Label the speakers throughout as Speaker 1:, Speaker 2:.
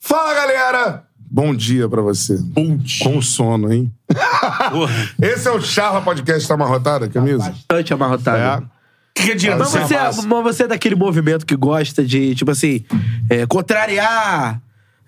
Speaker 1: Fala, galera! Bom dia pra você.
Speaker 2: Bom dia.
Speaker 1: Com sono, hein?
Speaker 2: Ah, Porra,
Speaker 1: Esse é o Charla Podcast tá amarrotada, camisa?
Speaker 3: Tá
Speaker 1: É.
Speaker 3: Bastante amarrotado.
Speaker 2: que adianta?
Speaker 3: Mas, você,
Speaker 1: Essa massa.
Speaker 3: mas você é daquele movimento que gosta de, tipo assim, é, contrariar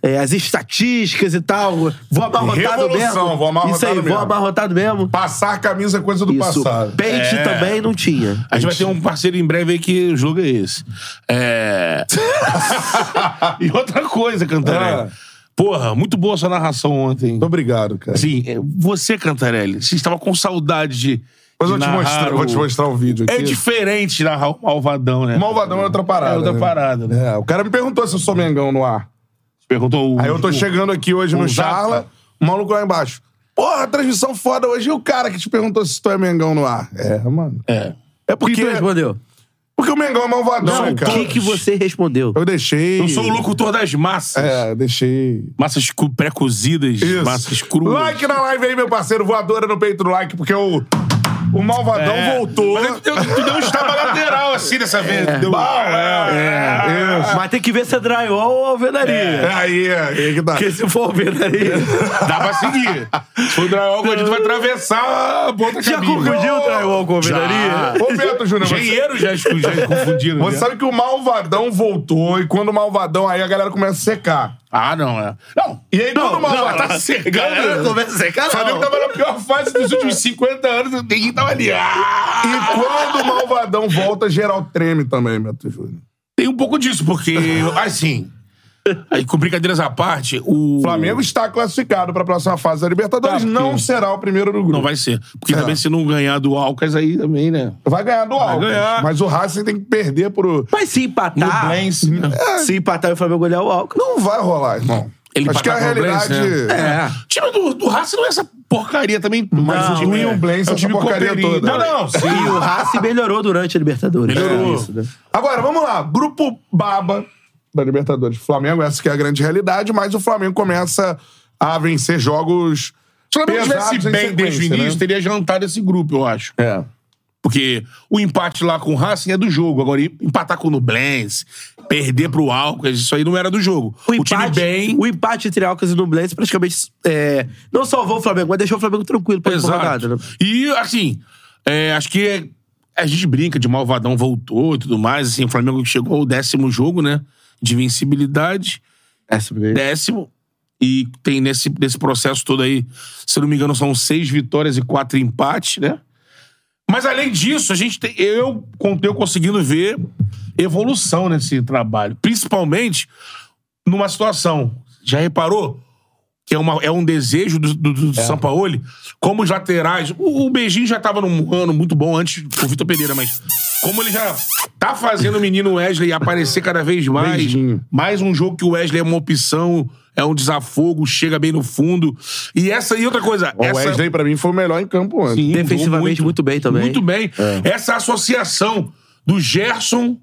Speaker 3: é, as estatísticas e tal. Vou amarrotado
Speaker 1: Revolução,
Speaker 3: mesmo.
Speaker 1: vou amarrotado
Speaker 3: Isso aí,
Speaker 1: mesmo.
Speaker 3: vou amarrotado mesmo.
Speaker 1: Passar camisa é coisa do
Speaker 3: Isso.
Speaker 1: passado.
Speaker 3: Peite
Speaker 2: É.
Speaker 3: também não tinha.
Speaker 2: A gente vai ter um parceiro em breve aí que o jogo é esse. É. e outra coisa, Cantarelli.
Speaker 1: Ah.
Speaker 2: Porra, muito boa sua narração ontem.
Speaker 1: Muito obrigado, cara.
Speaker 2: Assim, é, você, Cantarelli, você estava com saudade de.
Speaker 1: Mas
Speaker 2: de
Speaker 1: eu te
Speaker 2: narrar
Speaker 1: mostrar,
Speaker 2: o-
Speaker 1: vou te mostrar o vídeo aqui.
Speaker 2: É diferente narrar o Malvadão, né?
Speaker 1: O Malvadão é outra parada.
Speaker 2: É outra parada, né?
Speaker 1: É, o cara me perguntou se eu sou Mengão no ar.
Speaker 2: Perguntou o.
Speaker 1: Aí eu tô
Speaker 2: o-
Speaker 1: chegando aqui hoje
Speaker 2: um
Speaker 1: no
Speaker 2: zap.
Speaker 1: Charla, o maluco lá embaixo. Porra, transmissão foda hoje. E o cara que te perguntou se tu é Mengão no ar? É, mano.
Speaker 2: É.
Speaker 1: É
Speaker 3: O que
Speaker 1: porque,
Speaker 3: tu respondeu?
Speaker 1: porque o Mengão é malvadão,
Speaker 2: Não,
Speaker 1: cara.
Speaker 3: O que, que você respondeu?
Speaker 1: Eu deixei.
Speaker 2: Eu sou o locutor das massas.
Speaker 1: É, deixei.
Speaker 2: Massas cu- pré-cozidas,
Speaker 1: Isso.
Speaker 2: massas cruas.
Speaker 1: Like na live aí, meu parceiro. Voadora no peito do like, porque o, o Malvadão
Speaker 2: É.
Speaker 1: voltou.
Speaker 2: Mas tu, tu deu um estaba lateral assim dessa vez. Deu...
Speaker 1: é. Isso.
Speaker 3: Mas tem que ver se é drywall ou alvenaria.
Speaker 1: É, Aí, aí que dá.
Speaker 3: Porque se for alvenaria.
Speaker 2: Dá pra seguir. Se for drywall, o bandido vai atravessar a ponta
Speaker 3: Já
Speaker 2: caminho.
Speaker 3: confundiu o drywall com alvenaria?
Speaker 1: Ô, Beto Júnior, você-
Speaker 2: Engenheiro já, escu- já confundiram.
Speaker 1: Você
Speaker 2: né?
Speaker 1: sabe que o Malvadão voltou e quando o Malvadão aí a galera começa a secar.
Speaker 2: Ah, não, é. Não.
Speaker 1: E aí quando o Malvadão...
Speaker 2: tá
Speaker 3: Galera,
Speaker 2: secando.
Speaker 3: começa a secar,
Speaker 2: Sabia que
Speaker 3: não.
Speaker 2: tava na pior fase dos últimos 50 anos, ninguém tava ali. Ah!
Speaker 1: E quando o Malvadão volta, geral treme também, Beto Júnior.
Speaker 2: Tem um pouco disso, porque, assim. Aí, com brincadeiras à parte, o.
Speaker 1: O Flamengo está classificado para a próxima fase da Libertadores.
Speaker 2: Tá, porque-
Speaker 1: não será o primeiro do grupo.
Speaker 2: Não vai ser. Porque também se não ganhar do Alcas aí também, né?
Speaker 1: Vai ganhar do Alves.
Speaker 2: ganhar.
Speaker 1: Mas o Racing tem que perder pro...
Speaker 3: Mas se empatar.
Speaker 2: Nublense, né?
Speaker 3: Se empatar e o Flamengo olhar o Alcas.
Speaker 1: Não vai rolar, irmão.
Speaker 2: Ele
Speaker 1: Acho que a
Speaker 2: empatar com o
Speaker 1: realidade...
Speaker 2: Nublense,
Speaker 3: É.
Speaker 2: O time do, do Racing não é essa porcaria também. Mas
Speaker 3: Não,
Speaker 1: o Nublense é essa porcaria toda.
Speaker 2: Não, não. Sim.
Speaker 3: E o Racing melhorou durante a Libertadores.
Speaker 2: Melhorou.
Speaker 3: É isso, né?
Speaker 1: Agora, vamos lá. Grupo Baba da Libertadores. Flamengo, essa que é a grande realidade, mas o Flamengo começa a vencer jogos.
Speaker 2: Se o Flamengo
Speaker 1: pesados
Speaker 2: estivesse
Speaker 1: em
Speaker 2: bem desde o
Speaker 1: sequência,
Speaker 2: início,
Speaker 1: né?
Speaker 2: teria jantado esse grupo, eu acho.
Speaker 1: É.
Speaker 2: Porque o empate lá com o Racing é do jogo. Agora, empatar com o Nublense, perder pro Alcas, isso aí não era do jogo. O, time bem.
Speaker 3: o empate entre Alcas e Nublense praticamente é, não salvou o Flamengo, mas deixou o Flamengo tranquilo pra última rodada. Né?
Speaker 2: E, assim, é, acho que é- a gente brinca de Malvadão voltou e tudo mais. Assim, o Flamengo chegou ao décimo jogo, né? De vencibilidade. Décimo. E tem nesse, nesse processo todo aí, se não me engano, são seis vitórias e quatro empates, né? Mas além disso, a gente tem. Eu contei eu conseguindo ver evolução nesse trabalho. Principalmente numa situação. Já reparou? Que é, uma, é um desejo do, do, do Sampaoli, como os laterais. O, o Beijinho já tava num ano muito bom antes do Vitor Pereira, mas como ele já tá fazendo o menino Wesley aparecer cada vez mais.
Speaker 1: Beijinho.
Speaker 2: Mais um jogo que o Wesley é uma opção, é um desafogo, chega bem no fundo. E essa e outra coisa.
Speaker 1: O
Speaker 2: essa,
Speaker 1: Wesley, pra mim, foi o melhor em campo antes.
Speaker 2: Sim,
Speaker 3: Defensivamente, muito bem também.
Speaker 2: Muito bem. É. Essa associação do Gerson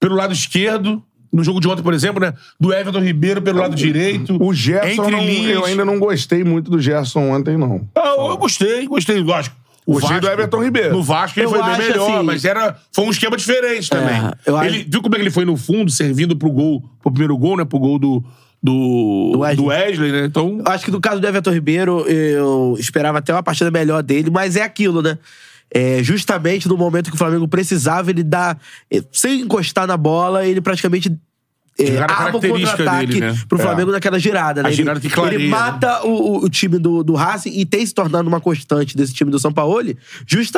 Speaker 2: pelo lado esquerdo, no jogo de ontem, por exemplo, né? Do Everton Ribeiro pelo lado direito.
Speaker 1: O Gerson,
Speaker 2: entre
Speaker 1: não-
Speaker 2: linhas.
Speaker 1: eu ainda não gostei muito do Gerson ontem, não.
Speaker 2: Ah, eu, gostei, gostei, lógico. O
Speaker 1: Gostei do Everton Ribeiro.
Speaker 2: No Vasco ele
Speaker 3: Eu
Speaker 2: foi bem
Speaker 3: acho
Speaker 2: melhor,
Speaker 3: assim-
Speaker 2: mas era, foi um esquema diferente também.
Speaker 3: eu acho-
Speaker 2: ele, Viu como é que ele foi no fundo, servindo pro gol, pro primeiro gol, né? Pro gol do, do,
Speaker 3: Do Wesley.
Speaker 2: do Wesley, né? Então,
Speaker 3: Acho que no caso do Everton Ribeiro, eu esperava até uma partida melhor dele, mas é aquilo, né? É, justamente no momento que o Flamengo precisava, ele dá. eh, Sem encostar na bola, ele praticamente. É,
Speaker 2: Era a
Speaker 3: arma o
Speaker 2: característica
Speaker 3: contra-ataque
Speaker 2: dele, né?
Speaker 3: pro
Speaker 2: É.
Speaker 3: Flamengo naquela girada, né?
Speaker 2: A girada que
Speaker 3: ele,
Speaker 2: clareia,
Speaker 3: ele
Speaker 2: né?
Speaker 3: mata o, o- o time do, do Racing e tem se tornado uma constante desse time do São Paulo,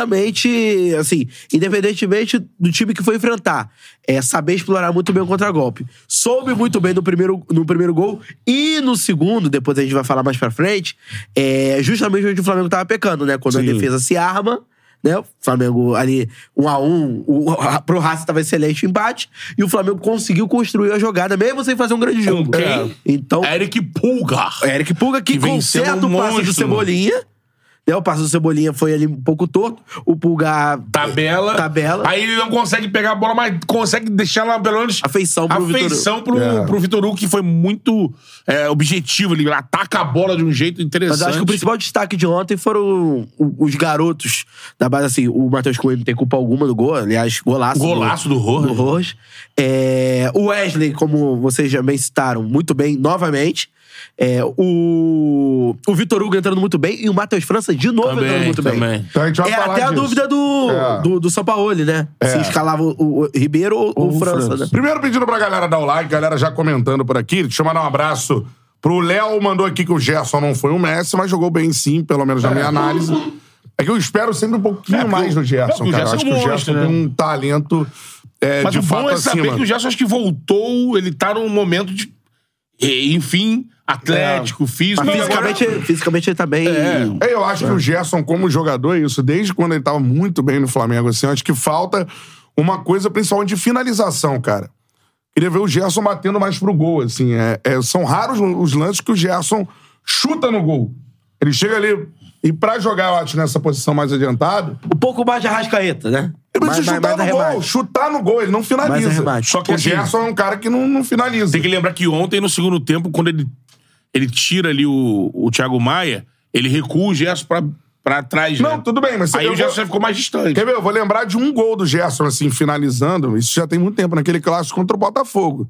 Speaker 3: justamente, assim, independentemente do time que foi enfrentar. É saber explorar muito bem o contragolpe. Soube muito bem no primeiro, no primeiro gol e no segundo, depois a gente vai falar mais pra frente, é justamente onde o Flamengo tava pecando, né? Quando a
Speaker 2: Sim.
Speaker 3: defesa se arma. Né? O Flamengo ali, um a um, o, a, pro Racing tava excelente o embate, e o Flamengo conseguiu construir a jogada, mesmo sem fazer um grande jogo.
Speaker 2: quem?
Speaker 3: É. Então, É,
Speaker 2: Eric Pulgar.
Speaker 3: Eric Pulga que,
Speaker 2: Que venceu
Speaker 3: conserta
Speaker 2: um
Speaker 3: o passe do
Speaker 2: monstro,
Speaker 3: Cebolinha. Né? O passo do Cebolinha foi ali um pouco torto. O Pulgar...
Speaker 2: Tabela.
Speaker 3: Tabela.
Speaker 2: Aí ele não consegue pegar a bola, mas consegue deixar lá, pelo menos.
Speaker 3: Afeição pro Vitor
Speaker 2: Afeição pro,
Speaker 1: É.
Speaker 2: pro Vitor Hugo, que foi muito é, objetivo. Ele ataca a bola de um jeito
Speaker 3: Mas
Speaker 2: interessante.
Speaker 3: eu acho que o principal destaque de ontem foram o- os garotos da base, assim, o Matheus Coelho não tem culpa alguma do gol, aliás, golaço. do-
Speaker 2: Golaço do Rojas.
Speaker 3: Do Rojas. É, o Wesley, como vocês já bem citaram, muito bem, novamente. É, o o Vitor Hugo entrando muito bem e o Matheus França de novo entrando
Speaker 2: também,
Speaker 3: muito bem.
Speaker 2: também.
Speaker 1: Então a gente vai
Speaker 3: É
Speaker 1: falar
Speaker 3: até a
Speaker 1: disso.
Speaker 3: dúvida do,
Speaker 1: É.
Speaker 3: do, do Sampaoli, né? Se escalava o, o Ribeiro ou, ou o França,
Speaker 2: França.
Speaker 3: né?
Speaker 1: Primeiro pedindo pra galera dar o like, galera já comentando por aqui. Deixa eu mandar um abraço pro Léo, mandou aqui que o Gerson não foi o Messi, mas jogou bem sim, pelo menos na minha análise. É que eu espero sempre um pouquinho
Speaker 2: É, porque
Speaker 1: mais
Speaker 2: o-
Speaker 1: do
Speaker 2: é, porque
Speaker 1: Gerson,
Speaker 2: o
Speaker 1: cara. Eu Acho
Speaker 2: Gerson é um
Speaker 1: que o
Speaker 2: monstro,
Speaker 1: Gerson
Speaker 2: né?
Speaker 1: tem um talento é,
Speaker 2: Mas
Speaker 1: de
Speaker 2: o
Speaker 1: fato
Speaker 2: bom é saber
Speaker 1: acima.
Speaker 2: que o Gerson acho que voltou, ele tá num momento de. e- Enfim, atlético, físico.
Speaker 3: Mas
Speaker 2: e é agora-
Speaker 3: fisicamente, fisicamente ele tá bem.
Speaker 2: É.
Speaker 1: É, Eu acho que o Gerson, como jogador, é isso. Desde quando ele tava muito bem no Flamengo, assim, eu acho que falta uma coisa, principalmente de finalização, cara. Queria ver o Gerson batendo mais pro gol, assim. É, é, são raros os lances que o Gerson chuta no gol. Ele chega ali e pra jogar, eu acho, nessa posição mais adiantada,
Speaker 3: Um pouco mais de Arrascaeta, né?
Speaker 1: ele precisa
Speaker 3: Mais- mais-
Speaker 1: chutar
Speaker 3: mais
Speaker 2: é
Speaker 1: no gol.
Speaker 3: arremate.
Speaker 1: Chutar no gol, ele não finaliza.
Speaker 3: arremate.
Speaker 1: Só que o
Speaker 2: assim,
Speaker 1: Gerson é um cara que não, não finaliza.
Speaker 2: Tem que lembrar que ontem, no segundo tempo, quando ele, ele tira ali o, o Thiago Maia, ele recua o Gerson pra, pra trás,
Speaker 1: Não,
Speaker 2: né?
Speaker 1: tudo bem, mas...
Speaker 2: Aí
Speaker 1: eu
Speaker 2: o Gerson
Speaker 1: vou-
Speaker 2: já ficou mais distante.
Speaker 1: Quer ver? Eu vou lembrar de um gol do Gerson, assim, finalizando. Isso já tem muito tempo, naquele clássico contra o Botafogo.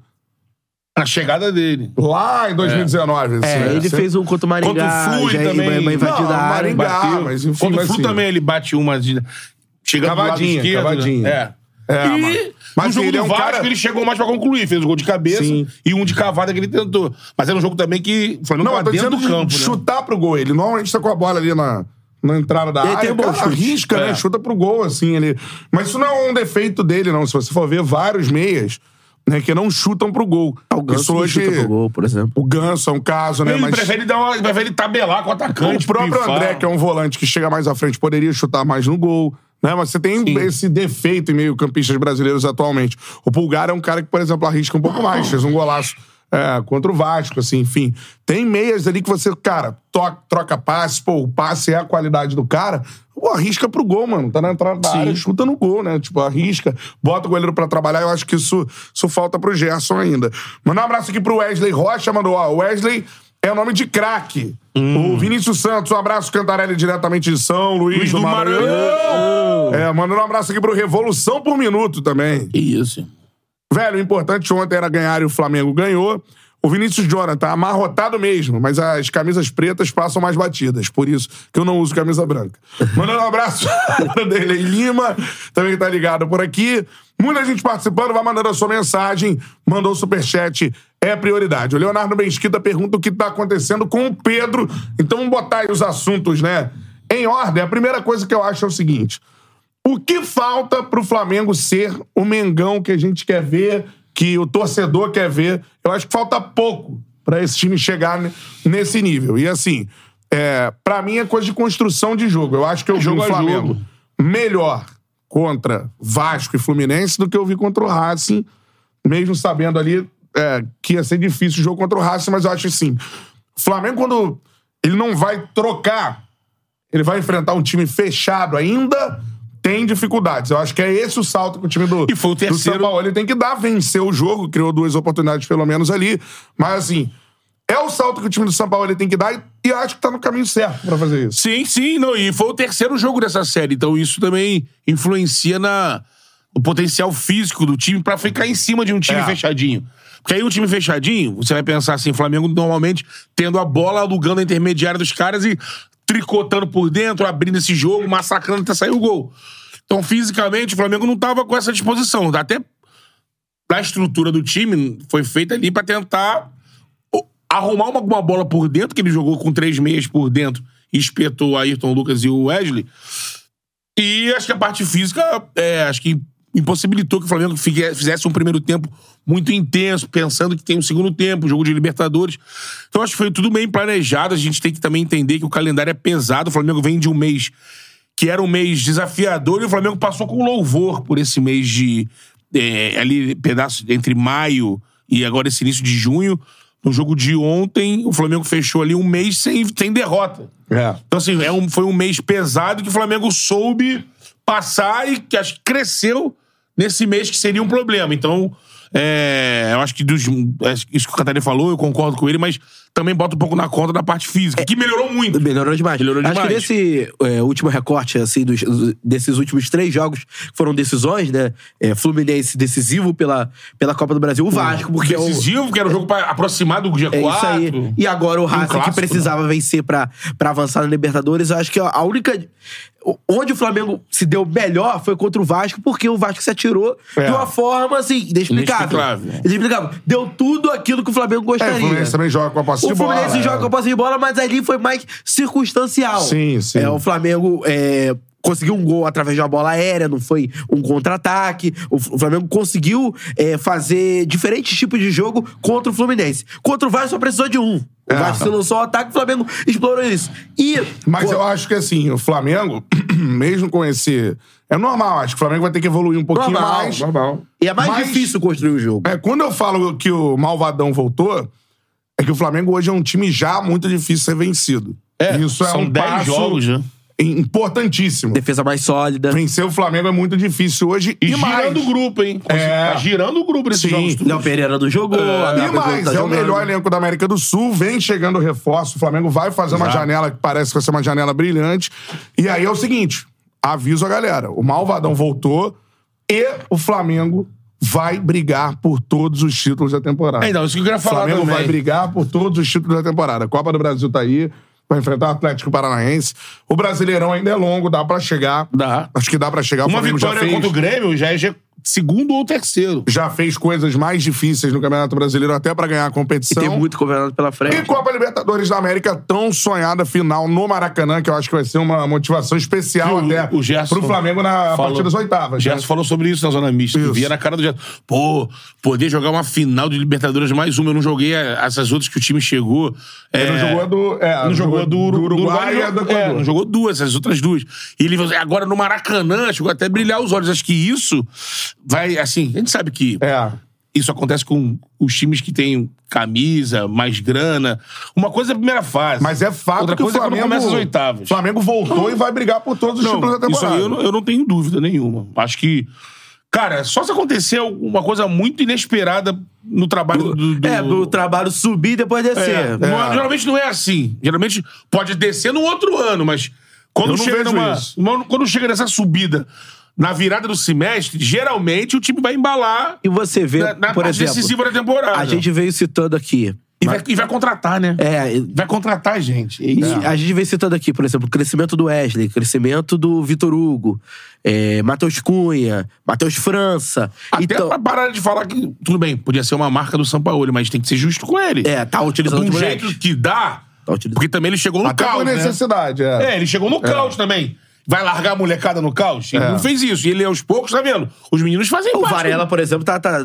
Speaker 2: Na chegada dele.
Speaker 1: Lá em 2019. assim,
Speaker 3: É,
Speaker 1: né?
Speaker 3: ele
Speaker 1: Você-
Speaker 3: fez um contra o Maringá.
Speaker 2: Contra o Fui
Speaker 3: já-
Speaker 2: também.
Speaker 3: Uma, uma invadida
Speaker 1: Não,
Speaker 3: à área.
Speaker 1: Maringá. Ah, mas enfim,
Speaker 2: Quando o
Speaker 1: mas
Speaker 2: Flu
Speaker 1: assim-
Speaker 2: também, ele bate uma... de- Chegando
Speaker 1: Cavadinha,
Speaker 2: do lado esquerdo.
Speaker 1: cavadinha.
Speaker 2: É.
Speaker 1: É,
Speaker 2: e
Speaker 1: mas-
Speaker 2: mas
Speaker 1: mas
Speaker 2: no jogo
Speaker 1: ele
Speaker 2: do
Speaker 1: é um
Speaker 2: Vasco,
Speaker 1: cara-
Speaker 2: ele chegou mais pra concluir. Fez um gol de cabeça
Speaker 1: Sim.
Speaker 2: e um de cavada que ele tentou. Mas era um jogo também que o Flamengo
Speaker 1: Não, eu
Speaker 2: tava
Speaker 3: tá
Speaker 1: tô dizendo
Speaker 2: dentro do
Speaker 1: de
Speaker 2: campo, né?
Speaker 1: chutar pro gol. Ele normalmente tá com a bola ali na, na entrada da
Speaker 3: Ele
Speaker 1: área.
Speaker 3: tem um bom
Speaker 1: cara,
Speaker 3: chute.
Speaker 1: arrisca,
Speaker 2: É.
Speaker 1: né? Chuta pro gol, assim. Ele... Mas isso não é um defeito dele, não. Se você for ver vários meias, né, que não chutam pro gol.
Speaker 3: Ah, O Ganso
Speaker 1: isso
Speaker 3: não
Speaker 1: hoje...
Speaker 3: chuta pro gol, por exemplo.
Speaker 1: O Ganso é um caso, né?
Speaker 2: Ele
Speaker 1: mas...
Speaker 2: prefere, dar uma, prefere tabelar com o atacante.
Speaker 1: O próprio
Speaker 2: pifar.
Speaker 1: André, que é um volante que chega mais à frente, poderia chutar mais no gol. Né? Mas você tem esse defeito em meio-campistas brasileiros atualmente. O Pulgar é um cara que, por exemplo, arrisca um pouco mais, fez um golaço é, contra o Vasco, assim, enfim. Tem meias ali que você, cara, to- troca passe, pô, o passe é a qualidade do cara, pô, arrisca pro gol, mano. Tá na entrada da
Speaker 2: Sim.
Speaker 1: área, chuta no gol, né? Tipo, arrisca, bota o goleiro pra trabalhar. Eu acho que isso, isso falta pro Gerson ainda. Mandar um abraço aqui pro Wesley Rocha, mandou, ó, Wesley é nome de craque. O Vinícius Santos, um abraço, Cantarelli, diretamente de São Luís,
Speaker 2: Hum. Luiz
Speaker 1: do
Speaker 2: do
Speaker 1: Maranhão.
Speaker 2: Maranhão.
Speaker 1: É, mandando um abraço aqui pro Revolução por Minuto também.
Speaker 2: Isso.
Speaker 1: Velho, o importante ontem era ganhar e o Flamengo ganhou. O Vinícius Jonathan, amarrotado mesmo, mas as camisas pretas passam mais batidas. Por isso que eu não uso camisa branca. Mandando um abraço para Derlei Lima, também tá ligado por aqui. Muita gente participando, vai mandando a sua mensagem, mandou o superchat, é prioridade. O Leonardo Mesquita pergunta o que tá acontecendo com o Pedro. Então vamos botar aí os assuntos, né? Em ordem, a primeira coisa que eu acho é o seguinte: o que falta pro Flamengo ser o Mengão que a gente quer ver, que o torcedor quer ver? Eu acho que falta pouco pra esse time chegar ne- nesse nível. E assim, é, para mim é coisa de construção de jogo. Eu acho que eu vi
Speaker 2: jogo
Speaker 1: o
Speaker 2: a
Speaker 1: Flamengo
Speaker 2: jogo.
Speaker 1: melhor contra Vasco e Fluminense do que eu vi contra o Racing, mesmo sabendo ali é, que ia ser difícil o jogo contra o Racing, mas eu acho assim, o Flamengo quando ele não vai trocar ele vai enfrentar um time fechado ainda, tem dificuldades. Eu acho que é esse o salto que o time do,
Speaker 2: E foi o
Speaker 1: do São
Speaker 2: terceiro.
Speaker 1: Paulo ele tem que dar, vencer o jogo, criou duas oportunidades pelo menos ali. Mas assim, é o salto que o time do São Paulo ele tem que dar e, e acho que tá no caminho certo pra fazer isso.
Speaker 2: Sim, sim, não. E foi o terceiro jogo dessa série, então isso também influencia na no potencial físico do time pra ficar em cima de um time
Speaker 1: É.
Speaker 2: fechadinho. Porque aí um time fechadinho, você vai pensar assim, Flamengo normalmente tendo a bola, alugando a intermediária dos caras e tricotando por dentro, abrindo esse jogo, massacrando até sair o gol. Então, fisicamente, o Flamengo não tava com essa disposição. Até da estrutura do time foi feita ali pra tentar o- arrumar uma, uma bola por dentro, que ele jogou com três meias por dentro e espetou o Ayrton Lucas e o Wesley. E acho que a parte física, é, acho que impossibilitou que o Flamengo fique- fizesse um primeiro tempo muito intenso, pensando que tem um segundo tempo, jogo de Libertadores. Então acho que foi tudo bem planejado. A gente tem que também entender que o calendário é pesado. O Flamengo vem de um mês que era um mês desafiador e o Flamengo passou com louvor por esse mês de é, ali pedaço entre maio e agora esse início de junho. No jogo de ontem, o Flamengo fechou ali um mês sem, sem derrota.
Speaker 1: É.
Speaker 2: Então, assim, é um- foi um mês pesado que o Flamengo soube passar e que acho que cresceu nesse mês que seria um problema. Então, é, eu acho que dos- é, isso que o Catarina falou, eu concordo com ele, mas também bota um pouco na conta da parte física, que melhorou muito.
Speaker 3: Melhorou demais.
Speaker 2: Melhorou
Speaker 3: Acho
Speaker 2: demais.
Speaker 3: que nesse é, último recorte, assim, dos- desses últimos três jogos que foram decisões, né? É, Fluminense decisivo pela, pela Copa do Brasil, o Vasco, porque é o-
Speaker 2: Decisivo, que era o jogo pra aproximar do G4.
Speaker 3: É isso aí. E agora o
Speaker 2: um
Speaker 3: Racing que
Speaker 1: né?
Speaker 2: clássico,
Speaker 3: precisava vencer pra, pra avançar na Libertadores, eu acho que a única. o- Onde o Flamengo se deu melhor foi contra o Vasco, porque o Vasco se atirou
Speaker 1: É.
Speaker 3: de uma forma, assim, inexplicável.
Speaker 2: Inexplicável.
Speaker 3: Inexplicável. Deu tudo aquilo que o Flamengo
Speaker 1: É, o
Speaker 3: gostaria.
Speaker 1: Fluminense também joga com a posse
Speaker 3: O
Speaker 1: de bola.
Speaker 3: Fluminense
Speaker 1: é.
Speaker 3: joga com a posse de bola, mas ali foi mais circunstancial.
Speaker 1: Sim, sim.
Speaker 3: É, o Flamengo é, conseguiu um gol através de uma bola aérea, não foi um contra-ataque. O F- o Flamengo conseguiu é, fazer diferentes tipos de jogo contra o Fluminense. Contra o Vasco só precisou de um. O
Speaker 1: É.
Speaker 3: Vasco se lançou ao ataque, o Flamengo explorou isso. E.
Speaker 1: Mas
Speaker 3: Pô,
Speaker 1: eu acho que assim, o Flamengo, mesmo com esse. É normal, acho que o Flamengo vai ter que evoluir um pouquinho
Speaker 3: Normal,
Speaker 1: mais.
Speaker 2: Normal.
Speaker 3: E é mais
Speaker 1: mas-
Speaker 3: difícil construir o jogo.
Speaker 1: É, quando eu falo que o Malvadão voltou, é que o Flamengo hoje é um time já muito difícil ser vencido.
Speaker 2: É,
Speaker 1: Isso é
Speaker 2: são
Speaker 1: um
Speaker 2: 10
Speaker 1: passo
Speaker 2: jogos, né?
Speaker 1: importantíssimo.
Speaker 3: Defesa mais sólida.
Speaker 1: Vencer o Flamengo é muito difícil hoje. E,
Speaker 2: E, girando o
Speaker 1: mais,
Speaker 2: grupo, hein?
Speaker 1: É.
Speaker 2: Tá girando o grupo nesses
Speaker 1: Sim.
Speaker 2: jogos. tudo.
Speaker 3: Léo Pereira não jogou.
Speaker 1: e
Speaker 3: Adalberto
Speaker 1: mais
Speaker 3: tá
Speaker 1: é o
Speaker 3: jogando.
Speaker 1: melhor elenco da América do Sul, vem chegando reforço. O Flamengo vai fazer uma
Speaker 2: Exato.
Speaker 1: janela que parece que vai ser uma janela brilhante. E aí é o seguinte: aviso a galera: o Malvadão voltou e o Flamengo vai brigar por todos os títulos da temporada.
Speaker 2: É, então, isso que eu queria
Speaker 1: O
Speaker 2: falar
Speaker 1: Flamengo
Speaker 2: também.
Speaker 1: vai brigar por todos os títulos da temporada. A Copa do Brasil tá aí, vai enfrentar o Atlético Paranaense. O Brasileirão ainda é longo, dá pra chegar.
Speaker 2: Dá.
Speaker 1: Acho que dá pra chegar. O
Speaker 2: Uma
Speaker 1: Flamengo já
Speaker 2: vitória
Speaker 1: fez-
Speaker 2: contra o Grêmio já é G- segundo ou terceiro.
Speaker 1: já fez coisas mais difíceis no Campeonato Brasileiro até pra ganhar a
Speaker 3: E
Speaker 1: competição.
Speaker 3: tem muito campeonato pela frente.
Speaker 1: E Copa Libertadores da América, tão sonhada final no Maracanã, que eu acho que vai ser uma motivação especial
Speaker 2: E o-
Speaker 1: até
Speaker 2: o Gerson
Speaker 1: pro Flamengo na a
Speaker 2: falou-
Speaker 1: partir das
Speaker 2: O
Speaker 1: oitavas. né?
Speaker 2: Gerson falou sobre isso na Zona Mista.
Speaker 1: Isso.
Speaker 2: Eu via na cara do Gerson. Pô, poder jogar uma final de Libertadores mais uma. Eu não joguei a- essas outras que o time chegou.
Speaker 1: Ele
Speaker 2: É,
Speaker 1: não jogou a do. É,
Speaker 2: não jogou a do, Uru- do
Speaker 1: Uruguai e a do
Speaker 2: não- é,
Speaker 1: Equador.
Speaker 2: não jogou duas, as outras duas. E ele falou assim, agora no Maracanã, chegou até a brilhar os olhos. Acho que isso vai, assim, a gente sabe que
Speaker 1: É.
Speaker 2: isso acontece com os times que têm camisa, mais grana. Uma coisa é a primeira fase.
Speaker 1: Mas é fato
Speaker 2: Outra
Speaker 1: que
Speaker 2: coisa
Speaker 1: o Flamengo.
Speaker 2: é quando começa as oitavas.
Speaker 1: Flamengo voltou e vai brigar por todos os títulos da
Speaker 2: Não, isso
Speaker 1: Tipo, temporada.
Speaker 2: aí eu não, eu não tenho dúvida nenhuma. Acho que. Cara, é só se acontecer alguma coisa muito inesperada no trabalho do. do-
Speaker 3: É, pro trabalho subir e depois descer.
Speaker 2: É, não- Geralmente não é assim. Geralmente pode descer no outro ano, mas
Speaker 1: Eu
Speaker 2: quando
Speaker 1: não
Speaker 2: chega
Speaker 1: vejo
Speaker 2: numa-
Speaker 1: isso.
Speaker 2: uma- quando chega nessa subida na virada do semestre, geralmente o time vai embalar
Speaker 3: E você vê,
Speaker 2: na,
Speaker 1: é
Speaker 2: na
Speaker 3: por
Speaker 2: parte
Speaker 3: exemplo,
Speaker 2: decisiva da temporada.
Speaker 3: a gente veio citando aqui.
Speaker 2: e, vai, e vai contratar, né?
Speaker 3: É, e-
Speaker 2: Vai contratar gente.
Speaker 3: e a gente vem citando aqui, por exemplo, o crescimento do Wesley, crescimento do Vitor Hugo, é, Matheus Cunha, Matheus França.
Speaker 2: Até
Speaker 3: então,
Speaker 2: pra parar de falar que, tudo bem, podia ser uma marca do Sampaoli, mas tem que ser justo com ele.
Speaker 3: é, tá
Speaker 2: de
Speaker 3: utilizando
Speaker 2: um
Speaker 3: os
Speaker 2: jeito
Speaker 3: moleques.
Speaker 2: que dá,
Speaker 3: Tá utilizando.
Speaker 2: porque também ele chegou no
Speaker 1: Até por
Speaker 2: caos, né?
Speaker 1: necessidade, é.
Speaker 2: É, ele chegou no caos também. Vai largar a molecada no caos? Ele
Speaker 1: É.
Speaker 2: não fez isso. E ele, aos poucos, tá vendo? Os meninos fazem
Speaker 3: O
Speaker 2: parte.
Speaker 3: Varela, por exemplo, tá, tá, a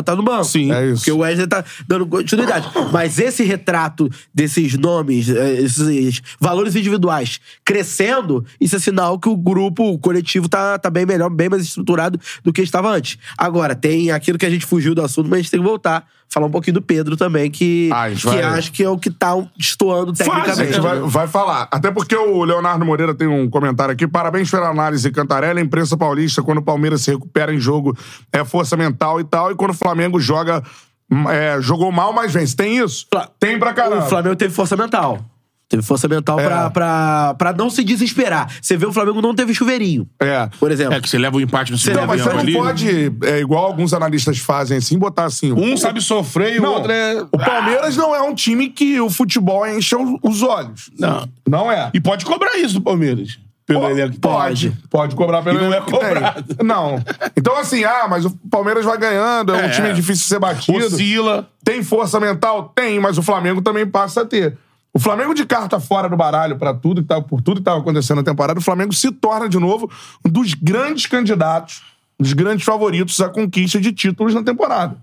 Speaker 2: um- É.
Speaker 3: tá no banco.
Speaker 2: Sim.
Speaker 1: É isso.
Speaker 3: Porque o Wesley tá dando continuidade. Mas esse retrato desses nomes, eh, esses valores individuais crescendo, isso é sinal que o grupo, o coletivo, tá, tá bem melhor, bem mais estruturado do que estava antes. Agora, tem aquilo que a gente fugiu do assunto, mas a gente tem que voltar. Falar um pouquinho do Pedro também, que,
Speaker 1: Ah, a gente
Speaker 3: que
Speaker 1: vai-
Speaker 3: acho que é o que tá destoando
Speaker 1: A
Speaker 3: tecnicamente.
Speaker 1: gente vai, vai falar. Até porque o Leonardo Moreira tem um comentário aqui. Parabéns pela análise, Cantarela. A imprensa paulista, quando o Palmeiras se recupera em jogo, é força mental e tal. E quando o Flamengo joga, hum, é, jogou mal, mas vence. Tem isso?
Speaker 3: Fla-
Speaker 1: Tem pra
Speaker 3: O
Speaker 1: caramba.
Speaker 3: Flamengo teve força mental. Teve força mental
Speaker 1: É.
Speaker 3: pra, pra, pra não se desesperar. Você vê, o Flamengo não teve chuveirinho.
Speaker 1: É.
Speaker 3: Por exemplo.
Speaker 2: É que você leva o empate no segundo
Speaker 1: Não, mas você
Speaker 2: tempo
Speaker 1: não
Speaker 2: ali.
Speaker 1: pode, é, igual alguns analistas fazem assim, botar assim.
Speaker 2: Um sabe sofrer e o
Speaker 1: Não,
Speaker 2: outro é...
Speaker 1: O Palmeiras não é um time que o futebol enche os- os olhos.
Speaker 2: Não.
Speaker 1: Não é.
Speaker 2: Ah, E pode cobrar isso do Palmeiras. Pelo elenco que tem.
Speaker 1: Pode. Pode cobrar pelo
Speaker 2: E não
Speaker 1: elenco
Speaker 2: é
Speaker 1: que tem.
Speaker 2: cobrado.
Speaker 1: Não. Então, assim, ah, mas o Palmeiras vai ganhando, é um
Speaker 2: É.
Speaker 1: time difícil de ser batido.
Speaker 2: Oscila.
Speaker 1: Tem força mental? Tem, mas o Flamengo também passa a ter. O Flamengo de carta fora do baralho para tudo que tava, por tudo que estava acontecendo na temporada, o Flamengo se torna de novo um dos grandes candidatos, um dos grandes favoritos à conquista de títulos na temporada.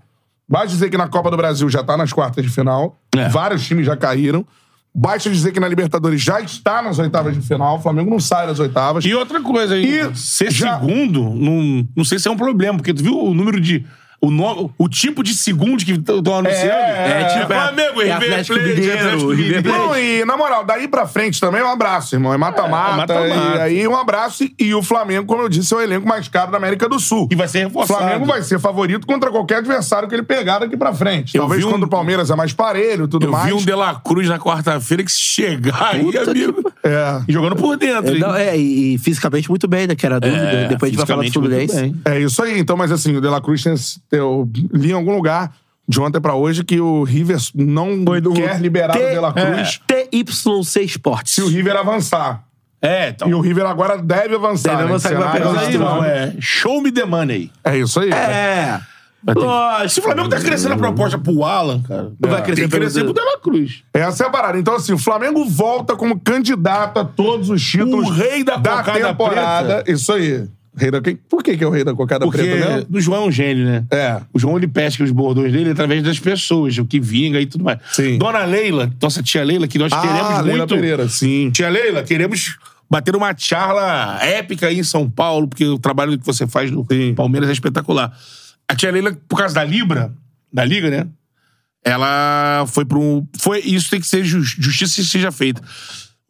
Speaker 1: Basta dizer que na Copa do Brasil já está nas quartas de final,
Speaker 2: É.
Speaker 1: vários times já caíram. Basta dizer que na Libertadores já está nas oitavas de final, o Flamengo não sai das oitavas.
Speaker 2: E outra coisa,
Speaker 1: E
Speaker 2: e ser
Speaker 1: já-
Speaker 2: segundo, não, não sei se é um problema, porque tu viu o número de O, nome, o tipo de segundo que estão anunciando
Speaker 1: É,
Speaker 3: tipo,
Speaker 2: Flamengo,
Speaker 3: é
Speaker 2: River
Speaker 3: Atlético
Speaker 2: Plate,
Speaker 3: Mineiro,
Speaker 2: Atlético
Speaker 3: River
Speaker 2: Mineiro.
Speaker 3: Plate.
Speaker 1: Não, e na moral, daí pra frente também, um abraço, irmão. É mata-mata.
Speaker 2: É, mata-mata.
Speaker 1: E aí, um abraço. E- E o Flamengo, como eu disse, é o elenco mais caro da América do Sul.
Speaker 2: E vai ser
Speaker 1: o
Speaker 2: reforçado.
Speaker 1: Flamengo vai ser favorito contra qualquer adversário que ele pegar daqui pra frente.
Speaker 2: Eu
Speaker 1: Talvez
Speaker 2: vi um-
Speaker 1: contra o Palmeiras é mais parelho e tudo
Speaker 2: Eu
Speaker 1: mais.
Speaker 2: vi um De La Cruz na quarta-feira que se chegar aí,
Speaker 3: Puta que
Speaker 2: amigo.
Speaker 1: É.
Speaker 2: E Jogando por dentro.
Speaker 3: É,
Speaker 2: hein?
Speaker 3: não, é, e, e fisicamente muito bem, né? Que era a dúvida.
Speaker 2: É,
Speaker 3: Depois a gente vai falar do
Speaker 2: fisicamente muito bem.
Speaker 3: Fluminense.
Speaker 1: É isso aí. Então, mas assim, o De La Cruz tem, esse- eu li em algum lugar de ontem pra hoje que o River não
Speaker 3: do- É.
Speaker 1: quer liberar o De La Cruz
Speaker 3: TYC Sports.
Speaker 1: se o River avançar.
Speaker 2: É, então.
Speaker 1: E o River agora deve avançar.
Speaker 3: Deve
Speaker 1: né?
Speaker 3: avançar, vai
Speaker 1: Cenário
Speaker 3: pegar
Speaker 2: Mas aí,
Speaker 1: extremo.
Speaker 2: irmão, é show me the money.
Speaker 1: É isso aí.
Speaker 3: É.
Speaker 2: ter- Se o Flamengo tá crescendo a
Speaker 1: Uhum.
Speaker 2: proposta pro Alan, cara,
Speaker 3: Não vai
Speaker 2: é,
Speaker 3: crescer
Speaker 2: tem que
Speaker 3: pelo
Speaker 2: crescer
Speaker 3: dedo.
Speaker 2: pro Dela Cruz.
Speaker 1: Essa é a parada. Então, assim, o Flamengo volta como candidato a todos os títulos.
Speaker 2: O rei da cocada
Speaker 1: Então, temporada. Isso aí. Rei da... Por que, que é o rei da cocada
Speaker 2: Porque
Speaker 1: preta mesmo?
Speaker 2: o João é um gênio, né?
Speaker 1: É.
Speaker 2: O João ele pesca os bordões dele através das pessoas, o que vinga e tudo mais.
Speaker 1: Sim.
Speaker 2: Dona Leila, nossa tia Leila, que nós
Speaker 1: Ah,
Speaker 2: queremos
Speaker 1: Leila
Speaker 2: muito.
Speaker 1: Pereira, sim.
Speaker 2: Tia Leila, queremos bater uma charla épica aí em São Paulo, porque o trabalho que você faz no
Speaker 1: Sim.
Speaker 2: Palmeiras é espetacular. A tia Leila, por causa da Libra, da Liga, né? Ela foi para um. Foi, isso tem que ser jus- justiça que seja feita.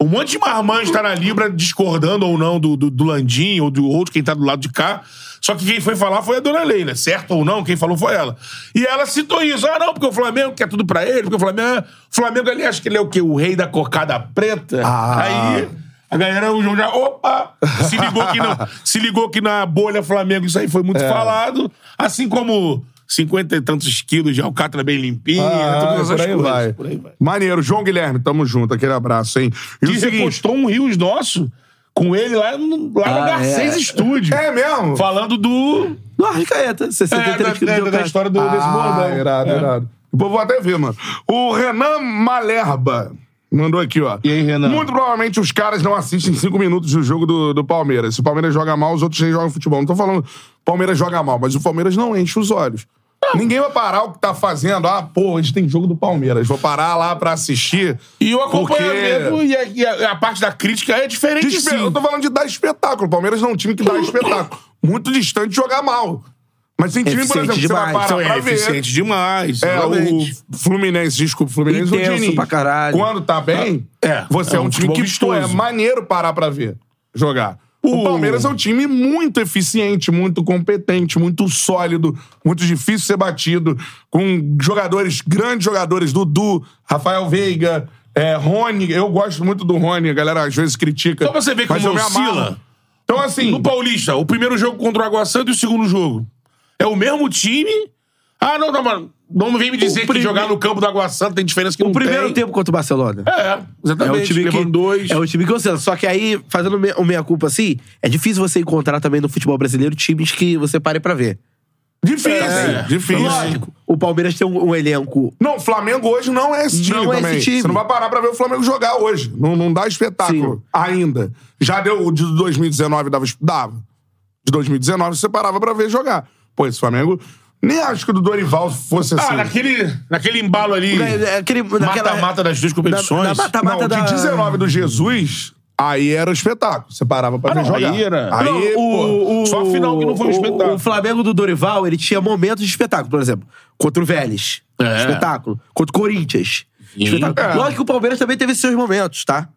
Speaker 2: Um monte de marmanjo está na Libra discordando ou não do, do, do Landim ou do outro, quem tá do lado de cá. Só que quem foi falar foi a dona Leila, certo ou não, quem falou foi ela. E ela citou isso. Ah, não, porque o Flamengo quer tudo pra ele, porque o Flamengo. é- O Flamengo ali acha que ele é o quê? O rei da cocada preta.
Speaker 1: Ah.
Speaker 2: Aí a galera, o João já. Opa! Se ligou que, não, se ligou que na bolha Flamengo isso aí foi muito falado. Assim como. 50 e tantos quilos de alcatra bem limpinho,
Speaker 1: Ah,
Speaker 2: todas
Speaker 1: por
Speaker 2: essas
Speaker 1: aí
Speaker 2: é coisas.
Speaker 1: vai.
Speaker 2: Por aí vai.
Speaker 1: Maneiro. João Guilherme, tamo junto. Aquele abraço, hein? E
Speaker 2: Que
Speaker 1: o seguinte...
Speaker 2: repostou um Rios nosso com ele lá no, lá no
Speaker 3: Ah,
Speaker 2: Garcês
Speaker 3: é.
Speaker 2: Estúdio.
Speaker 1: É mesmo?
Speaker 2: Falando do.
Speaker 3: No Arrascaeta, 63
Speaker 2: é, da, da-
Speaker 3: quilos de
Speaker 2: da história do, desse
Speaker 1: Ah,
Speaker 2: bordão.
Speaker 1: irado,
Speaker 2: É.
Speaker 1: irado. O povo até ver, mano. O Renan Malerba mandou aqui, ó.
Speaker 2: E aí, Renan?
Speaker 1: Muito provavelmente os caras não assistem cinco minutos do jogo do, do Palmeiras. Se o Palmeiras joga mal, os outros nem jogam futebol. Não tô falando Palmeiras joga mal, mas o Palmeiras não enche os olhos. Ninguém vai parar o que tá fazendo. Ah, pô, hoje tem jogo do Palmeiras. Vou parar lá pra assistir.
Speaker 2: E o
Speaker 1: Porque-
Speaker 2: acompanhamento e, a, e a- a parte da crítica é diferente.
Speaker 1: de espe-
Speaker 2: sim.
Speaker 1: Eu tô falando de dar espetáculo. O Palmeiras não é um time que dá espetáculo. Muito distante de jogar mal. Mas tem time, por
Speaker 3: Eficiente
Speaker 1: exemplo, que você vai
Speaker 3: demais.
Speaker 1: parar
Speaker 2: Então,
Speaker 1: pra
Speaker 2: é
Speaker 1: ver.
Speaker 2: eficiente demais.
Speaker 1: É,
Speaker 2: realmente.
Speaker 1: o Fluminense, desculpa, o Fluminense o
Speaker 3: Intenso
Speaker 1: Diniz.
Speaker 3: pra caralho.
Speaker 1: Quando tá bem,
Speaker 2: É,
Speaker 1: você é,
Speaker 2: é
Speaker 1: um,
Speaker 2: um
Speaker 1: time que pô,
Speaker 2: futebol
Speaker 1: é
Speaker 2: vistoso.
Speaker 1: maneiro parar pra ver jogar. O
Speaker 2: O-
Speaker 1: Palmeiras é um time muito eficiente, muito competente, muito sólido, muito difícil ser batido, com jogadores, grandes jogadores, Dudu, Rafael Veiga, é, Rony. Eu gosto muito do Rony, a galera às vezes critica.
Speaker 2: Só pra você ver
Speaker 1: mas eu
Speaker 2: como
Speaker 1: me amarro.
Speaker 2: oscila.
Speaker 1: Então, assim.
Speaker 2: No Paulista, o primeiro jogo contra o Água Santa e o segundo jogo. É o mesmo time. Ah, não, não, mano. Não vem me dizer que
Speaker 3: prime-
Speaker 2: jogar no campo do Água Santa tem diferença que
Speaker 3: O
Speaker 2: não
Speaker 3: primeiro
Speaker 2: tem.
Speaker 3: tempo contra o Barcelona.
Speaker 2: É,
Speaker 3: É
Speaker 2: exatamente.
Speaker 3: o time que,
Speaker 2: levando dois.
Speaker 3: é o time que oscila. Só que aí, fazendo me- o meia-culpa assim, é difícil você encontrar também no futebol brasileiro times que você pare pra ver.
Speaker 1: Difícil,
Speaker 2: É,
Speaker 1: difícil.
Speaker 3: Lógico, o Palmeiras tem um, um elenco.
Speaker 1: Não, o Flamengo hoje não é esse time
Speaker 3: Não é
Speaker 1: também.
Speaker 3: esse time.
Speaker 1: Você não vai parar pra ver o Flamengo jogar hoje. Não, não dá espetáculo
Speaker 3: Sim.
Speaker 1: ainda. Já deu o de 2019, dava. dava. De 2019 você parava pra ver jogar. Pô, esse Flamengo. Nem acho que o do Dorival fosse
Speaker 2: Ah,
Speaker 1: assim.
Speaker 2: naquele, naquele embalo ali.
Speaker 3: É, é aquele- naquela-
Speaker 2: Mata-mata das duas competições.
Speaker 3: Da- da mata-
Speaker 1: não, o de
Speaker 3: da-
Speaker 1: 19 do Jesus, aí era o espetáculo. Você parava pra
Speaker 2: Ah,
Speaker 1: ver
Speaker 2: não,
Speaker 1: jogar.
Speaker 2: aí era-
Speaker 1: Aí,
Speaker 3: Não,
Speaker 1: pô, só a final que não foi um
Speaker 3: o-
Speaker 1: espetáculo.
Speaker 3: O Flamengo do Dorival, ele tinha momentos de espetáculo, por exemplo. Contra o Vélez.
Speaker 2: É.
Speaker 3: Espetáculo. Contra o Corinthians. Espetáculo.
Speaker 1: É.
Speaker 3: Lógico que o Palmeiras também teve seus momentos, tá?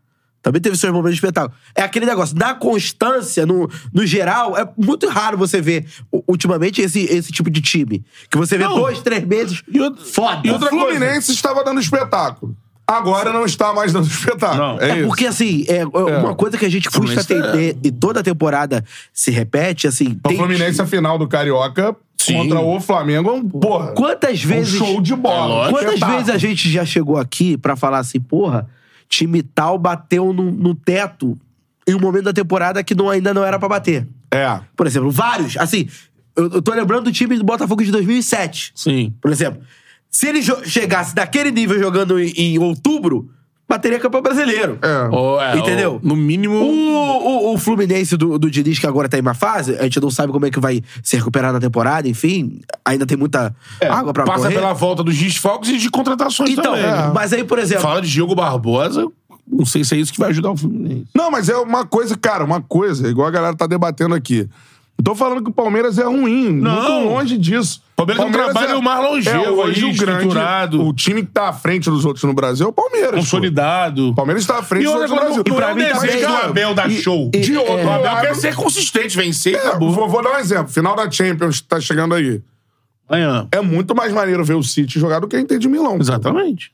Speaker 3: Também teve seus momentos de espetáculo. É aquele negócio, na constância, no, no geral, é muito raro você ver u- ultimamente esse, esse tipo de time. Que você vê
Speaker 2: Não.
Speaker 3: dois, três meses.
Speaker 2: E outra-
Speaker 3: foda.
Speaker 2: e
Speaker 1: O
Speaker 2: outra coisa.
Speaker 1: Fluminense estava dando espetáculo. Agora não está mais dando espetáculo.
Speaker 2: Não.
Speaker 1: É,
Speaker 3: É,
Speaker 1: isso.
Speaker 3: porque, assim, é, é uma coisa que a gente frustra
Speaker 1: é.
Speaker 2: Fluminense tá-
Speaker 3: atender e toda temporada se repete,
Speaker 1: O
Speaker 3: assim. tem-
Speaker 1: Então, Fluminense, é a final do Carioca
Speaker 2: Sim.
Speaker 1: contra o Flamengo, é um- porra.
Speaker 3: Quantas
Speaker 2: Tipo,
Speaker 3: vezes.
Speaker 1: Um show de bola.
Speaker 2: É lógico.
Speaker 3: Quantas vezes a gente já chegou aqui pra falar assim, porra, time tal bateu no, no teto em um momento da temporada que não- ainda não era pra bater?
Speaker 1: É.
Speaker 3: Por exemplo, vários. Assim, eu, eu tô lembrando do time do Botafogo de 2007.
Speaker 2: Sim.
Speaker 3: Por exemplo, se ele jo- chegasse daquele nível jogando em, em outubro, bateria campeão brasileiro.
Speaker 1: É.
Speaker 2: Ou, é,
Speaker 3: Entendeu? Um
Speaker 2: ou, no mínimo.
Speaker 3: O, o, o Fluminense do, do Diniz, que agora tá em uma fase, a gente não sabe como é que vai se recuperar na temporada, enfim, ainda tem muita água pra
Speaker 2: É, passa
Speaker 3: correr.
Speaker 2: pela volta dos desfalques e de contratações
Speaker 3: Então,
Speaker 2: também. né?
Speaker 3: mas aí, por exemplo,
Speaker 2: Fala de Diogo Barbosa, não sei se é isso que vai ajudar o Fluminense.
Speaker 1: Não, mas é uma coisa, cara, uma coisa, igual a galera tá debatendo aqui. Não tô falando que o Palmeiras é ruim, muito longe disso.
Speaker 2: Palmeiras é um trabalho mais longevo
Speaker 1: é hoje
Speaker 2: aí,
Speaker 1: o grande,
Speaker 2: estruturado.
Speaker 1: O time que tá à frente dos outros no Brasil é o Palmeiras. pô.
Speaker 2: Consolidado.
Speaker 1: O Palmeiras tá à frente
Speaker 2: E
Speaker 1: dos
Speaker 2: olha,
Speaker 1: outros
Speaker 2: agora,
Speaker 1: no tá Brasil.
Speaker 2: não é o
Speaker 1: Mas,
Speaker 2: desejo do
Speaker 1: cara,
Speaker 2: Abel dar show. De outro.
Speaker 1: é,
Speaker 2: o Abel
Speaker 1: é,
Speaker 2: quer ser consistente, vencer e
Speaker 1: é,
Speaker 2: acabou.
Speaker 1: vou, vou dar um exemplo. Final da Champions tá chegando aí.
Speaker 2: Amanhã.
Speaker 1: É muito mais maneiro ver o City jogar do que a Inter de Milão.
Speaker 2: Exatamente.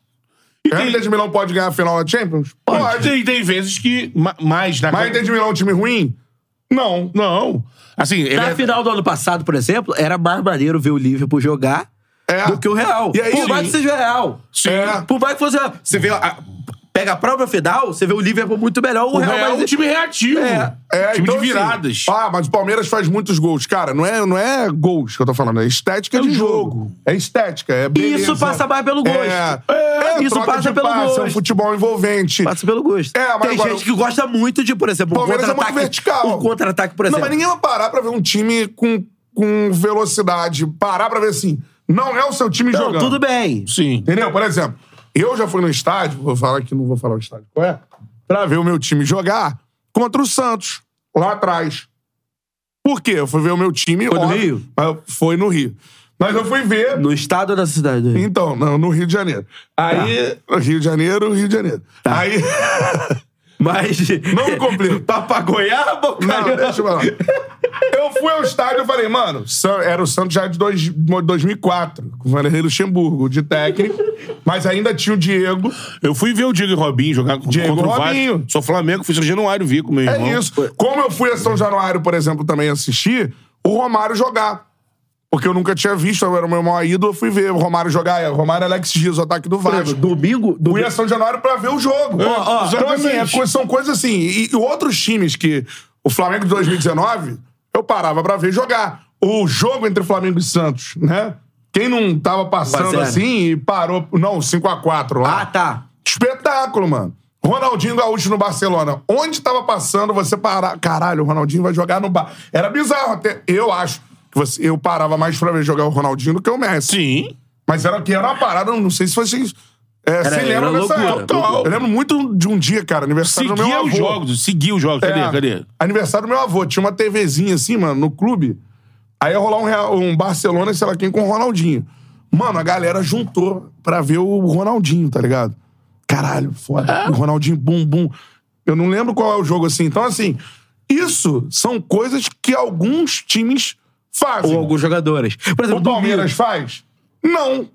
Speaker 1: É, A Inter de Milão pode ganhar a final da Champions?
Speaker 2: Pode. E tem vezes que ma- mais na
Speaker 1: Mas a Inter de Milão é um time ruim? Não.
Speaker 2: Não. Assim, ele
Speaker 3: Na
Speaker 2: é...
Speaker 3: final do ano passado, por exemplo, era mais maneiro ver o Liverpool jogar
Speaker 1: É.
Speaker 3: do que o Real.
Speaker 1: E aí,
Speaker 3: por mais
Speaker 1: sim.
Speaker 3: que seja o Real.
Speaker 2: Sim.
Speaker 1: É.
Speaker 3: Por mais que fosse. Você vê. a- pega a própria final, você vê o Liverpool muito melhor. O,
Speaker 2: O
Speaker 3: Real,
Speaker 2: Real é um
Speaker 3: mais-
Speaker 1: tipo,
Speaker 2: time reativo.
Speaker 3: É.
Speaker 1: É,
Speaker 2: time
Speaker 1: então,
Speaker 2: de
Speaker 1: assim,
Speaker 2: viradas.
Speaker 1: ah, mas o Palmeiras faz muitos gols. Cara, não é, não é gols que eu tô falando, é estética
Speaker 2: É
Speaker 1: de
Speaker 2: um
Speaker 1: jogo.
Speaker 2: jogo.
Speaker 1: É estética, é beleza.
Speaker 3: isso passa mais pelo gosto.
Speaker 1: É,
Speaker 3: É, isso
Speaker 1: troca
Speaker 3: passa
Speaker 1: de
Speaker 3: pelo
Speaker 1: passe, É um
Speaker 3: gosto.
Speaker 1: futebol envolvente.
Speaker 3: Passa pelo gosto.
Speaker 1: É, mas
Speaker 3: Tem
Speaker 1: agora-
Speaker 3: gente que gosta muito de, por exemplo, um
Speaker 1: Palmeiras é muito
Speaker 3: contra-ataque.
Speaker 1: vertical.
Speaker 3: Um contra-ataque, por
Speaker 1: não,
Speaker 3: exemplo.
Speaker 1: mas ninguém vai parar pra ver um time com, com velocidade. Parar pra ver assim, não é o seu time
Speaker 3: Não,
Speaker 1: jogando.
Speaker 3: tudo bem.
Speaker 2: Sim.
Speaker 1: Entendeu? Por exemplo, eu já fui no estádio, vou falar que não vou falar o estádio, qual é? Pra ver o meu time jogar contra o Santos, lá atrás. Por quê? Eu fui ver o meu time.
Speaker 3: Foi no
Speaker 1: óbvio,
Speaker 3: Rio?
Speaker 1: mas Foi no Rio. Mas eu fui ver.
Speaker 3: No estado ou na cidade? do Rio?
Speaker 1: Então, não, no Rio de Janeiro.
Speaker 3: Tá.
Speaker 2: Ah,
Speaker 1: Aí. Rio de Janeiro, Rio de Janeiro. Aí.
Speaker 3: Mas.
Speaker 1: Não completo.
Speaker 3: Papagoiaba,
Speaker 1: Não, é
Speaker 3: cara?
Speaker 1: deixa eu falar. Eu fui ao estádio e falei, mano, San- era o Santos já de dois- 2004, com o Vanderlei Luxemburgo, de técnico, mas ainda tinha o Diego.
Speaker 2: Eu fui ver o Diego Robinho jogar
Speaker 1: Diego
Speaker 2: contra o
Speaker 1: Robinho.
Speaker 2: Vasco. Sou Flamengo, fui São Januário, vi com meu
Speaker 1: É
Speaker 2: irmão.
Speaker 1: isso. Como eu fui a São Januário, por exemplo, também assistir, o Romário jogar. Porque eu nunca tinha visto, eu era o meu maior ídolo, eu fui ver o Romário jogar. é, Romário e Alex Dias, o ataque do Vasco.
Speaker 3: Domingo. domingo-
Speaker 1: Fui a São Januário pra ver o jogo.
Speaker 3: ó,
Speaker 1: então, assim, é
Speaker 2: exatamente.
Speaker 1: co- são coisas assim. E, e outros times que. O Flamengo de 2019, eu parava pra ver jogar. O jogo entre Flamengo e Santos, né? Quem não tava passando
Speaker 3: zero.
Speaker 1: assim e parou. Não, 5x4 lá.
Speaker 3: Ah, tá.
Speaker 1: Espetáculo, mano. Ronaldinho Gaúcho no Barcelona. Onde tava passando, você parar. Caralho, o Ronaldinho vai jogar no bar. Era bizarro até. Eu acho que você- eu parava mais pra ver jogar o Ronaldinho do que o Messi.
Speaker 2: Sim.
Speaker 1: Mas era que era uma parada, não sei se vocês. É, se
Speaker 3: era
Speaker 1: lembram dessa
Speaker 3: loucura,
Speaker 1: época.
Speaker 2: loucura.
Speaker 1: Eu lembro muito de um dia, cara, aniversário do meu
Speaker 2: Seguia
Speaker 1: avô.
Speaker 2: os jogos, seguia os jogos. Cadê?
Speaker 1: É,
Speaker 2: Cadê?
Speaker 1: Aniversário do meu avô. Tinha uma TVzinha assim, mano, no clube. Aí ia rolar um, Real- um Barcelona, sei lá quem, com o Ronaldinho. Mano, a galera juntou pra ver o Ronaldinho, tá ligado? Caralho, foda. O Ronaldinho, bum, bum. Eu não lembro qual é o jogo assim. Então, assim, isso são coisas que alguns times fazem.
Speaker 3: Ou alguns jogadores. Por exemplo,
Speaker 1: O Palmeiras
Speaker 3: domingo.
Speaker 1: faz? Não.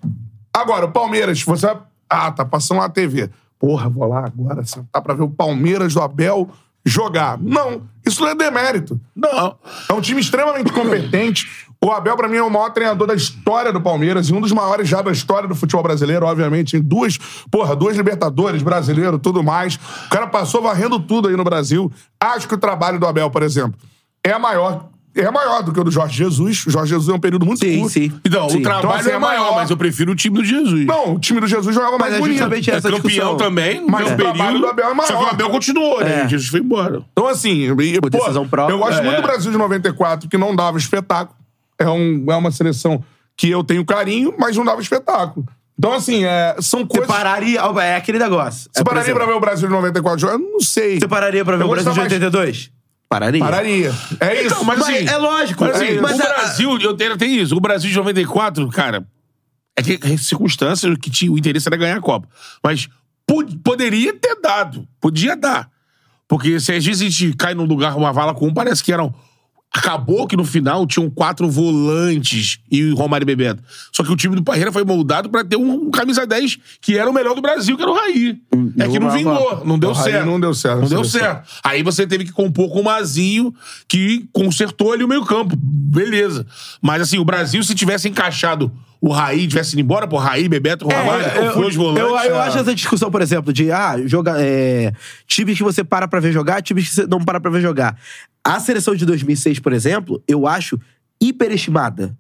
Speaker 1: Agora, o Palmeiras, você vai. Ah, tá passando na TV. Porra, vou lá agora sentar pra ver o Palmeiras do Abel jogar. Não. Isso não é demérito.
Speaker 2: Não.
Speaker 1: É um time extremamente competente. O Abel, pra mim, é o maior treinador da história do Palmeiras e um dos maiores já da história do futebol brasileiro, obviamente. Em duas, porra, duas Libertadores, brasileiro, tudo mais. O cara passou varrendo tudo aí no Brasil. Acho que o trabalho do Abel, por exemplo, é maior. É maior do que o do Jorge Jesus. O Jorge Jesus é um período muito
Speaker 3: Sim,
Speaker 1: curto.
Speaker 3: sim.
Speaker 2: Então,
Speaker 3: Sim.
Speaker 2: o trabalho
Speaker 1: Então, assim,
Speaker 2: é
Speaker 1: é
Speaker 2: maior,
Speaker 1: maior.
Speaker 2: mas eu prefiro o time do Jesus.
Speaker 1: Não, o time do Jesus jogava mais
Speaker 3: Mas é
Speaker 1: bonito.
Speaker 3: justamente
Speaker 2: é
Speaker 3: essa
Speaker 2: campeão
Speaker 3: discussão.
Speaker 2: também,
Speaker 1: Mas
Speaker 2: mas
Speaker 1: o
Speaker 2: o
Speaker 1: trabalho
Speaker 2: período.
Speaker 1: do Abel é maior.
Speaker 2: Só que o Abel continuou, né?
Speaker 3: É.
Speaker 2: O Jesus foi embora.
Speaker 1: Então, assim, e, pô,
Speaker 3: decisão própria,
Speaker 1: eu gosto
Speaker 2: é.
Speaker 1: muito do Brasil de 94, que não dava espetáculo. É, um, é uma seleção que eu tenho carinho, mas não dava espetáculo. Então, assim, é, são
Speaker 3: Você
Speaker 1: coisas.
Speaker 3: pararia. É aquele negócio.
Speaker 1: Você
Speaker 3: É, por
Speaker 1: pararia
Speaker 3: exemplo,
Speaker 1: pra ver o Brasil de 94 jogar? Eu não sei.
Speaker 3: Você pararia pra ver
Speaker 1: Eu
Speaker 3: o Brasil de
Speaker 1: gostava mais-
Speaker 3: 82? Pararia.
Speaker 1: Pararia. É isso.
Speaker 2: mas assim,
Speaker 3: é lógico.
Speaker 2: Mas, assim,
Speaker 3: mas é-
Speaker 2: o
Speaker 3: a-
Speaker 2: Brasil, eu tenho, tem isso. O Brasil de 94, cara, é que é circunstância que tinha, o interesse era ganhar a Copa. Mas pod- poderia ter dado. Podia dar. Porque se às vezes a gente cai num lugar, uma vala com um, parece que eram. Acabou que no final tinham quatro volantes e o Romário e Bebeto. Só que o time do Parreira foi moldado pra ter um, um camisa 10 que era o melhor do Brasil, que era o Raí. é que não
Speaker 3: não-
Speaker 2: vingou, não deu
Speaker 1: Hum, O Raí
Speaker 2: certo.
Speaker 1: não deu certo
Speaker 2: Não
Speaker 1: na
Speaker 2: deu
Speaker 1: seleção.
Speaker 2: certo. Aí você teve que compor com o Mazinho, que consertou ali o meio-campo. Beleza. Mas assim, o Brasil, se tivesse encaixado o Raí, tivesse ido embora, pô, Raí, Bebeto, Romário,
Speaker 3: É, eu-
Speaker 2: foi os volantes.
Speaker 3: eu, eu
Speaker 2: ah.
Speaker 3: acho essa discussão, por exemplo, de ah, joga, é, times que você para pra ver jogar, times que você não para pra ver jogar. A seleção de 2006, por exemplo, eu acho hiperestimada.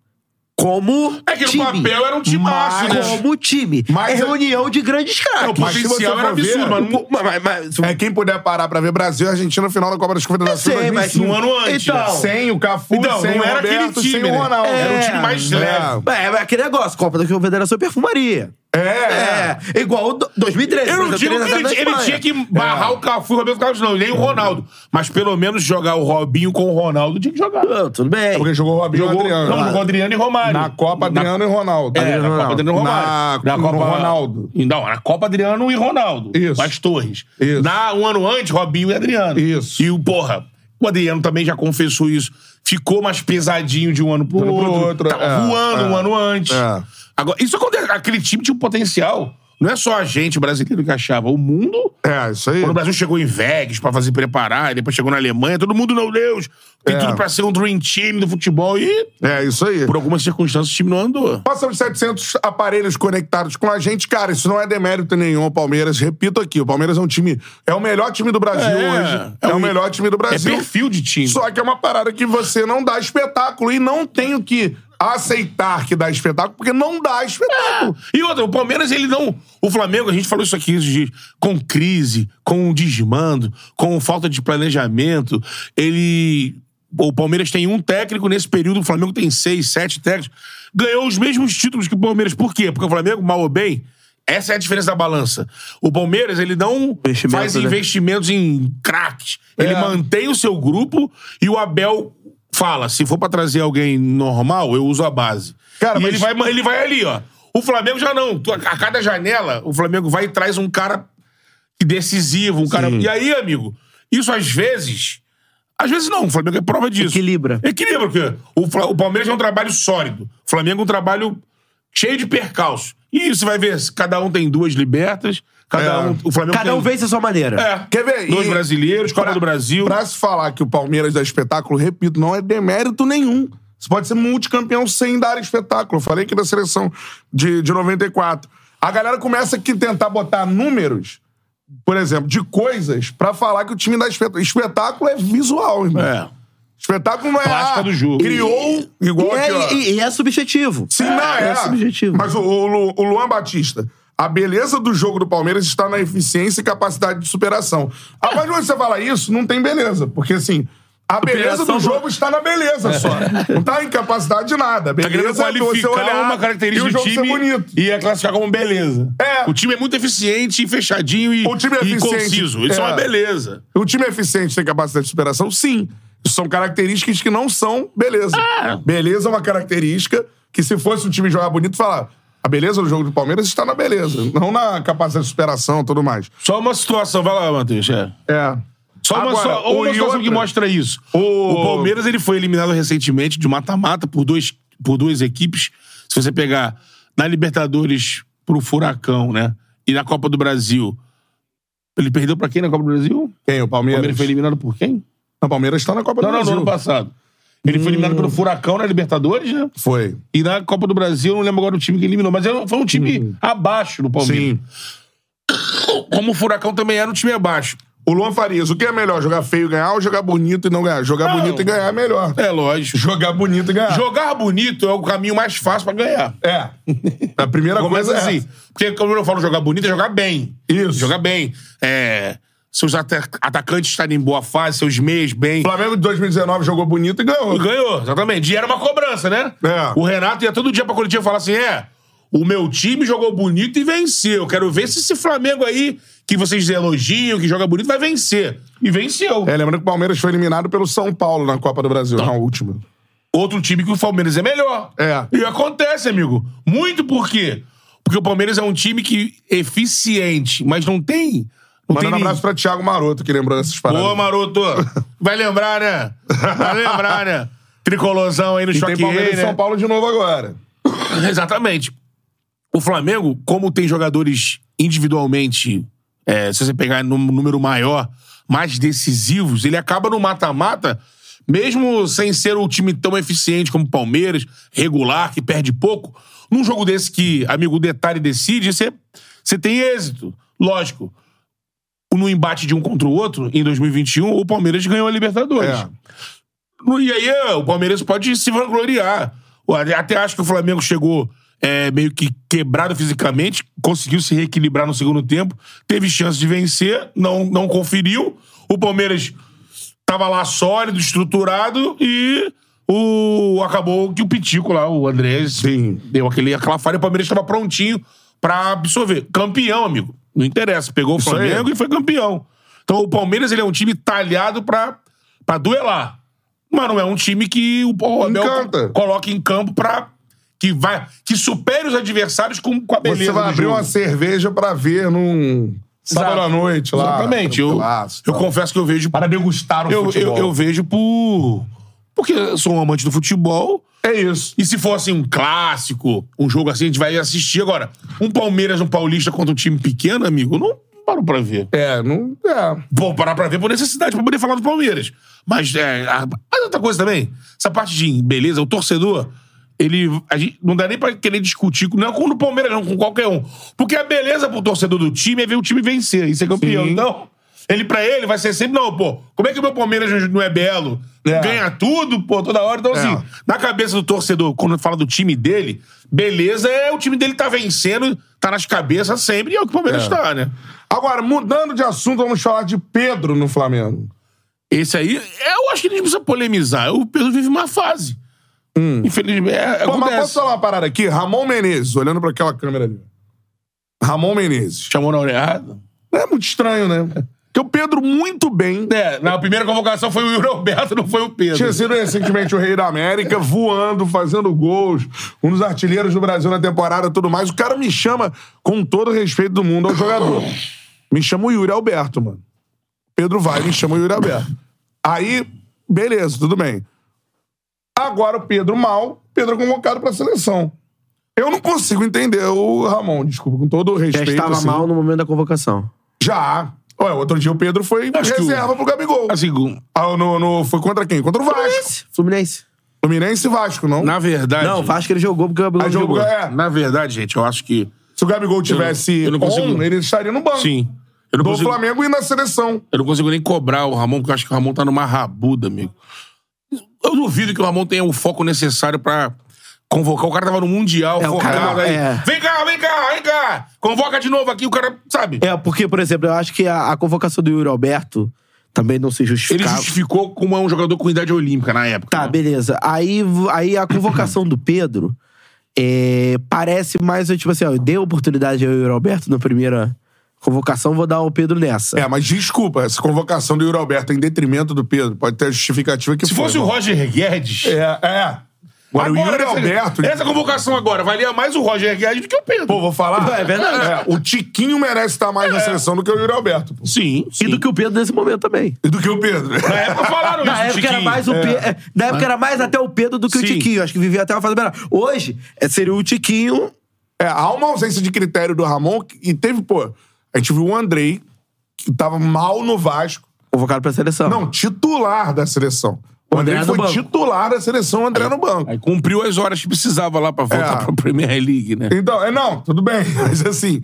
Speaker 3: Como
Speaker 2: É que no
Speaker 3: time.
Speaker 2: papel era um timaço,
Speaker 1: Mas-
Speaker 2: né?
Speaker 3: Como time.
Speaker 1: Mas-
Speaker 3: é reunião de grandes
Speaker 2: O
Speaker 3: craques.
Speaker 1: mas se você
Speaker 2: potencial era
Speaker 1: for ver-
Speaker 2: absurdo, mano.
Speaker 3: Pô, mas- mas- mas-
Speaker 1: É quem puder parar pra ver Brasil e Argentina na final da Copa das Confederações.
Speaker 3: Eu sei, mas
Speaker 1: 2005.
Speaker 2: um ano antes,
Speaker 3: Então,
Speaker 2: né?
Speaker 1: Sem o Cafu,
Speaker 2: Então,
Speaker 1: sem
Speaker 2: não
Speaker 1: o
Speaker 2: era
Speaker 1: Roberto,
Speaker 2: aquele time,
Speaker 1: sem o
Speaker 2: né?
Speaker 1: Ronaldo.
Speaker 2: Era um time mais
Speaker 1: É.
Speaker 2: leve.
Speaker 3: É, é aquele negócio, Copa da Confederação e Perfumaria.
Speaker 1: É, é.
Speaker 3: É, igual o do- 2013.
Speaker 2: Eu não
Speaker 3: 2013
Speaker 2: digo que
Speaker 3: era da
Speaker 2: ele, ele
Speaker 3: Espanha.
Speaker 2: tinha
Speaker 3: É.
Speaker 2: que barrar o Cafu e o Roberto Carlos, não, nem o Ronaldo. Mas pelo menos jogar o Robinho com o Ronaldo tinha que jogar.
Speaker 3: Ah, Tudo
Speaker 2: É
Speaker 3: bem.
Speaker 1: Porque jogou o Robinho e o
Speaker 2: Jogou,
Speaker 1: Adriano.
Speaker 2: não,
Speaker 1: Lá.
Speaker 2: jogou Adriano e Romário.
Speaker 1: Na Copa Adriano e Ronaldo.
Speaker 2: É, na Copa Adriano e Romário.
Speaker 1: Na,
Speaker 2: Na
Speaker 1: Copa
Speaker 2: Copa-
Speaker 1: Ronaldo.
Speaker 2: Não, na Copa Adriano e Ronaldo.
Speaker 1: Isso.
Speaker 2: As Torres.
Speaker 1: Isso.
Speaker 2: Na, um ano antes, Robinho e Adriano.
Speaker 1: Isso.
Speaker 2: E o porra. O Adriano também já confessou isso. Ficou mais pesadinho de um ano pro
Speaker 1: Um ano pro
Speaker 2: outro.
Speaker 1: outro,
Speaker 2: Tava
Speaker 1: é,
Speaker 2: voando
Speaker 1: é.
Speaker 2: um ano antes.
Speaker 1: É.
Speaker 2: Agora, isso acontece. Aquele time tinha um potencial. Não é só a gente brasileiro que achava. O mundo.
Speaker 1: É, isso aí.
Speaker 2: Quando o Brasil chegou em Vegas pra fazer preparar, e depois chegou na Alemanha, todo mundo, meu Deus, tem
Speaker 1: É.
Speaker 2: tudo pra ser um dream team do futebol e,
Speaker 1: É, isso aí.
Speaker 2: por algumas circunstâncias, o time não andou.
Speaker 1: Passamos 700 aparelhos conectados com a gente. Cara, isso não é demérito nenhum ao Palmeiras. Repito aqui, o Palmeiras é um time... É o melhor time do Brasil
Speaker 2: É,
Speaker 1: hoje. É,
Speaker 2: é
Speaker 1: o
Speaker 2: um-
Speaker 1: melhor time do
Speaker 2: É
Speaker 1: Brasil.
Speaker 2: perfil de time.
Speaker 1: Só que é uma parada que você não dá espetáculo. E não tenho que aceitar que dá espetáculo, porque não dá espetáculo.
Speaker 2: E outra, o Palmeiras, ele não. O Flamengo, a gente falou isso aqui esses dias, com crise, com um desmando, com falta de planejamento. Ele. O Palmeiras tem um técnico nesse período, o Flamengo tem seis, sete técnicos. Ganhou os mesmos títulos que o Palmeiras. Por quê? Porque o Flamengo, mal ou bem, essa é a diferença da balança. O Palmeiras, ele não
Speaker 3: Investimento,
Speaker 2: faz
Speaker 3: né?
Speaker 2: investimentos em craques. Ele
Speaker 1: É.
Speaker 2: mantém o seu grupo e o Abel fala: se for pra trazer alguém normal, eu uso a base.
Speaker 1: Cara,
Speaker 2: e
Speaker 1: mas-
Speaker 2: ele vai mas ele vai ali, ó. O Flamengo já não. Tu- A cada janela, o Flamengo vai e traz um cara decisivo, um cara. E aí, amigo, isso às vezes. Às vezes não, o Flamengo é prova disso.
Speaker 3: Equilibra.
Speaker 2: Equilibra, porque o, Fla- o Palmeiras é um trabalho sólido. O Flamengo é um trabalho cheio de percalços. E você vai ver, cada um tem duas libertas, cada
Speaker 1: É.
Speaker 2: um. O Flamengo
Speaker 3: Cada
Speaker 2: tem-
Speaker 3: um vence a sua maneira.
Speaker 2: É.
Speaker 1: Quer ver?
Speaker 2: Dois
Speaker 1: E-
Speaker 2: brasileiros, Copa
Speaker 1: Pra-
Speaker 2: do Brasil.
Speaker 1: Pra se falar que o Palmeiras dá espetáculo, repito, não é demérito nenhum. Você pode ser multicampeão sem dar espetáculo. Eu falei aqui da seleção de, de 94. A galera começa aqui a tentar botar números, por exemplo, de coisas, pra falar que o time dá espetáculo. Espetáculo é visual, irmão.
Speaker 2: É.
Speaker 1: Espetáculo não é.
Speaker 2: Plástica
Speaker 1: ah,
Speaker 2: do jogo.
Speaker 1: Criou igual
Speaker 3: E,
Speaker 1: aqui, ó.
Speaker 3: é, e, e é subjetivo.
Speaker 1: Sim, não, é.
Speaker 3: é subjetivo.
Speaker 1: Mas o, o Lu- o Luan Batista, a beleza do jogo do Palmeiras está na eficiência e capacidade de superação. A partir de quando você fala isso, não tem beleza. Porque, assim, a
Speaker 2: é
Speaker 1: beleza do
Speaker 3: Superação
Speaker 1: jogo está na beleza só. Não está em capacidade de nada. A
Speaker 2: Tá querendo
Speaker 1: beleza é você
Speaker 2: qualificar
Speaker 1: olhar
Speaker 2: uma característica
Speaker 1: e o
Speaker 2: do
Speaker 1: jogo ser
Speaker 2: time
Speaker 1: bonito.
Speaker 2: e é classificar como beleza.
Speaker 1: É.
Speaker 2: O time é muito eficiente, fechadinho e,
Speaker 1: O time é
Speaker 2: e
Speaker 1: eficiente.
Speaker 2: conciso. Isso é.
Speaker 1: É.
Speaker 2: uma beleza.
Speaker 1: O time é eficiente tem capacidade de superação? Sim. São características que não são beleza.
Speaker 2: Ah.
Speaker 1: Beleza é uma característica que, se fosse um time jogar bonito, falar. A beleza do jogo do Palmeiras está na beleza, não na capacidade de superação e tudo mais.
Speaker 2: Só uma situação, vai lá, Matheus. é.
Speaker 1: É.
Speaker 2: Só uma,
Speaker 1: Agora,
Speaker 2: só, uma
Speaker 1: o- e
Speaker 2: situação
Speaker 1: outra-
Speaker 2: que mostra isso.
Speaker 1: O-
Speaker 2: O Palmeiras ele foi eliminado recentemente de mata-mata por, dois, por duas equipes. Se você pegar na Libertadores pro Furacão, né? E na Copa do Brasil. Ele perdeu pra quem na Copa do Brasil?
Speaker 1: Quem? O
Speaker 2: O
Speaker 1: Palmeiras?
Speaker 2: Palmeiras foi eliminado por quem?
Speaker 1: O Palmeiras está na Copa do
Speaker 2: Não, não, no
Speaker 1: Brasil. Hum.
Speaker 2: ano passado. Ele foi eliminado pelo Furacão na Libertadores, né?
Speaker 1: Foi.
Speaker 2: E na Copa do Brasil, eu não lembro agora o time que eliminou, mas era- foi um time
Speaker 1: Hum.
Speaker 2: abaixo do Palmeiras.
Speaker 1: Sim.
Speaker 2: Como o Furacão também era um time abaixo.
Speaker 1: O Luan Farias, o que é melhor? Jogar feio e ganhar ou jogar bonito e não ganhar? Jogar
Speaker 2: Não.
Speaker 1: bonito e ganhar é melhor.
Speaker 2: É lógico.
Speaker 1: Jogar bonito e ganhar.
Speaker 2: Jogar bonito é o caminho mais fácil pra ganhar.
Speaker 1: É. A primeira
Speaker 2: Começa
Speaker 1: coisa é
Speaker 2: assim.
Speaker 1: essa.
Speaker 2: Porque quando eu falo jogar bonito, é jogar bem.
Speaker 1: Isso.
Speaker 2: Jogar bem. É, seus ata- atacantes estarem em boa fase, seus meios bem.
Speaker 1: O Flamengo de 2019 jogou bonito e ganhou.
Speaker 2: Ganhou, exatamente. E era uma cobrança, né?
Speaker 1: É.
Speaker 2: O Renato ia todo dia pra coletiva falar assim: é, o meu time jogou bonito e venceu. Quero ver se esse Flamengo aí, que vocês elogiam, que joga bonito, vai vencer. E venceu.
Speaker 1: É, lembrando que o Palmeiras foi eliminado pelo São Paulo na Copa do Brasil, na última.
Speaker 2: Outro time que o Palmeiras é melhor.
Speaker 1: É.
Speaker 2: E acontece, amigo. Muito por quê? Porque o Palmeiras é um time que é eficiente, mas não tem. Não tem
Speaker 1: Mandando um abraço pra Thiago Maroto, que lembrou dessas paradas.
Speaker 2: Boa, maroto. Vai lembrar, né? Vai lembrar, né? Tricolorzão aí no
Speaker 1: e
Speaker 2: choque
Speaker 1: tem Palmeiras
Speaker 2: Rei,
Speaker 1: e
Speaker 2: né?
Speaker 1: São Paulo é de novo agora.
Speaker 2: Exatamente. O Flamengo, como tem jogadores individualmente, é, se você pegar num número maior, mais decisivos, ele acaba no mata-mata, mesmo sem ser um time tão eficiente como o Palmeiras, regular, que perde pouco. Num jogo desse que, amigo, o detalhe decide, você, você tem êxito. Lógico. No embate de um contra o outro, em 2021, o Palmeiras ganhou a Libertadores.
Speaker 1: É.
Speaker 2: No- E aí é, o Palmeiras pode se vangloriar. O- Até acho que o Flamengo chegou é, meio que quebrado fisicamente, conseguiu se reequilibrar no segundo tempo, teve chance de vencer, não, não conferiu. O Palmeiras tava lá sólido, estruturado e o acabou que o Pitico lá, o Andrés,
Speaker 1: Sim.
Speaker 2: deu aquele aquela falha, o Palmeiras estava prontinho pra absorver. Campeão, amigo. Não interessa. Pegou o
Speaker 1: Isso aí.
Speaker 2: Flamengo e foi campeão. Então o Palmeiras ele é um time talhado pra, pra duelar. Mas não é um time que o Abel
Speaker 1: Encanta.
Speaker 2: co- coloca em campo pra. Que, vai, que supere os adversários com, com a beleza.
Speaker 1: Você vai
Speaker 2: do
Speaker 1: abrir
Speaker 2: jogo.
Speaker 1: uma cerveja pra ver num sábado à noite lá.
Speaker 2: Exatamente. Eu,
Speaker 1: tranquilaço, tá.
Speaker 2: eu
Speaker 1: tal.
Speaker 2: confesso que eu vejo.
Speaker 1: Para degustar o
Speaker 2: eu, eu,
Speaker 1: futebol.
Speaker 2: eu vejo por. Porque eu sou um amante do futebol.
Speaker 1: É isso.
Speaker 2: E se fosse um clássico, um jogo assim, a gente vai assistir agora. Um Palmeiras no Paulista contra um time pequeno, amigo, não paro pra ver.
Speaker 1: É, não. É.
Speaker 2: Vou parar pra ver por necessidade, pra poder falar do Palmeiras. Mas, é, a- mas outra coisa também, essa parte de beleza, o torcedor, ele. A gente, não dá nem pra querer discutir, com- não com o Palmeiras, não, com qualquer um. Porque a beleza pro torcedor do time é ver o time vencer e ser campeão.
Speaker 1: Sim.
Speaker 2: Então, ele pra ele vai ser sempre, não, pô, como é que o meu Palmeiras não é belo?
Speaker 1: É.
Speaker 2: Ganha tudo, pô, toda hora. Então, assim, na cabeça do torcedor, quando fala do time dele, beleza é o time dele tá vencendo, tá nas cabeças sempre, e é o que o Palmeiras
Speaker 1: É.
Speaker 2: tá, né?
Speaker 1: Agora, mudando de assunto, vamos falar de Pedro no Flamengo.
Speaker 2: Esse aí, eu acho que a gente precisa polemizar. O Pedro vive uma fase. Infelizmente, é,
Speaker 1: Pô, mas posso
Speaker 2: acontece.
Speaker 1: falar uma parada aqui? Ramon Menezes, olhando pra aquela câmera ali. Ramon Menezes.
Speaker 2: Chamou na hora errada.
Speaker 1: É muito estranho, né? Porque o Pedro, muito bem,
Speaker 2: É, na primeira convocação foi o Yuri Alberto, não foi o Pedro.
Speaker 1: tinha sido recentemente o rei da América, voando, fazendo gols, um dos artilheiros do Brasil na temporada e tudo mais. O cara me chama, com todo o respeito do mundo ao jogador, me chama o Yuri Alberto, mano. Pedro vai, me chama o Yuri Alberto. Aí, beleza, tudo bem. Agora o Pedro mal, Pedro é convocado pra seleção. Eu não consigo entender o Ramon, desculpa, com todo o
Speaker 2: é
Speaker 3: Já
Speaker 1: respeito.
Speaker 3: estava
Speaker 1: assim.
Speaker 3: mal no momento da convocação.
Speaker 1: Já. Ué, outro dia o Pedro foi
Speaker 2: Acho que o-
Speaker 1: reserva pro Gabigol.
Speaker 2: Assim,
Speaker 1: Ah, no, no- foi contra quem? Contra o Vasco.
Speaker 3: Fluminense. Fluminense.
Speaker 1: Fluminense e Vasco, não?
Speaker 2: na verdade.
Speaker 3: Não, o Vasco ele jogou porque o Gabigol
Speaker 1: Aí
Speaker 3: não
Speaker 1: jogou-
Speaker 3: jogou.
Speaker 1: é.
Speaker 2: Na verdade, gente, eu acho que.
Speaker 1: Se o Gabigol tivesse
Speaker 2: eu não consigo-
Speaker 1: on, ele estaria no banco.
Speaker 2: Sim. Eu não,
Speaker 1: Do
Speaker 2: consigo,
Speaker 1: Flamengo e na seleção.
Speaker 2: eu não consigo nem cobrar o Ramon, porque eu acho que o Ramon tá numa rabuda, amigo. Eu duvido que o Ramon tenha o foco necessário pra convocar. O cara tava no Mundial,
Speaker 3: É, o cara-
Speaker 2: focado aí.
Speaker 3: é.
Speaker 2: Vem cá, vem cá, vem cá! Convoca de novo aqui, o cara, sabe?
Speaker 3: É, porque, por exemplo, eu acho que a, a convocação do Yuri Alberto também não se
Speaker 2: Ele
Speaker 3: justificava.
Speaker 2: justificou como é um jogador com idade olímpica na época.
Speaker 3: Tá,
Speaker 2: né?
Speaker 3: beleza. Aí, v- aí a convocação do Pedro é, parece mais, tipo assim, ó, eu dei oportunidade ao Yuri Alberto na primeira convocação, vou dar ao Pedro nessa.
Speaker 1: É, mas desculpa, essa convocação do Yuri Alberto é em detrimento do Pedro. Pode ter a justificativa que né?
Speaker 2: Se fosse o Roger Guedes.
Speaker 1: É, é. Agora, o Yuri
Speaker 2: essa-
Speaker 1: Alberto.
Speaker 2: Essa convocação agora valia mais o Roger Guedes do que o Pedro.
Speaker 1: Pô, vou falar?
Speaker 3: É verdade.
Speaker 1: É, o Tiquinho merece estar mais
Speaker 2: É.
Speaker 1: na seleção do que o Yuri Alberto. pô.
Speaker 2: Sim,
Speaker 3: E do que o Pedro nesse momento também.
Speaker 1: E do que o Pedro.
Speaker 2: Na época falaram isso.
Speaker 3: Na época, era
Speaker 2: Tiquinho.
Speaker 3: mais o Pe... é, Na época era mais até o Pedro do que o
Speaker 2: Sim.
Speaker 3: Tiquinho. Acho que vivia até uma fase melhor. Hoje, é, seria o Tiquinho.
Speaker 1: É, há uma ausência de critério do Ramon que- e teve, pô. A gente viu o Andrei, que tava mal no Vasco.
Speaker 3: Convocado pra seleção.
Speaker 1: Não, titular da seleção. O
Speaker 3: O André
Speaker 1: André
Speaker 3: no
Speaker 1: foi
Speaker 3: banco.
Speaker 1: titular da seleção, o André no banco.
Speaker 2: Aí cumpriu as horas que precisava lá pra voltar
Speaker 1: É.
Speaker 2: pra Premier League, né?
Speaker 1: Então, é não, tudo bem, mas assim,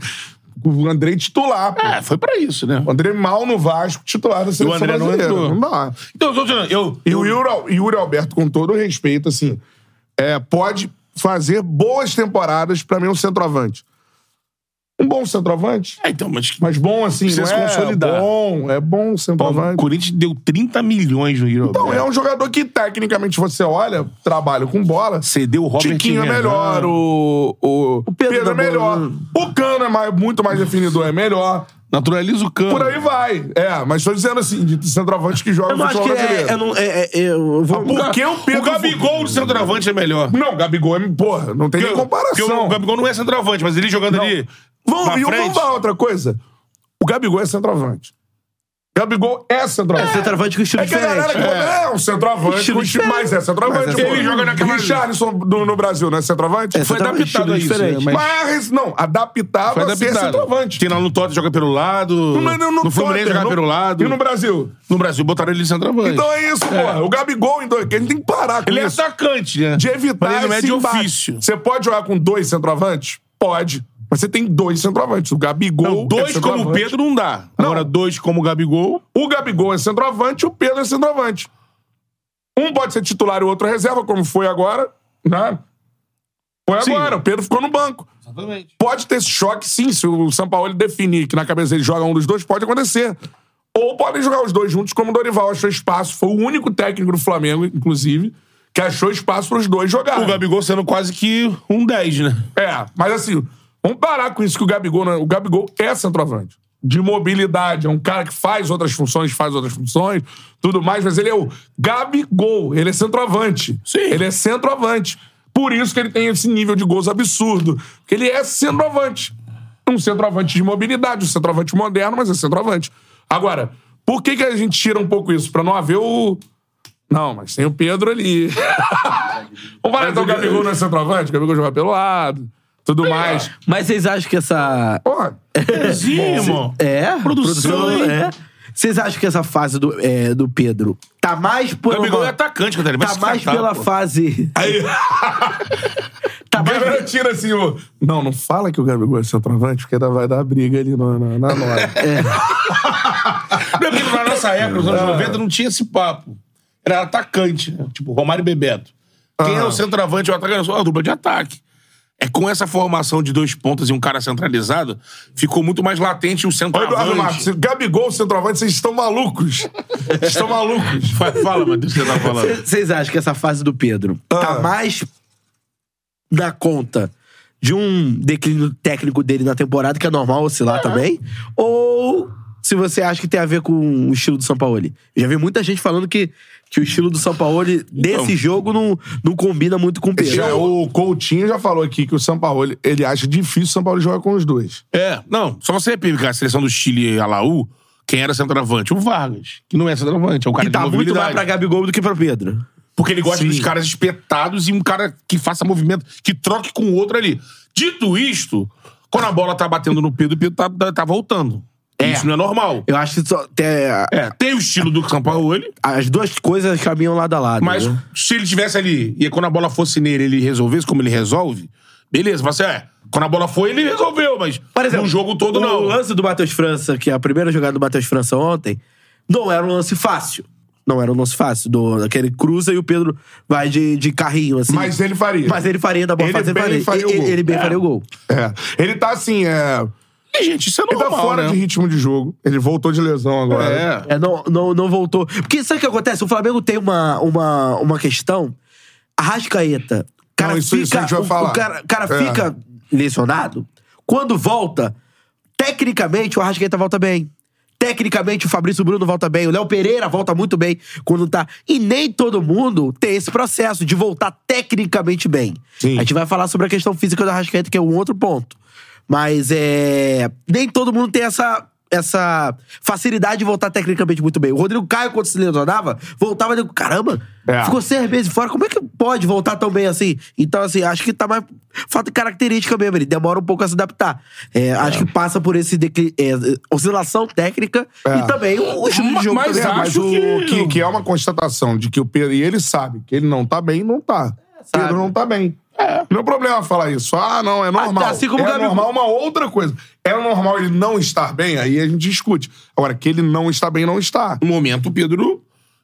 Speaker 1: o André titular, pô.
Speaker 2: É, foi pra isso, né?
Speaker 1: O André mal no Vasco, titular da seleção
Speaker 2: André não
Speaker 1: brasileira.
Speaker 2: entrou.
Speaker 1: Não dá.
Speaker 2: Então, eu tô dizendo, eu.
Speaker 1: E o Yuri, Al- Yuri Alberto, com todo o respeito, assim, é, pode fazer boas temporadas pra mim um centroavante. Um bom centroavante,
Speaker 2: É, então, mas.
Speaker 1: mas bom assim,
Speaker 2: Precisa
Speaker 1: não
Speaker 2: se
Speaker 1: é
Speaker 2: consolidar.
Speaker 1: bom, é bom
Speaker 2: O
Speaker 1: centroavante.
Speaker 2: Corinthians deu 30 milhões no Yuri
Speaker 1: Então, é
Speaker 2: Alberto.
Speaker 1: um jogador que tecnicamente você olha, trabalha com bola,
Speaker 2: Cedeu o Robert
Speaker 1: Tiquinho é
Speaker 2: Renan.
Speaker 1: melhor, o, o,
Speaker 3: Pedro
Speaker 1: Pedro,
Speaker 3: da
Speaker 1: é
Speaker 2: tá
Speaker 1: melhor.
Speaker 3: bola, né?
Speaker 1: O Cano é mais- muito mais definidor, é melhor.
Speaker 2: Naturaliza o campo.
Speaker 1: Por aí vai. É, mas tô dizendo assim, de centroavante que joga
Speaker 3: Eu
Speaker 1: no
Speaker 3: acho
Speaker 1: futebol
Speaker 3: que
Speaker 1: brasileiro.
Speaker 3: é, eu não- é- é- eu vou.
Speaker 1: Ah, por que o Pedro-
Speaker 2: O Gabigol do centroavante é melhor.
Speaker 1: Não, Gabigol é... Porra, não tem nem
Speaker 2: Porque
Speaker 1: comparação.
Speaker 2: o Gabigol não é centroavante, mas ele jogando ali.
Speaker 1: Vamos,
Speaker 2: pra
Speaker 1: e vamos
Speaker 2: frente.
Speaker 1: falar outra coisa. O Gabigol é centroavante. Gabigol é centroavante.
Speaker 3: Centroavante com um estilo
Speaker 1: É que a
Speaker 3: diferente.
Speaker 1: galera que é, é um centroavante,
Speaker 3: Estilo
Speaker 1: um time- mas é
Speaker 3: Mas
Speaker 1: centroavante.
Speaker 3: é
Speaker 1: pô.
Speaker 2: Ele joga naquela-
Speaker 1: Richarlison do- no Brasil, não é centroavante?
Speaker 3: É,
Speaker 2: Foi
Speaker 3: centroavante,
Speaker 2: adaptado
Speaker 3: estilo
Speaker 2: a isso, né?
Speaker 3: diferente.
Speaker 2: Mas-
Speaker 1: Mas, não, adaptado
Speaker 2: Foi
Speaker 1: a ser
Speaker 2: adaptado.
Speaker 1: é centroavante.
Speaker 2: Tem lá no Tottenham joga pelo lado.
Speaker 1: Não, não,
Speaker 2: no Fluminense
Speaker 1: Tottenham,
Speaker 2: joga
Speaker 1: no-
Speaker 2: pelo lado.
Speaker 1: E no Brasil?
Speaker 2: No Brasil botaram ele de centroavante.
Speaker 1: Então é isso, porra. O Gabigol, então, que ele tem que parar com
Speaker 2: ele é
Speaker 1: isso.
Speaker 2: atacante, né?
Speaker 1: De evitar
Speaker 2: Mas ele não é
Speaker 1: esse
Speaker 2: de
Speaker 1: embate.
Speaker 2: ofício.
Speaker 1: Você pode jogar com dois centroavantes? Pode. Mas você tem dois centroavantes. O Gabigol.
Speaker 2: Não, Então, dois
Speaker 1: é
Speaker 2: como o
Speaker 1: centroavante.
Speaker 2: Pedro não dá.
Speaker 1: Não.
Speaker 2: Agora, dois como o Gabigol.
Speaker 1: O Gabigol é centroavante e o Pedro é centroavante. Um pode ser titular e o outro reserva, como foi agora, né? Foi
Speaker 2: Sim.
Speaker 1: agora. O Pedro ficou no banco.
Speaker 2: Exatamente.
Speaker 1: Pode ter esse choque, sim, se o Sampaoli definir que na cabeça ele joga um dos dois, pode acontecer. Ou podem jogar os dois juntos, como o Dorival achou espaço. Foi o único técnico do Flamengo, inclusive, que achou espaço para os dois
Speaker 2: O
Speaker 1: jogarem.
Speaker 2: Gabigol sendo quase que um 10, né?
Speaker 1: É, mas assim, Vamos parar com isso que o Gabigol. não é- O Gabigol é centroavante. De mobilidade, é um cara que faz outras funções, faz outras funções, tudo mais, mas ele é o Gabigol, ele é centroavante.
Speaker 2: Sim.
Speaker 1: Ele é centroavante. Por isso que ele tem esse nível de gols absurdo. Porque ele é centroavante. Um centroavante de mobilidade, um centroavante moderno, mas é centroavante. Agora, por que, que a gente tira um pouco isso? Pra não haver o. Não, mas tem o Pedro ali. Vamos parar então, o Gabigol não é centroavante? O Gabigol joga pelo lado, tudo mais.
Speaker 3: Mas vocês acham que essa.
Speaker 1: Porra,
Speaker 2: Sim, irmão.
Speaker 3: É?
Speaker 2: Produção, hein?
Speaker 3: é. Vocês acham que essa fase do, é, do Pedro tá mais por.
Speaker 2: O Gabigol
Speaker 3: uma-
Speaker 2: é atacante, Catarina. vai
Speaker 3: Tá
Speaker 2: se
Speaker 3: mais
Speaker 2: catar,
Speaker 3: pela
Speaker 2: pô.
Speaker 3: fase.
Speaker 1: Aí.
Speaker 3: Tá mais
Speaker 1: Agora tira assim o. Não, não fala que o Gabigol é centroavante, porque ainda vai dar briga ali no- na, na hora.
Speaker 2: Não, porque na nossa época, nos
Speaker 3: Ah.
Speaker 2: anos 90, não tinha esse papo. Era atacante, né? tipo Romário e Bebeto. Quem
Speaker 3: Ah.
Speaker 2: é o centroavante e o atacante? Só a dupla de ataque. É com essa formação de dois pontas e um cara centralizado, ficou muito mais latente o
Speaker 1: Ô, Eduardo Marcos,
Speaker 2: centroavante.
Speaker 1: Gabigol, centroavante, vocês estão malucos. Vocês estão malucos.
Speaker 2: Fa- Fala, Matheus, o que você tá falando.
Speaker 3: Vocês acham que essa fase do Pedro
Speaker 1: Ah.
Speaker 3: tá mais da conta de um declínio técnico dele na temporada, que é normal oscilar também? Ou se você acha que tem a ver com o estilo do São Paulo? Já vi muita gente falando que, que o estilo do São Paulo desse
Speaker 2: Então.
Speaker 3: jogo não, não combina muito com o Pedro.
Speaker 2: é
Speaker 1: Já, o Coutinho já falou aqui que o Sampaoli, ele acha difícil o Sampaoli jogar com os dois.
Speaker 2: É, não, só você pegar a seleção do Chile e a Laú, quem era centroavante? O Vargas, que não é centroavante, é o cara
Speaker 3: E
Speaker 2: de
Speaker 3: tá muito mais
Speaker 2: mobilidade.
Speaker 3: pra Gabigol do que pra Pedro.
Speaker 2: Porque ele gosta
Speaker 1: Sim.
Speaker 2: dos caras espetados e um cara que faça movimento, que troque com o outro ali. Dito isto, quando a bola tá batendo no Pedro, o Pedro tá, tá- tá voltando. Isso não é normal.
Speaker 3: Eu acho que só tem,
Speaker 2: É, tem o estilo do São Paulo, ele,
Speaker 3: as duas coisas caminham lado a lado.
Speaker 2: mas
Speaker 3: né?
Speaker 2: se ele tivesse ali e quando a bola fosse nele, ele resolvesse como ele resolve, beleza. Mas é, quando a bola foi, ele resolveu, mas
Speaker 3: Por exemplo,
Speaker 2: no jogo todo,
Speaker 3: o
Speaker 2: não.
Speaker 3: lance do Matheus França, que é a primeira jogada do Matheus França ontem, não era um lance fácil. Não era um lance fácil. Do, aquele cruza e o Pedro vai de, de carrinho, assim.
Speaker 1: Mas ele faria.
Speaker 3: Mas ele faria da boa
Speaker 1: Ele
Speaker 3: fase, ele
Speaker 1: bem
Speaker 3: faria.
Speaker 1: faria o
Speaker 3: ele,
Speaker 1: gol.
Speaker 3: ele bem
Speaker 1: É.
Speaker 3: faria o gol.
Speaker 1: É. Ele tá assim, é.
Speaker 2: E, gente, isso é
Speaker 1: Ele
Speaker 2: normal,
Speaker 1: tá fora
Speaker 2: né?
Speaker 1: de ritmo de jogo. Ele voltou de lesão agora.
Speaker 2: É.
Speaker 3: É, não, não, não voltou. Porque sabe o que acontece? O Flamengo tem uma, uma, uma questão. Arrascaeta. O Cara
Speaker 1: Não, isso-
Speaker 3: fica,
Speaker 1: isso a gente vai
Speaker 3: o- o
Speaker 1: falar.
Speaker 3: cara, o cara
Speaker 1: É.
Speaker 3: fica lesionado. Quando volta, tecnicamente o Arrascaeta volta bem. Tecnicamente o Fabrício Bruno volta bem. O Léo Pereira volta muito bem quando tá. E nem todo mundo tem esse processo de voltar tecnicamente bem.
Speaker 1: Sim.
Speaker 3: A gente vai falar sobre a questão física do Arrascaeta, que é um outro ponto. Mas é. Nem todo mundo tem essa. Essa facilidade de voltar tecnicamente muito bem. O Rodrigo Caio, quando se lesionava, voltava e digo, caramba,
Speaker 1: É.
Speaker 3: ficou seis meses fora. Como é que pode voltar tão bem assim? Então, assim, acho que tá mais. Falta de característica mesmo. Ele demora um pouco a se adaptar. É, Acho que passa por esse decli... é, oscilação técnica e também o estilo de jogo.
Speaker 2: Mas
Speaker 3: também.
Speaker 1: É, mas
Speaker 2: acho
Speaker 1: o
Speaker 2: que-
Speaker 1: que... Que, é uma constatação de que o Pedro. E ele sabe que ele não tá bem, não tá.
Speaker 3: É, sabe.
Speaker 1: Pedro não tá bem. Não é problema falar isso. Ah, não, é normal.
Speaker 3: assim como o
Speaker 1: é
Speaker 3: Gabigol.
Speaker 1: normal uma outra coisa. É normal ele não estar bem, aí a gente discute. Agora, que ele não está bem, não está.
Speaker 2: No momento, o Pedro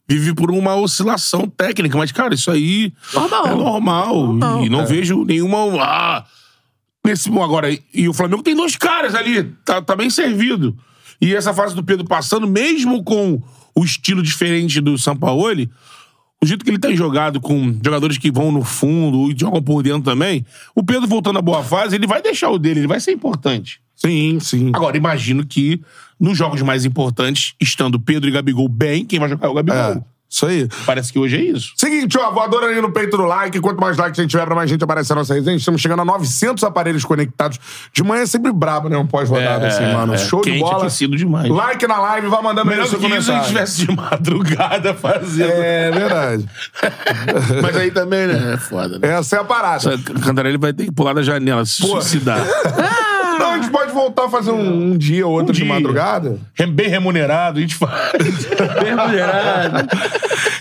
Speaker 2: vive por uma oscilação técnica, mas, cara, isso aí
Speaker 3: Normal.
Speaker 2: é normal. e não vejo nenhuma. Ah, nesse, bom, agora, e o Flamengo tem dois caras ali, tá, tá bem servido. E essa fase do Pedro passando, mesmo com o estilo diferente do Sampaoli, o jeito que ele tem jogado com jogadores que vão no fundo e jogam por dentro também, o Pedro voltando à boa fase, ele vai deixar o dele, ele vai ser importante.
Speaker 1: Sim, sim.
Speaker 2: Agora, imagino que nos jogos mais importantes, estando Pedro e Gabigol bem, quem vai jogar é o Gabigol.
Speaker 1: É, isso aí.
Speaker 2: Parece que hoje é isso.
Speaker 1: Seguinte, ó, voadora ali no peito do like. Quanto mais likes a gente tiver, pra mais gente aparecer a nossa resenha. Estamos chegando a 900 aparelhos conectados. De manhã é sempre brabo, né? Um pós-rodada assim, mano. Show
Speaker 2: É, quente,
Speaker 1: de bola.
Speaker 2: aquecido demais.
Speaker 1: Like na live, vai mandando aí
Speaker 2: Melhor
Speaker 1: o seu
Speaker 2: do que isso, se a gente
Speaker 1: comentário.
Speaker 2: tivesse de madrugada fazendo.
Speaker 1: É verdade.
Speaker 2: Mas aí também, né? É foda, né?
Speaker 1: Essa é a parada.
Speaker 2: Cantarelli vai ter que pular da janela, se
Speaker 1: Pô.
Speaker 2: suicidar.
Speaker 1: Não, a gente pode voltar a fazer um, um dia ou outro
Speaker 2: Um
Speaker 1: de
Speaker 2: dia.
Speaker 1: madrugada.
Speaker 2: Rem- Bem remunerado, a gente faz.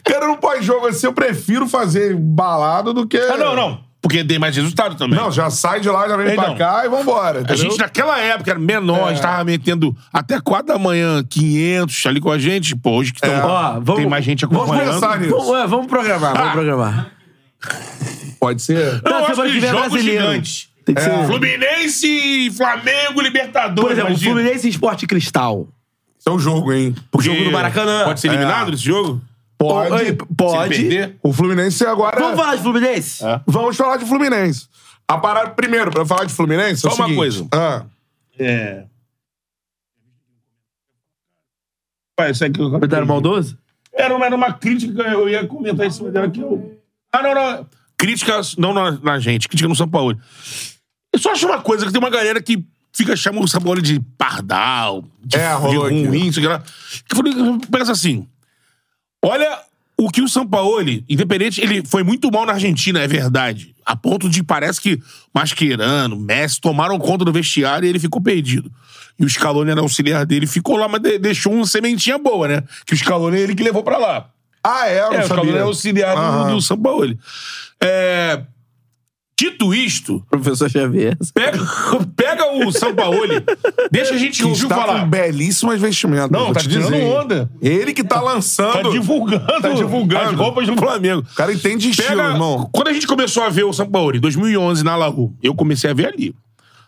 Speaker 1: Cara, no pós-jogo assim, eu prefiro fazer balada do que.
Speaker 2: ah, não, não. Porque tem mais resultado também.
Speaker 1: Não, já sai de lá, já vem pra
Speaker 2: Então,
Speaker 1: cá e vambora.
Speaker 2: A
Speaker 1: entendeu? É.
Speaker 2: gente naquela época era menor, a gente tava metendo até 4 da manhã, 500 ali com a gente. Pô, hoje que tão,
Speaker 3: Ó, vamos-
Speaker 2: tem mais gente
Speaker 1: É. Vamos
Speaker 2: acompanhando.
Speaker 1: pensar nisso.
Speaker 3: Vamos, é, vamos programar, vamos
Speaker 2: Ah.
Speaker 3: programar.
Speaker 1: Pode ser.
Speaker 2: Não,
Speaker 3: Não,
Speaker 2: eu acho
Speaker 3: semana
Speaker 2: que
Speaker 3: que vem é
Speaker 2: jogos
Speaker 3: brasileiro.
Speaker 2: gigantes.
Speaker 3: Tem que ser.
Speaker 2: Fluminense, Flamengo, Libertadores.
Speaker 3: Por exemplo,
Speaker 2: imagina.
Speaker 3: Fluminense e Esporte Cristal.
Speaker 1: Isso é um jogo, hein?
Speaker 2: Porque
Speaker 3: jogo do Maracanã.
Speaker 2: Pode ser eliminado nesse jogo?
Speaker 1: Pode.
Speaker 3: Oi,
Speaker 2: Se
Speaker 3: pode.
Speaker 2: perder?
Speaker 1: O Fluminense agora.
Speaker 3: Vamos falar de Fluminense?
Speaker 1: Vamos falar de Fluminense. A parada, primeiro, pra falar de Fluminense, é o
Speaker 2: Só uma
Speaker 1: seguinte.
Speaker 2: coisa.
Speaker 1: Ah,
Speaker 2: É. Pai, isso aqui eu
Speaker 3: Comentário maldoso?
Speaker 2: Era uma, era uma crítica, eu ia comentar em cima dela que eu. Ah, não, não. Crítica não na, na gente, crítica no São Paulo. Eu só acho uma coisa, que tem uma galera que fica chamando o São Paulo de pardal, de,
Speaker 1: É, rolou
Speaker 2: de
Speaker 1: aqui.
Speaker 2: ruim, isso aqui lá. Que eu falei, pensa assim. Olha o que o São Paulo, independente, ele foi muito mal na Argentina, é verdade. A ponto de parece que Mascherano, Messi tomaram conta do vestiário e ele ficou perdido. E o Scaloni era auxiliar dele, ficou lá, mas de- deixou uma sementinha boa, né? Que o Scaloni é ele que levou pra lá.
Speaker 1: ah é, eu não
Speaker 2: É, o
Speaker 1: sabia.
Speaker 2: Scaloni é auxiliar do-
Speaker 1: Aham.
Speaker 2: do São Paulo. É, dito isto,
Speaker 3: Professor Xavier.
Speaker 2: pega, pega o São Paulo, deixa a gente
Speaker 1: Que
Speaker 2: ouvir
Speaker 1: está
Speaker 2: falar.
Speaker 1: tá com belíssimas vestimentas.
Speaker 2: Não,
Speaker 1: vou
Speaker 2: tá
Speaker 1: te
Speaker 2: tirando
Speaker 1: dizer.
Speaker 2: onda.
Speaker 1: Ele que tá
Speaker 2: Tá
Speaker 1: lançando.
Speaker 2: divulgando,
Speaker 1: Tá divulgando.
Speaker 2: as roupas do Flamengo.
Speaker 1: O cara entende estilo,
Speaker 2: Pega,
Speaker 1: irmão.
Speaker 2: Quando a gente começou a ver o Sampaoli, 2011, na Laú, eu comecei a ver ali.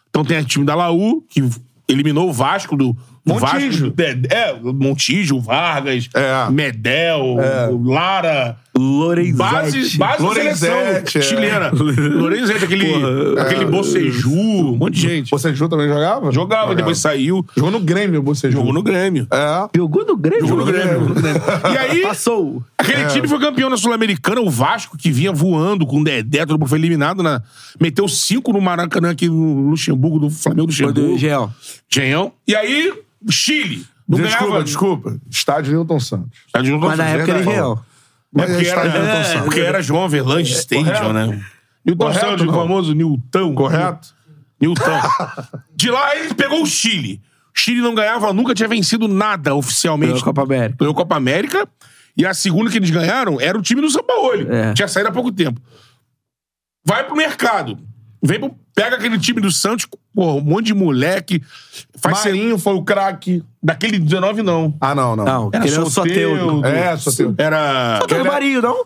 Speaker 2: Então tem o time da Laú, que eliminou o Vasco do. do
Speaker 1: Montijo.
Speaker 2: Vasco, é, é, o Montijo, Vargas,
Speaker 1: É.
Speaker 2: Medel, o Lara. Base,
Speaker 3: Lorenzetti.
Speaker 2: base da
Speaker 1: Lorenzetti,
Speaker 2: seleção
Speaker 1: é.
Speaker 2: chilena. Lorenzetti, aquele,
Speaker 3: Porra,
Speaker 2: aquele Boceju, um monte de gente.
Speaker 1: Você Ju também jogava?
Speaker 2: Jogava, depois saiu,
Speaker 1: Jogou no Grêmio, você
Speaker 2: jogou no Grêmio.
Speaker 1: É.
Speaker 3: Jogou no Grêmio.
Speaker 2: Jogou no Grêmio. jogou no Grêmio. E aí,
Speaker 3: Passou.
Speaker 2: Aquele time foi campeão na Sul-Americana, o Vasco, que vinha voando com o Dedé, todo mundo foi eliminado, na... meteu cinco no Maracanã aqui no Luxemburgo, do Flamengo do
Speaker 3: Foi do
Speaker 2: Luxemburgo.
Speaker 3: Gel.
Speaker 2: Genhão. E aí, o Chile. Não
Speaker 1: Desculpa,
Speaker 2: ganhava.
Speaker 1: desculpa. Estádio Newton Santos.
Speaker 2: Tá de novo,
Speaker 3: Mas na
Speaker 2: é
Speaker 3: época ele
Speaker 2: verdade.
Speaker 3: Gel.
Speaker 2: É
Speaker 1: Mas
Speaker 2: porque
Speaker 1: é estádio Newton
Speaker 2: era, é,
Speaker 1: Santos.
Speaker 2: porque era João Verlange Stadium,
Speaker 1: Correto.
Speaker 2: né? Newton
Speaker 1: Correto,
Speaker 2: Santos, o
Speaker 1: não.
Speaker 2: famoso Newton.
Speaker 1: Correto?
Speaker 2: Newton. De lá, ele pegou o Chile. O Chile não ganhava, nunca tinha vencido nada
Speaker 3: Ganhou
Speaker 2: oficialmente
Speaker 3: a Copa América.
Speaker 2: ganhou a Copa América. E a segunda que eles ganharam era o time do São Paulo.
Speaker 3: É.
Speaker 2: Tinha saído há pouco tempo. Vai pro mercado. Vem pro- pega aquele time do Santos, porra, um monte de moleque. Faz ser
Speaker 1: Marinho foi o craque.
Speaker 2: daquele 19, não.
Speaker 1: Ah, não, não.
Speaker 3: Não,
Speaker 2: Era
Speaker 3: ele era o Soteudo.
Speaker 2: Soteudo.
Speaker 1: É, só tem...
Speaker 2: Era.
Speaker 3: Soteudo do Marinho, não?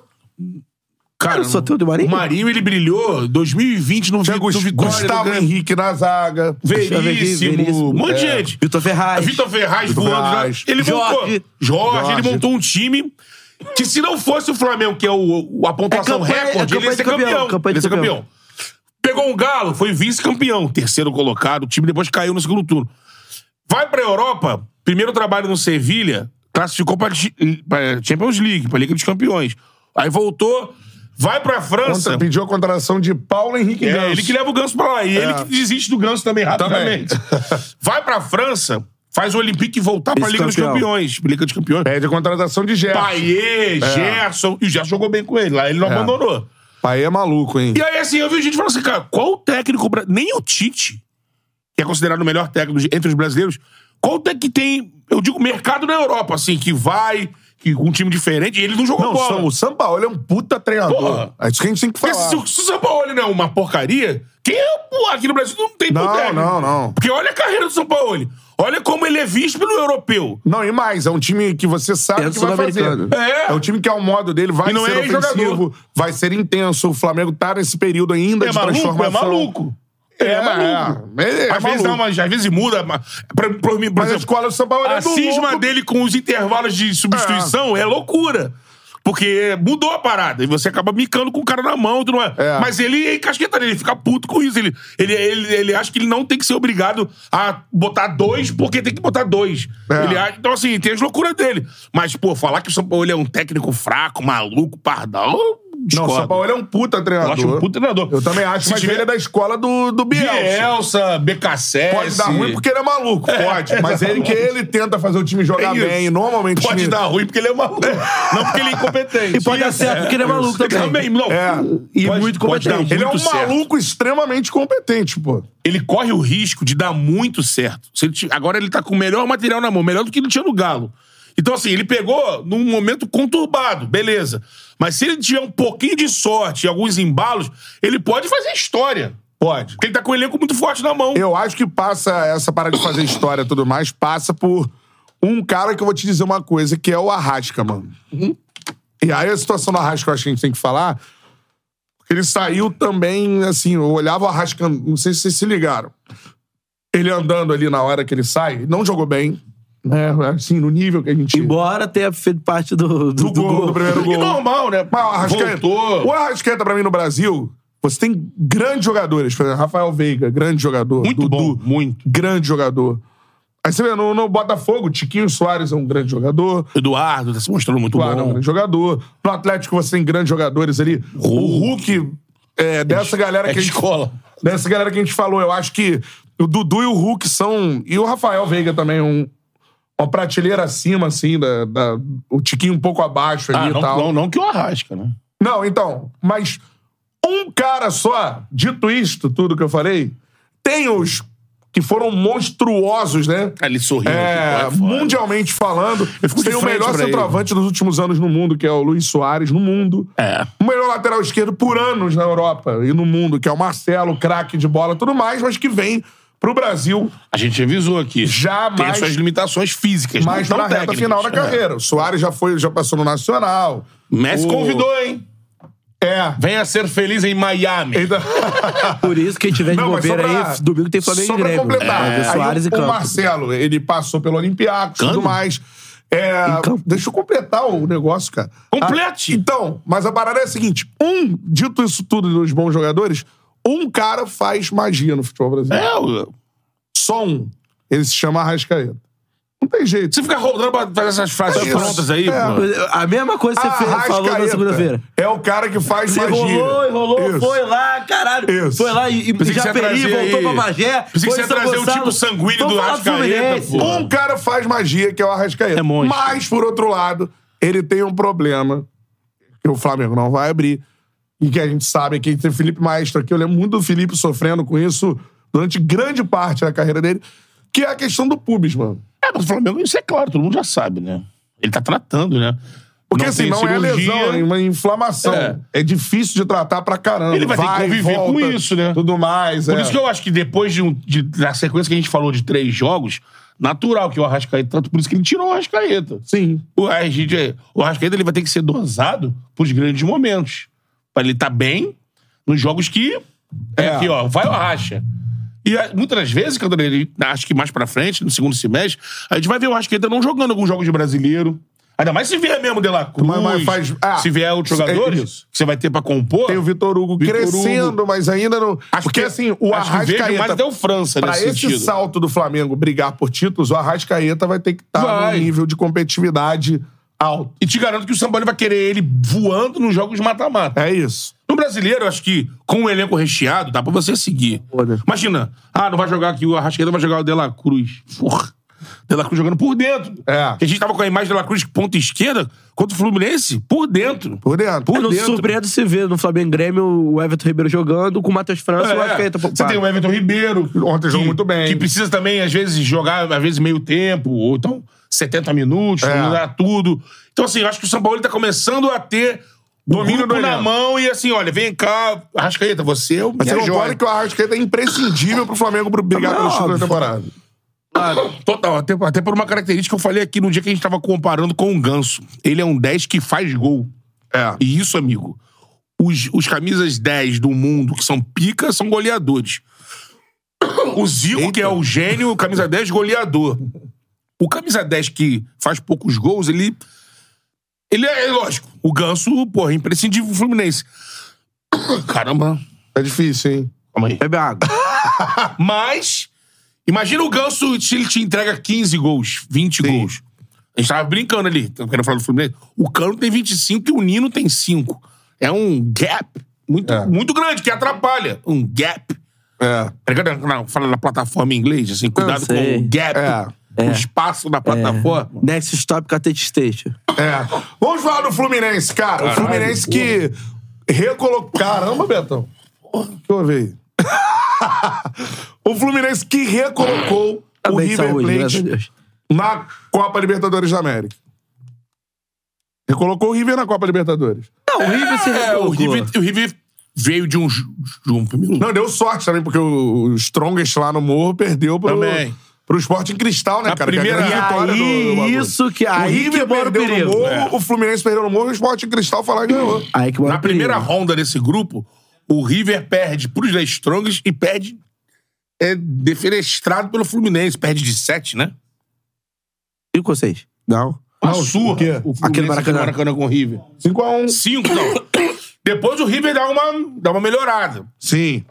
Speaker 2: Cara,
Speaker 3: Era o Soteudo e o Marinho?
Speaker 2: O Marinho, ele brilhou 2020 no, vi-
Speaker 1: Tinha
Speaker 2: no
Speaker 1: Gus-
Speaker 2: Vitória.
Speaker 1: Gustavo
Speaker 2: no Grêmio.
Speaker 1: Henrique na zaga.
Speaker 3: Gustavo Henrique,
Speaker 2: Veríssimo.
Speaker 3: Veríssimo.
Speaker 2: Um monte de
Speaker 1: É.
Speaker 2: gente.
Speaker 3: Vitor Ferraz.
Speaker 2: Vitor Ferraz
Speaker 1: Vitor
Speaker 2: voando.
Speaker 1: Ferraz.
Speaker 2: né? Ele
Speaker 3: Jorge.
Speaker 2: montou. Jorge,
Speaker 1: Jorge.
Speaker 2: ele montou um time que se não fosse o Flamengo, que é o, o- a pontuação
Speaker 3: É campanha-
Speaker 2: recorde,
Speaker 3: é
Speaker 2: ele ia
Speaker 3: campanha
Speaker 2: ser
Speaker 3: de campeão,
Speaker 2: campeão.
Speaker 3: campanha
Speaker 2: Ele ia
Speaker 3: de
Speaker 2: ser campeão. Pegou um galo, foi vice-campeão, terceiro colocado. O time depois caiu no segundo turno. Vai pra Europa, primeiro trabalho no Sevilha, classificou pra, Chi- pra Champions League, pra Liga dos Campeões. Aí voltou, vai pra França.
Speaker 1: Contra, pediu a contratação de Paulo Henrique
Speaker 2: É,
Speaker 1: Ganso. É.
Speaker 2: ele que leva o ganso pra lá. E ele que desiste do ganso também, rapidamente. Vai pra França, faz o Olympique voltar pra Liga dos
Speaker 3: Vice-campeão.
Speaker 2: Campeões. Liga dos Campeões.
Speaker 1: Pede a contratação de Gerson. Pai.
Speaker 2: Paiê, Gerson. E o Gerson jogou bem com ele. Lá ele não
Speaker 1: É.
Speaker 2: abandonou.
Speaker 1: é maluco, hein?
Speaker 2: E aí, assim, eu vi gente falando assim, cara, qual o técnico... bra- Nem o Tite, que é considerado o melhor técnico de- entre os brasileiros, qual o técnico que tem, eu digo, mercado na Europa, assim, que vai, que com um time diferente, e ele não jogou
Speaker 1: Não,
Speaker 2: bola.
Speaker 1: São- o Sampaoli é um puta treinador.
Speaker 2: Porra.
Speaker 1: É isso que a gente tem que
Speaker 2: Porque
Speaker 1: falar.
Speaker 2: se, o- se o São Paulo não é uma porcaria, quem é pô, aqui no Brasil não tem
Speaker 1: Não,
Speaker 2: bom técnico.
Speaker 1: não, não.
Speaker 2: Porque olha a carreira do São Paulo. Olha como ele é visto pelo europeu.
Speaker 1: Não, e mais, é um time que você sabe
Speaker 3: É
Speaker 1: que vai
Speaker 3: sul-americano.
Speaker 1: fazer.
Speaker 2: É.
Speaker 1: um time que é o modo dele, vai
Speaker 2: E não
Speaker 1: ser
Speaker 2: é
Speaker 1: ofensivo,
Speaker 2: jogador.
Speaker 1: vai ser intenso. O Flamengo tá nesse período ainda
Speaker 2: É
Speaker 1: de
Speaker 2: maluco, é
Speaker 1: transformação.
Speaker 2: maluco. É,
Speaker 1: É,
Speaker 2: maluco.
Speaker 1: é, é
Speaker 2: às, vezes
Speaker 1: maluco.
Speaker 2: dá uma, às vezes muda. mas- Pra, pra, por
Speaker 1: Mas a
Speaker 2: exemplo,
Speaker 1: escola do São Paulo é
Speaker 2: a
Speaker 1: do
Speaker 2: cisma
Speaker 1: louco.
Speaker 2: dele com os intervalos de
Speaker 1: Ah.
Speaker 2: substituição é. loucura. Porque mudou a parada. E você acaba micando com o cara na mão. Tu não é.
Speaker 1: É.
Speaker 2: Mas ele é encasquetado, ele fica puto com isso. Ele, ele, ele, ele acha que ele não tem que ser obrigado a botar dois, porque tem que botar dois.
Speaker 1: É.
Speaker 2: Ele acha- então, assim, tem as loucuras dele. Mas, pô, falar que o São Paulo é um técnico fraco, maluco, pardal, eu
Speaker 1: Não, o
Speaker 2: discordo.
Speaker 1: São Paulo é um puta
Speaker 2: eu
Speaker 1: treinador.
Speaker 2: acho um puto treinador.
Speaker 1: Eu também acho,
Speaker 2: Se
Speaker 1: mas
Speaker 2: tiver-
Speaker 1: ele é da escola do, do Bielsa.
Speaker 2: Bielsa, BKSS.
Speaker 1: Pode dar ruim porque ele é maluco, pode. Mas ele que ele tenta fazer o time
Speaker 2: É
Speaker 1: jogar
Speaker 2: isso.
Speaker 1: bem, normalmente. o
Speaker 2: Pode
Speaker 1: time-
Speaker 2: dar ruim porque ele é maluco. Não porque ele é incompetente.
Speaker 3: E pode dar
Speaker 2: Isso,
Speaker 3: certo porque ele é maluco
Speaker 2: Ele
Speaker 3: também.
Speaker 2: não.
Speaker 1: É.
Speaker 3: E
Speaker 2: Pode-
Speaker 3: muito
Speaker 2: pode dar
Speaker 3: competente.
Speaker 1: Ele é um
Speaker 2: muito certo.
Speaker 1: maluco extremamente competente, pô.
Speaker 2: Ele corre o risco de dar muito certo. Se ele ti- Agora ele tá com o melhor material na mão, melhor do que ele tinha no Galo. Então, assim, ele pegou num momento conturbado, beleza. Mas se ele tiver um pouquinho de sorte e alguns embalos, ele pode fazer história.
Speaker 1: Pode.
Speaker 2: Porque ele tá com um elenco muito forte na mão.
Speaker 1: Eu acho que passa essa parada de fazer história e tudo mais, passa por um cara que eu vou te dizer uma coisa, que é o Arrasca, mano. E aí a situação do Arrasca eu acho que a gente tem que falar. Porque ele saiu também, assim, eu olhava o Arrasca, não sei se vocês se ligaram. Ele andando ali na hora que ele sai, ele não jogou bem, né? Assim, no nível que a gente.
Speaker 3: Embora tenha feito parte do, do,
Speaker 1: do, gol, do primeiro gol.
Speaker 2: E normal, né?
Speaker 1: Mas é- o Arrascaeta,
Speaker 2: Voltou.
Speaker 1: o Arrascaeta, pra mim, no Brasil, Você tem grandes jogadores, por exemplo, Rafael Veiga, grande jogador.
Speaker 2: Muito bom, muito.
Speaker 1: Grande jogador. Aí você vê, no, no Botafogo, Tiquinho Soares é um grande jogador.
Speaker 2: Eduardo tá se mostrando muito
Speaker 1: Claro, é um
Speaker 2: bom.
Speaker 1: grande jogador. No Atlético você tem grandes jogadores ali. O Hulk, é, dessa galera
Speaker 2: É
Speaker 1: que
Speaker 2: de
Speaker 1: a gente
Speaker 2: escola.
Speaker 1: dessa galera que a gente falou. Eu acho que o Dudu e o Hulk são. E o Rafael Veiga também, um, uma prateleira acima, assim, da, da- o Tiquinho um pouco abaixo ali
Speaker 2: Ah,
Speaker 1: e
Speaker 2: não,
Speaker 1: tal.
Speaker 2: não, não que o Arrasca, né?
Speaker 1: Não, então, mas um cara só, dito isto, tudo que eu falei, tem os que foram monstruosos, né?
Speaker 2: Ah, Ele sorriu.
Speaker 1: É,
Speaker 2: tipo, foda.
Speaker 1: mundialmente falando,
Speaker 2: fico de
Speaker 1: tem o
Speaker 2: frente
Speaker 1: melhor
Speaker 2: pra ele.
Speaker 1: centroavante dos últimos anos no mundo, que é o Luiz Soares, no mundo.
Speaker 2: É.
Speaker 1: O melhor lateral esquerdo por anos na Europa e no mundo, que é o Marcelo, craque de bola, tudo mais, mas que vem pro Brasil
Speaker 2: A gente revisou aqui.
Speaker 1: Já
Speaker 2: Tem
Speaker 1: mais-
Speaker 2: as suas limitações físicas,
Speaker 1: mais
Speaker 2: não
Speaker 1: na
Speaker 2: tão
Speaker 1: reta
Speaker 2: técnicas.
Speaker 1: final da
Speaker 2: É.
Speaker 1: carreira. O Soares já foi, já passou no Nacional.
Speaker 2: Messi
Speaker 1: O-
Speaker 2: convidou, hein?
Speaker 1: É.
Speaker 2: Venha ser feliz em Miami.
Speaker 1: Então-
Speaker 3: Por isso, quem tiver de
Speaker 1: Não, mas só
Speaker 3: bobeira
Speaker 1: pra-
Speaker 3: aí, domingo tem Flamengo
Speaker 1: Só
Speaker 3: e
Speaker 1: pra
Speaker 3: Grêmio.
Speaker 1: completar.
Speaker 3: Vai ver
Speaker 1: Aí
Speaker 3: Soares
Speaker 1: o,
Speaker 3: e Campos.
Speaker 1: o Marcelo, ele passou pelo Olympiacos e tudo
Speaker 2: Campos?
Speaker 1: mais. É, deixa eu completar o negócio, cara.
Speaker 2: Complete!
Speaker 1: Ah, então, mas a parada é a seguinte: um, dito isso tudo dos bons jogadores, um cara faz magia no futebol brasileiro.
Speaker 2: É, o-
Speaker 1: Só um. Ele se chama Arrascaeta. Não tem jeito.
Speaker 2: você fica rodando pra fazer essas frases
Speaker 1: Isso.
Speaker 2: prontas aí,
Speaker 1: É.
Speaker 2: pô.
Speaker 3: A mesma coisa que você fez, falou na
Speaker 1: Ah, Arrascaeta
Speaker 3: segunda-feira.
Speaker 1: É o cara que faz
Speaker 3: Você
Speaker 1: magia.
Speaker 3: rolou, enrolou,
Speaker 1: Isso.
Speaker 3: foi lá, caralho.
Speaker 1: Isso.
Speaker 3: Foi lá e, e
Speaker 2: Pensei que você ia
Speaker 3: Japeri,
Speaker 2: trazer
Speaker 3: voltou
Speaker 2: aí-
Speaker 3: pra Bagé.
Speaker 2: Pensei que
Speaker 3: foi
Speaker 2: você ia
Speaker 3: em São
Speaker 2: trazer o
Speaker 3: Gonçalo.
Speaker 2: tipo sanguíneo
Speaker 3: Vamos
Speaker 2: do
Speaker 3: falar
Speaker 2: Arrascaeta,
Speaker 3: Fluminense. É
Speaker 2: pô.
Speaker 1: Um cara faz magia, que é o Arrascaeta.
Speaker 2: É monstro.
Speaker 1: Mas, por outro lado, ele tem um problema que o Flamengo não vai abrir. E que a gente sabe que tem Felipe Maestro aqui. Eu lembro muito do Felipe sofrendo com isso durante grande parte da carreira dele. Que é a questão do pubis, mano.
Speaker 2: É, mas o Flamengo, isso é claro, todo mundo já sabe, né? Ele tá tratando, né?
Speaker 1: Porque assim,
Speaker 2: tem
Speaker 1: não é
Speaker 2: cirurgia.
Speaker 1: lesão, é uma inflamação.
Speaker 2: É.
Speaker 1: É. difícil de tratar pra caramba.
Speaker 2: Ele vai ter que conviver com isso, né?
Speaker 1: Tudo mais.
Speaker 2: Por
Speaker 1: é.
Speaker 2: isso que eu acho que depois de um, de- da sequência que a gente falou de três jogos, natural que o Arrascaeta, tanto por isso que ele tirou o Arrascaeta.
Speaker 1: Sim.
Speaker 2: O, a gente- o Arrascaeta ele vai ter que ser dosado pros grandes momentos. Pra ele estar bem nos jogos que. É,
Speaker 1: É.
Speaker 2: aqui, ó, vai o Arrasca. E a- muitas das vezes, quando ele, acho que mais pra frente, no segundo semestre, a gente vai ver o Arrascaeta não jogando alguns jogos de brasileiro. Ainda mais se vier mesmo De La Cruz,
Speaker 1: Mas- mas faz- ah,
Speaker 2: se vier outros
Speaker 1: é
Speaker 2: jogadores
Speaker 1: isso.
Speaker 2: que você vai ter pra compor.
Speaker 1: Tem o Vitor Hugo
Speaker 2: Vitor Hugo.
Speaker 1: crescendo, mas ainda não.
Speaker 2: Acho
Speaker 1: Porque
Speaker 2: que- é-
Speaker 1: assim, o
Speaker 2: acho que vejo mais
Speaker 1: Arrascaeta
Speaker 2: até o França
Speaker 1: Pra
Speaker 2: nesse
Speaker 1: esse
Speaker 2: sentido.
Speaker 1: salto do Flamengo brigar por títulos, o Arrascaeta vai ter que estar
Speaker 2: Vai.
Speaker 1: num nível de competitividade alto.
Speaker 2: E te garanto que o Sampaoli vai querer ele voando nos jogos de mata-mata.
Speaker 1: É isso.
Speaker 2: No brasileiro, eu acho que com o elenco recheado, dá pra você seguir.
Speaker 1: Tá
Speaker 3: Foda.
Speaker 2: Imagina, ah, não vai jogar aqui o Arrascaeta, vai jogar o De La Cruz. Porra. De La Cruz jogando por dentro.
Speaker 1: É.
Speaker 2: Porque a gente tava com a imagem de La Cruz ponta esquerda contra o Fluminense por dentro.
Speaker 1: Por dentro.
Speaker 3: Eu
Speaker 1: Por
Speaker 3: não surpreendo um se ver no Flamengo e Grêmio o Everton Ribeiro jogando com o Matheus França e o Arrascaeta. pô,
Speaker 2: É. Você
Speaker 3: pá.
Speaker 2: tem o Everton Ribeiro.
Speaker 1: Ontem jogou muito bem.
Speaker 2: Que precisa também, às vezes, jogar, às vezes, meio tempo, ou então 70 minutos,
Speaker 1: É.
Speaker 2: mudar tudo. Então, assim, eu acho que o São Paulo tá começando a ter
Speaker 1: Domínio
Speaker 2: domínio
Speaker 1: do
Speaker 2: na
Speaker 1: elenco.
Speaker 2: mão e assim, olha, vem cá, Arrascaeta, você é o
Speaker 1: Mas você não
Speaker 2: minha joia.
Speaker 1: pode que o Arrascaeta é imprescindível pro Flamengo brigar
Speaker 3: Não,
Speaker 1: pelo título da
Speaker 3: óbvio.
Speaker 1: temporada.
Speaker 2: Total, até, até por uma característica que eu falei aqui no dia que a gente tava comparando com o Ganso. Ele é um 10 que faz gol.
Speaker 1: É.
Speaker 2: E isso, amigo, os, os camisas 10 do mundo que são pica são goleadores. O Zico, que é o gênio, o camisa 10 goleador. O camisa 10 que faz poucos gols, ele. Ele é, é lógico. O Ganso, porra, é imprescindível pro Fluminense. Caramba.
Speaker 1: É difícil, hein?
Speaker 2: Calma aí.
Speaker 3: Bebe água.
Speaker 2: Mas, imagina o Ganso se ele te entrega 15 gols, 20 gols. A gente tava brincando ali, tava querendo falar do Fluminense. O Cano tem 25 e o Nino tem 5. É um gap muito,
Speaker 1: É.
Speaker 2: muito grande, que atrapalha. Um gap.
Speaker 1: É.
Speaker 2: Tá ligado? Na- Fala da plataforma em inglês, assim, cuidado com
Speaker 3: sei.
Speaker 2: o gap,
Speaker 1: É.
Speaker 2: o espaço da plataforma.
Speaker 3: Next stop, Catete Station.
Speaker 1: É. Vamos falar do Fluminense, cara. o Fluminense que recolocou. Caramba, Betão. Deixa eu ver aí. o Fluminense que recolocou
Speaker 3: Tá
Speaker 1: o
Speaker 3: bem de
Speaker 1: River
Speaker 3: saúde, graças
Speaker 1: Plate
Speaker 3: a Deus.
Speaker 1: na Copa Libertadores da América. Ele colocou o River na Copa Libertadores.
Speaker 3: Não, o River se
Speaker 2: É, o River, o River veio de um, ju- de um primeiro
Speaker 1: Não, deu sorte também, porque o o Strongest lá no Morro perdeu pro,
Speaker 2: Também.
Speaker 1: pro Sporting Cristal, né,
Speaker 2: Na
Speaker 1: cara? Que é
Speaker 2: primeira-
Speaker 1: grande
Speaker 2: E
Speaker 1: vitória do- do
Speaker 3: Aí,
Speaker 1: bagulho.
Speaker 3: isso que...
Speaker 1: O
Speaker 3: Aí que
Speaker 1: River
Speaker 3: mora o
Speaker 1: perdeu no
Speaker 3: perigo. É.
Speaker 1: Morro, o Fluminense perdeu no Morro e o Sporting Cristal foi lá e ganhou.
Speaker 3: Aí que mora
Speaker 2: Na
Speaker 3: o
Speaker 1: é?
Speaker 2: primeira
Speaker 3: perigo.
Speaker 2: ronda desse grupo, o River perde pros The Strongs e perde é defenestrado pelo Fluminense. Perde de 7, né?
Speaker 3: Cinco ou seis? Não.
Speaker 2: A
Speaker 1: Não,
Speaker 2: sua.
Speaker 1: o quê?
Speaker 2: O Fluminense
Speaker 3: Aquele Maracanã.
Speaker 2: com o River.
Speaker 1: 5x1.
Speaker 2: 5, não. Depois o River dá uma, dá uma melhorada.
Speaker 1: Sim.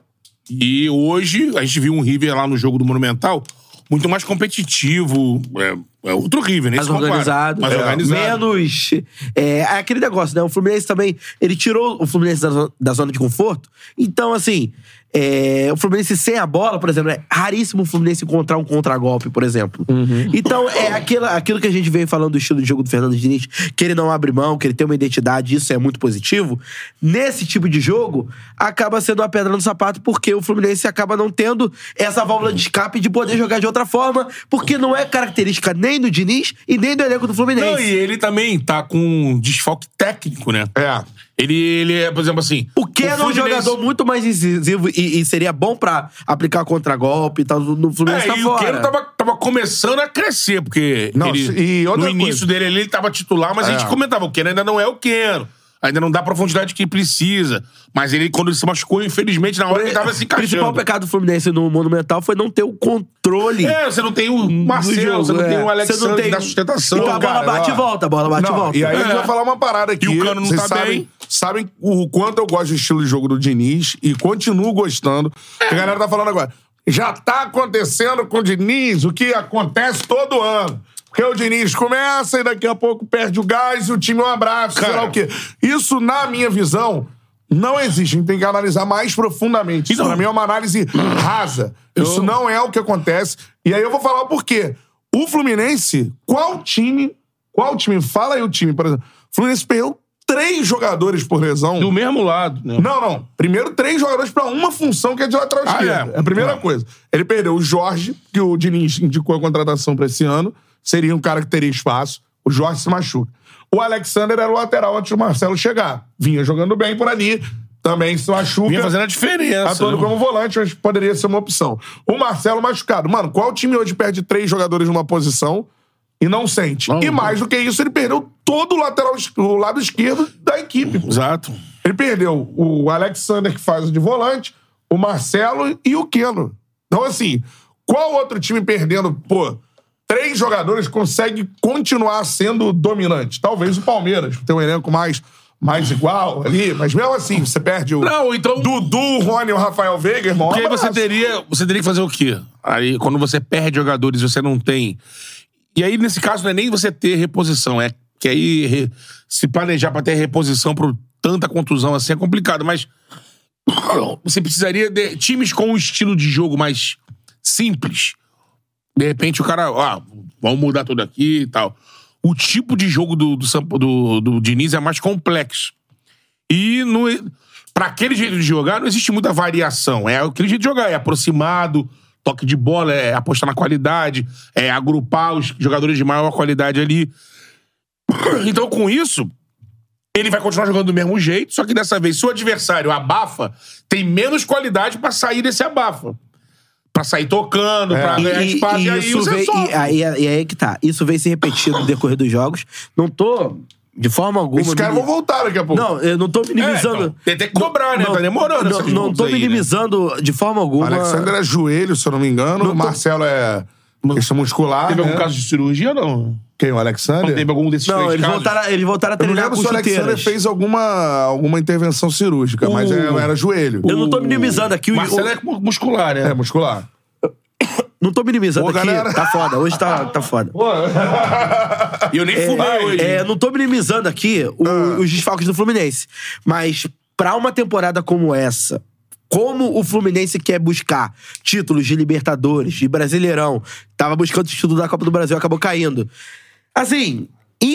Speaker 2: E hoje a gente viu um River lá no jogo do Monumental muito mais competitivo. É, é outro River, né?
Speaker 3: Mais
Speaker 2: Se compara.
Speaker 3: organizado,
Speaker 2: Mais
Speaker 3: é,
Speaker 2: organizado.
Speaker 3: menos. É, é aquele negócio, né? O Fluminense também. Ele tirou o Fluminense da, zo- da zona de conforto. Então, assim. é, o Fluminense sem a bola, por exemplo, é raríssimo o Fluminense encontrar um contragolpe, por exemplo.
Speaker 2: Uhum.
Speaker 3: Então, é aquilo, aquilo que a gente veio falando do estilo de jogo do Fernando Diniz, que ele não abre mão, que ele tem uma identidade, isso é muito positivo. Nesse tipo de jogo, acaba sendo a pedra no sapato, porque o Fluminense acaba não tendo essa válvula de escape de poder jogar de outra forma, porque não é característica nem do Diniz e nem do elenco do Fluminense.
Speaker 2: Não, e ele também tá com um desfalque técnico, né?
Speaker 1: É.
Speaker 2: Ele, ele é, por exemplo, assim.
Speaker 3: O que era um
Speaker 2: Fluminense-
Speaker 3: jogador muito mais incisivo e, e seria bom pra aplicar contra-golpe e tal, no Fluminense
Speaker 2: É,
Speaker 3: tá
Speaker 2: e o
Speaker 3: fora.
Speaker 2: Queiro tava, tava começando a crescer, porque
Speaker 1: Não,
Speaker 2: ele-
Speaker 1: e outra
Speaker 2: no início dele ele tava titular, mas a
Speaker 1: É.
Speaker 2: gente comentava, o Queiro ainda não é o Queiro. Ainda não dá a profundidade que precisa. Mas ele, quando ele se machucou, infelizmente, na hora ele tava se
Speaker 3: O principal
Speaker 2: encaixando.
Speaker 3: pecado do Fluminense no Monumental foi não ter o controle.
Speaker 2: É, você não tem o
Speaker 3: do
Speaker 2: Marcelo,
Speaker 3: jogo,
Speaker 2: você não
Speaker 3: é.
Speaker 2: tem o
Speaker 3: Você não
Speaker 2: Alexandre
Speaker 3: tem-
Speaker 2: da sustentação.
Speaker 3: Então a bola
Speaker 1: cara,
Speaker 3: bate e
Speaker 1: ó.
Speaker 3: volta, a bola bate e
Speaker 1: Não,
Speaker 3: volta.
Speaker 1: E aí eu
Speaker 2: É.
Speaker 1: já vou falar uma parada aqui.
Speaker 2: E o Cano não
Speaker 1: Vocês
Speaker 2: tá
Speaker 1: sabem,
Speaker 2: bem.
Speaker 1: Sabem o quanto eu gosto do estilo de jogo do Diniz e continuo gostando. A galera tá falando agora. Já tá acontecendo com o Diniz o que acontece todo ano. Porque o Diniz começa e daqui a pouco perde o gás e o time é um abraço, sei lá o quê. Isso, na minha visão, não existe. A gente tem que analisar mais profundamente. Isso,
Speaker 2: Então-
Speaker 1: pra mim, é uma análise rasa. Isso não é o que acontece. E aí eu vou falar o porquê. O Fluminense, qual time? Qual time? Fala aí o time, por exemplo. O Fluminense perdeu três jogadores por lesão.
Speaker 2: Do mesmo lado, né?
Speaker 1: Não, não. Primeiro, três jogadores pra uma função que é de lateral
Speaker 2: Ah,
Speaker 1: esquerdo.
Speaker 2: é.
Speaker 1: É a primeira
Speaker 2: Ah.
Speaker 1: coisa. Ele perdeu o Jorge, que o Diniz indicou a contratação pra esse ano. Seria um cara que teria espaço. O Jorge se machuca. O Alexander era o lateral antes do Marcelo chegar. Vinha jogando bem por ali. Também se machuca. Tá
Speaker 2: Vinha fazendo a diferença.
Speaker 1: Atuando
Speaker 2: né?
Speaker 1: como volante, mas poderia ser uma opção. O Marcelo machucado. Mano, qual time hoje perde três jogadores numa posição e não sente?
Speaker 2: Não,
Speaker 1: e
Speaker 2: não.
Speaker 1: mais do que isso, ele perdeu todo o lateral, es- o lado esquerdo da equipe.
Speaker 2: Exato.
Speaker 1: Ele perdeu o Alexander, que faz o de volante, o Marcelo e o Keno. Então, assim, qual outro time perdendo, pô, três jogadores consegue continuar sendo dominante? Talvez o Palmeiras, tem um elenco mais, mais igual ali, mas mesmo assim, você perde o.
Speaker 2: Não, então.
Speaker 1: Dudu, o Rony e o Rafael Veiga, irmão.
Speaker 2: Porque aí
Speaker 1: abraço.
Speaker 2: você teria, você teria que fazer o quê? Aí, quando você perde jogadores, você não tem. E aí, nesse caso, não é nem você ter reposição, é que aí re- se planejar pra ter reposição por tanta contusão assim é complicado, mas você precisaria de times com um estilo de jogo mais simples. De repente o cara, ah, vamos mudar tudo aqui e tal. O tipo de jogo do, do, Samp- do, do Diniz é mais complexo. E no, pra aquele jeito de jogar, não existe muita variação. É aquele jeito de jogar, é aproximado, toque de bola, é apostar na qualidade, é agrupar os jogadores de maior qualidade ali. Então, com isso, ele vai continuar jogando do mesmo jeito, só que dessa vez, se o adversário abafa, tem menos qualidade pra sair desse abafa. Pra sair tocando, pra ganhar espaço, e, aí
Speaker 3: É. isso
Speaker 2: você
Speaker 3: vem,
Speaker 2: sofre. É,
Speaker 3: e aí, e aí que tá. Isso vem se repetindo no decorrer dos jogos. Não tô, de forma alguma.
Speaker 1: Esses caras
Speaker 3: mini-
Speaker 1: vão voltar daqui a pouco.
Speaker 3: Não, eu não tô minimizando.
Speaker 2: um É, então, tem- tem que cobrar, né?
Speaker 3: Não,
Speaker 2: Tá demorando
Speaker 3: Não,
Speaker 2: essas
Speaker 3: não
Speaker 2: voltas
Speaker 3: tô
Speaker 2: aí, né?
Speaker 3: minimizando de forma
Speaker 1: O
Speaker 3: alguma.
Speaker 1: Alexander é joelho, se eu não me engano. O Marcelo é questão muscular.
Speaker 2: Teve algum
Speaker 1: né?
Speaker 2: caso de cirurgia, não?
Speaker 1: Quem? O Alexander?
Speaker 2: Não teve algum desses
Speaker 3: Não,
Speaker 2: três
Speaker 3: eles
Speaker 2: casos?
Speaker 3: voltaram, eles voltaram a
Speaker 1: Eu não
Speaker 3: treinar
Speaker 1: lembro
Speaker 3: com
Speaker 1: se o Alexander
Speaker 3: chuteiras.
Speaker 1: fez alguma, alguma intervenção cirúrgica, mas
Speaker 2: O-
Speaker 1: é- era joelho.
Speaker 3: Eu não tô minimizando aqui o-
Speaker 2: Marcelo é mu- muscular, né?
Speaker 1: É, muscular.
Speaker 3: Não tô minimizando
Speaker 1: Ô,
Speaker 3: aqui.
Speaker 1: galera.
Speaker 3: Tá foda, hoje tá, tá foda.
Speaker 2: E eu nem fumei hoje.
Speaker 3: É, não tô minimizando aqui o- os desfalques do Fluminense. Mas pra uma temporada como essa, como o Fluminense quer buscar títulos de Libertadores, de Brasileirão, tava buscando o título da Copa do Brasil, acabou caindo. Assim,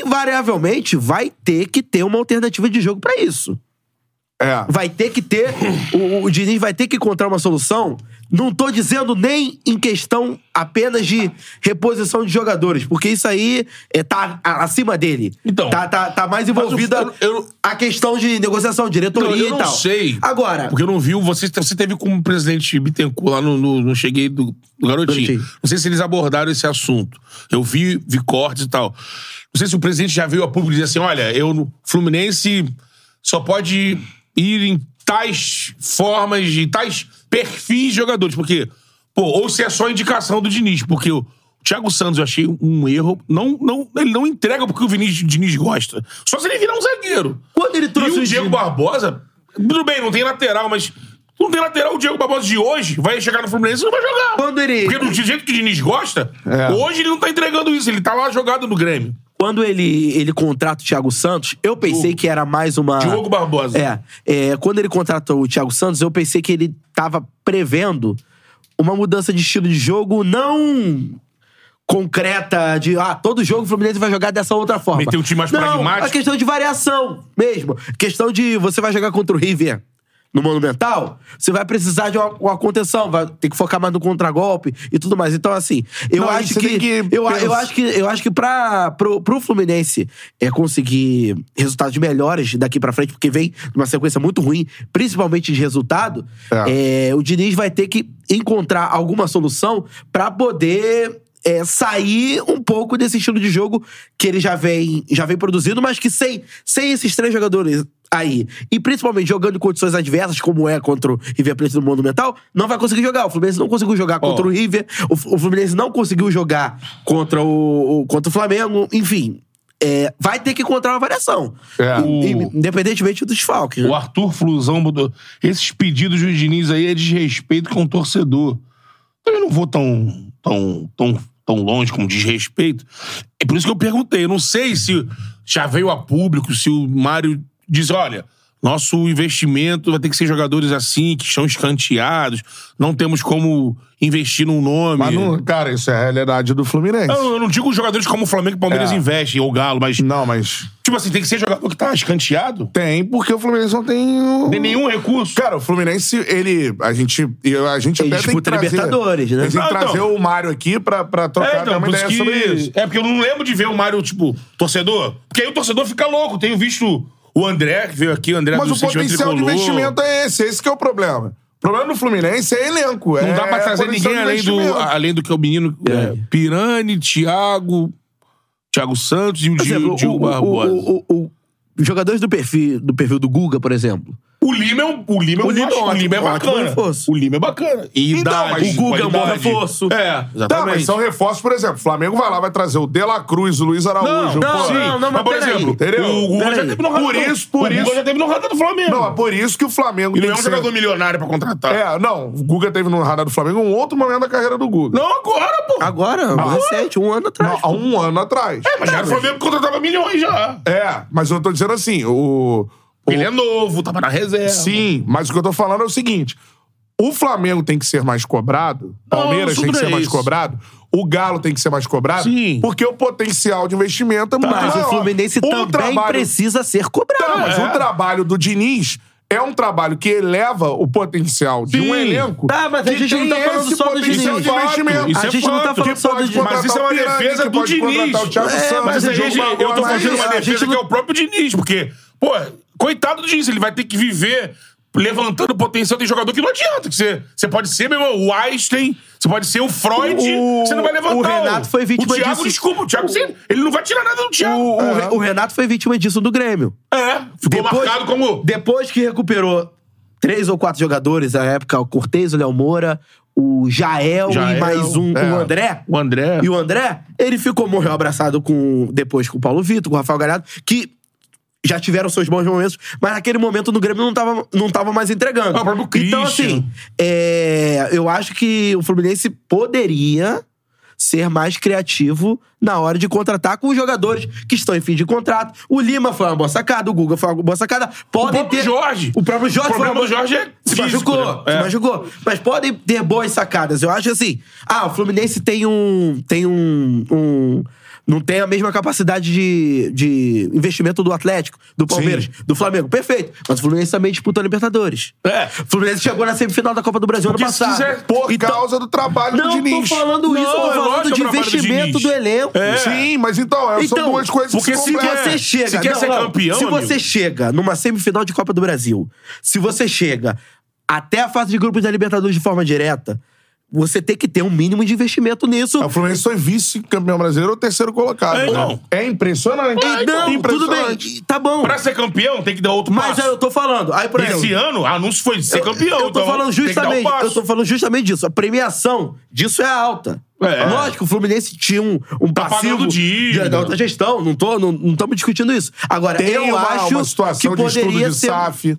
Speaker 3: invariavelmente vai ter que ter uma alternativa de jogo pra isso.
Speaker 1: É.
Speaker 3: Vai ter que ter. O, o Diniz vai ter que encontrar uma solução. Não tô dizendo nem em questão apenas de reposição de jogadores, porque isso aí é, tá a- acima dele.
Speaker 2: Então.
Speaker 3: Tá, tá, tá mais envolvida
Speaker 2: eu- eu-
Speaker 3: a questão de negociação, diretoria
Speaker 2: Não, eu
Speaker 3: e
Speaker 2: não
Speaker 3: tal.
Speaker 2: sei.
Speaker 3: Agora.
Speaker 2: Porque eu não vi, o- você, você teve como presidente Bittencourt lá no, no, no Cheguei do, do Garotinho.
Speaker 3: Garotinho.
Speaker 2: Não sei se eles abordaram esse assunto. Eu vi, vi cortes e tal. Não sei se o presidente já veio a público dizer assim: olha, eu no Fluminense só pode ir em tais formas, de tais perfis de jogadores. Porque, pô, ou se é só indicação do Diniz, porque o Thiago Santos eu achei um erro. Não, não, ele não entrega porque o Vinícius Diniz gosta. Só se ele virar um zagueiro.
Speaker 3: Quando ele trouxe
Speaker 2: e o
Speaker 3: o
Speaker 2: Diego
Speaker 3: Diniz-
Speaker 2: Barbosa, tudo bem, não tem lateral, mas não tem lateral, o Diego Barbosa de hoje vai chegar no Fluminense e não vai jogar.
Speaker 3: Quando ele-
Speaker 2: Porque do jeito que o Diniz gosta,
Speaker 1: É.
Speaker 2: hoje ele não tá entregando isso, ele tá lá jogado no Grêmio.
Speaker 3: Quando ele, ele contrata o Thiago Santos, eu pensei que era mais uma.
Speaker 2: Diogo Barbosa.
Speaker 3: É, é, Quando ele contratou o Thiago Santos, eu pensei que ele tava prevendo uma mudança de estilo de jogo não concreta de ah, todo jogo o Fluminense vai jogar dessa outra forma.
Speaker 2: Meteu um time mais
Speaker 3: não,
Speaker 2: pragmático.
Speaker 3: É questão de variação mesmo. Questão de você vai jogar contra o River no Monumental, você vai precisar de uma, uma contenção, vai ter que focar mais no contragolpe e tudo mais. Então assim, eu
Speaker 1: Não,
Speaker 3: acho
Speaker 1: você
Speaker 3: que,
Speaker 1: tem que
Speaker 3: eu, a- eu
Speaker 1: pensar-
Speaker 3: acho que eu acho que para pro, pro Fluminense é conseguir resultados melhores daqui pra frente, porque vem uma sequência muito ruim, principalmente de resultado, é, o Diniz vai ter que encontrar alguma solução pra poder é, sair um pouco desse estilo de jogo que ele já vem já vem produzindo, mas que sem sem esses três jogadores aí e principalmente jogando em condições adversas como é contra o River Plate no Monumental, não vai conseguir jogar. O Fluminense não conseguiu jogar
Speaker 2: Ó.
Speaker 3: contra o River, o, F- o Fluminense não conseguiu jogar contra o, o- contra o Flamengo, enfim. é, vai ter que encontrar uma variação.
Speaker 1: É.
Speaker 3: E-
Speaker 2: O-
Speaker 3: Independentemente do desfalque. né?
Speaker 2: O Arthur Flusão botou. Esses pedidos do Diniz aí é desrespeito com o torcedor. Eu não vou tão, tão, tão, tão longe com desrespeito. É por isso que eu perguntei. Eu não sei se já veio a público, se o Mário diz: olha, nosso investimento vai ter que ser jogadores assim, que são escanteados, não temos como investir num nome.
Speaker 1: Mas, não, cara, isso é a realidade do Fluminense.
Speaker 2: Eu, eu não digo jogadores como o Flamengo e o Palmeiras
Speaker 1: É.
Speaker 2: investem, ou o Galo, mas.
Speaker 1: Não, mas
Speaker 2: Tipo assim, tem que ser jogador que tá escanteado.
Speaker 1: tem, porque o Fluminense não tem... o-
Speaker 2: Tem nenhum recurso.
Speaker 1: Cara, o Fluminense, ele. A gente, e a gente
Speaker 3: Ele
Speaker 1: até tem que
Speaker 3: disputa
Speaker 1: trazer,
Speaker 3: Libertadores, né?
Speaker 1: Tem que
Speaker 2: Ah, então.
Speaker 1: trazer o Mário aqui pra, pra trocar
Speaker 2: É, então,
Speaker 1: uma
Speaker 2: por
Speaker 1: ideia
Speaker 2: isso que-
Speaker 1: sobre isso.
Speaker 2: É, porque eu não lembro de ver o Mário, tipo, torcedor. Porque aí o torcedor fica louco. Tenho visto o André, que veio aqui, o André
Speaker 1: Mas
Speaker 2: do
Speaker 1: o
Speaker 2: Sentimento
Speaker 1: potencial de
Speaker 2: Tricolor.
Speaker 1: investimento é esse, esse que é o problema. O problema do Fluminense é elenco.
Speaker 2: Não dá pra trazer ninguém além do, além do que é o menino é, Pirani, Thiago, Thiago Santos e o
Speaker 3: Por
Speaker 2: Diogo
Speaker 3: exemplo,
Speaker 2: Diogo
Speaker 3: o- o-
Speaker 2: Barbosa. O,
Speaker 3: o- o- o- jogadores do perfil, do perfil do Guga, por exemplo.
Speaker 2: Lima é um, o Lima é um
Speaker 3: O Lima é
Speaker 2: macho, o
Speaker 3: ótimo,
Speaker 2: Lima é
Speaker 3: ótimo
Speaker 2: bacana.
Speaker 3: reforço.
Speaker 2: O Lima é bacana. E
Speaker 1: Então,
Speaker 2: idade,
Speaker 1: mas o
Speaker 3: Guga é um bom
Speaker 2: qualidade.
Speaker 3: reforço.
Speaker 2: É, exatamente.
Speaker 1: Tá, mas são reforços, por exemplo. O Flamengo vai lá, vai trazer o De La Cruz, o Luiz Araújo.
Speaker 3: não,
Speaker 1: pô.
Speaker 3: sim. não, não, mas
Speaker 2: mas por
Speaker 3: peraí.
Speaker 2: exemplo,
Speaker 1: Entendeu?
Speaker 2: o Guga já
Speaker 3: Peraí.
Speaker 2: teve no radar
Speaker 1: Por
Speaker 2: do-
Speaker 1: isso, por
Speaker 2: O
Speaker 1: isso-
Speaker 2: Guga já teve no radar do Flamengo.
Speaker 1: Não, é por isso que o Flamengo.
Speaker 2: E
Speaker 1: tem
Speaker 2: não é um
Speaker 1: que ser-
Speaker 2: jogador milionário pra contratar.
Speaker 1: É, não. O Guga teve no radar do Flamengo um outro momento da carreira do Guga.
Speaker 2: Não agora, pô.
Speaker 3: Agora, recente, um ano atrás.
Speaker 1: Não, há um ano atrás.
Speaker 2: É,
Speaker 3: tá,
Speaker 2: mas já era o Flamengo que contratava milhões já.
Speaker 1: É, mas eu tô dizendo assim, o. o-
Speaker 2: Ele é novo, tava na reserva.
Speaker 1: Sim, mas o que eu tô falando é o seguinte: o Flamengo tem que ser mais cobrado,
Speaker 2: Não,
Speaker 1: Palmeiras
Speaker 2: isso
Speaker 1: tem que
Speaker 2: não é
Speaker 1: ser mais
Speaker 2: isso.
Speaker 1: cobrado, o Galo tem que ser mais cobrado,
Speaker 2: Sim. Tá,
Speaker 1: porque o potencial de investimento é muito
Speaker 3: Mas
Speaker 1: maior.
Speaker 3: o Fluminense também
Speaker 1: trabalho-
Speaker 3: precisa ser
Speaker 1: Não,
Speaker 3: cobrado.
Speaker 2: é.
Speaker 1: mas um o trabalho do Diniz é um trabalho que eleva o potencial de
Speaker 2: Sim.
Speaker 1: um elenco.
Speaker 3: Tá, mas a
Speaker 1: que
Speaker 3: gente
Speaker 1: tem
Speaker 3: não tá falando
Speaker 1: esse
Speaker 3: só do
Speaker 1: potencial
Speaker 2: Diniz.
Speaker 1: de investimento.
Speaker 2: Isso
Speaker 3: a
Speaker 2: é
Speaker 3: gente não tá
Speaker 2: fato,
Speaker 3: falando
Speaker 1: que
Speaker 3: só do
Speaker 1: pode
Speaker 3: Diniz.
Speaker 1: contratar
Speaker 2: Mas isso é uma
Speaker 1: o Pirani,
Speaker 2: defesa
Speaker 1: que
Speaker 2: do
Speaker 1: pode contratar
Speaker 2: Diniz.
Speaker 1: o Thiago
Speaker 2: É,
Speaker 1: Santos,
Speaker 2: Mas
Speaker 1: o
Speaker 2: aí,
Speaker 1: Diogo
Speaker 2: gente, eu tô
Speaker 1: Barbosa,
Speaker 2: fazendo
Speaker 1: mas
Speaker 2: uma
Speaker 1: a
Speaker 2: defesa
Speaker 1: gente
Speaker 2: que é o próprio Diniz, porque, pô, coitado do Diniz, ele vai ter que viver levantando o potencial de jogador que não adianta. Que você, você pode ser, meu irmão, o Einstein, você pode ser o Freud,
Speaker 3: O-
Speaker 2: você não vai levantar.
Speaker 3: o Renato foi vítima
Speaker 2: O Thiago,
Speaker 3: disso.
Speaker 2: desculpa, o Thiago, você- ele não vai tirar nada do Thiago.
Speaker 3: O, o Re- o Renato foi vítima disso do Grêmio.
Speaker 2: É, ficou marcado como...
Speaker 3: Depois que recuperou três ou quatro jogadores na época, o Cortez, o Léo Moura, o Jael,
Speaker 2: Jael,
Speaker 3: e mais um,
Speaker 1: é.
Speaker 3: o André.
Speaker 2: O André...
Speaker 3: E o André, ele ficou, morreu abraçado com depois com o Paulo Vitor, com o Rafael Galhardo, que já tiveram seus bons momentos, mas naquele momento no Grêmio não tava, não tava mais entregando.
Speaker 2: Ah, o próprio
Speaker 3: então,
Speaker 2: Christian.
Speaker 3: assim, é, eu acho que o Fluminense poderia ser mais criativo na hora de contratar com os jogadores que estão em fim de contrato. O Lima foi uma boa sacada, o Guga foi uma boa sacada. Podem
Speaker 2: próprio
Speaker 3: ter...
Speaker 2: Jorge.
Speaker 3: O próprio Jorge
Speaker 2: O
Speaker 3: foi uma
Speaker 2: problema
Speaker 3: boa-
Speaker 2: do Jorge é
Speaker 3: se
Speaker 2: físico, né?
Speaker 3: machucou, se
Speaker 2: É.
Speaker 3: machucou. Mas podem ter boas sacadas. Eu acho assim. Ah, o Fluminense tem um. Tem um. um- não tem a mesma capacidade de, de investimento do Atlético, do Palmeiras,
Speaker 1: Sim.
Speaker 3: do Flamengo. Perfeito. Mas o Fluminense também disputou a Libertadores.
Speaker 2: É.
Speaker 3: O Fluminense chegou na semifinal da Copa do Brasil
Speaker 2: Porque
Speaker 3: ano
Speaker 2: se
Speaker 3: passado.
Speaker 2: quiser-
Speaker 1: Por
Speaker 3: Então-
Speaker 1: causa do trabalho do
Speaker 3: Não tô
Speaker 1: Diniz.
Speaker 3: falando isso,
Speaker 2: Não, é
Speaker 3: tô falando
Speaker 2: lógico
Speaker 3: de
Speaker 2: o trabalho do
Speaker 3: investimento
Speaker 2: Diniz.
Speaker 3: do, elenco.
Speaker 2: É.
Speaker 1: Sim, mas então, são
Speaker 3: Então,
Speaker 1: duas coisas que
Speaker 2: porque
Speaker 1: se
Speaker 2: se
Speaker 1: completam.
Speaker 2: quer-
Speaker 3: você chega.
Speaker 2: se quer
Speaker 3: não,
Speaker 2: ser
Speaker 3: não.
Speaker 2: campeão,
Speaker 3: Se você
Speaker 2: amigo.
Speaker 3: chega numa semifinal de Copa do Brasil, se você chega até a fase de grupos da Libertadores de forma direta, você tem que ter um mínimo de investimento nisso.
Speaker 1: É, O Fluminense foi vice-campeão brasileiro ou terceiro colocado.
Speaker 2: É,
Speaker 1: né?
Speaker 2: não.
Speaker 1: É impressionante.
Speaker 3: Não, tudo bem.
Speaker 1: Impressionante.
Speaker 3: Tá bom.
Speaker 2: Pra ser campeão, tem que dar outro
Speaker 3: Mas aí
Speaker 2: passo.
Speaker 3: eu tô falando. Aí, por exemplo,
Speaker 2: Esse ano, o anúncio foi de ser campeão.
Speaker 3: Eu tô
Speaker 2: então
Speaker 3: falando
Speaker 2: tem que dar um
Speaker 3: justamente,
Speaker 2: passo.
Speaker 3: eu tô falando justamente disso. A premiação disso é alta.
Speaker 2: É.
Speaker 3: Lógico, o Fluminense tinha um, um
Speaker 2: Tá
Speaker 3: passivo
Speaker 2: pagando dívida.
Speaker 3: de- da outra gestão. Não tô, não, não estamos discutindo isso. Agora,
Speaker 1: Tem
Speaker 3: eu
Speaker 1: uma,
Speaker 3: acho
Speaker 1: uma situação
Speaker 3: que
Speaker 1: de estudo
Speaker 3: poderia
Speaker 1: de
Speaker 3: ser. um
Speaker 1: SAF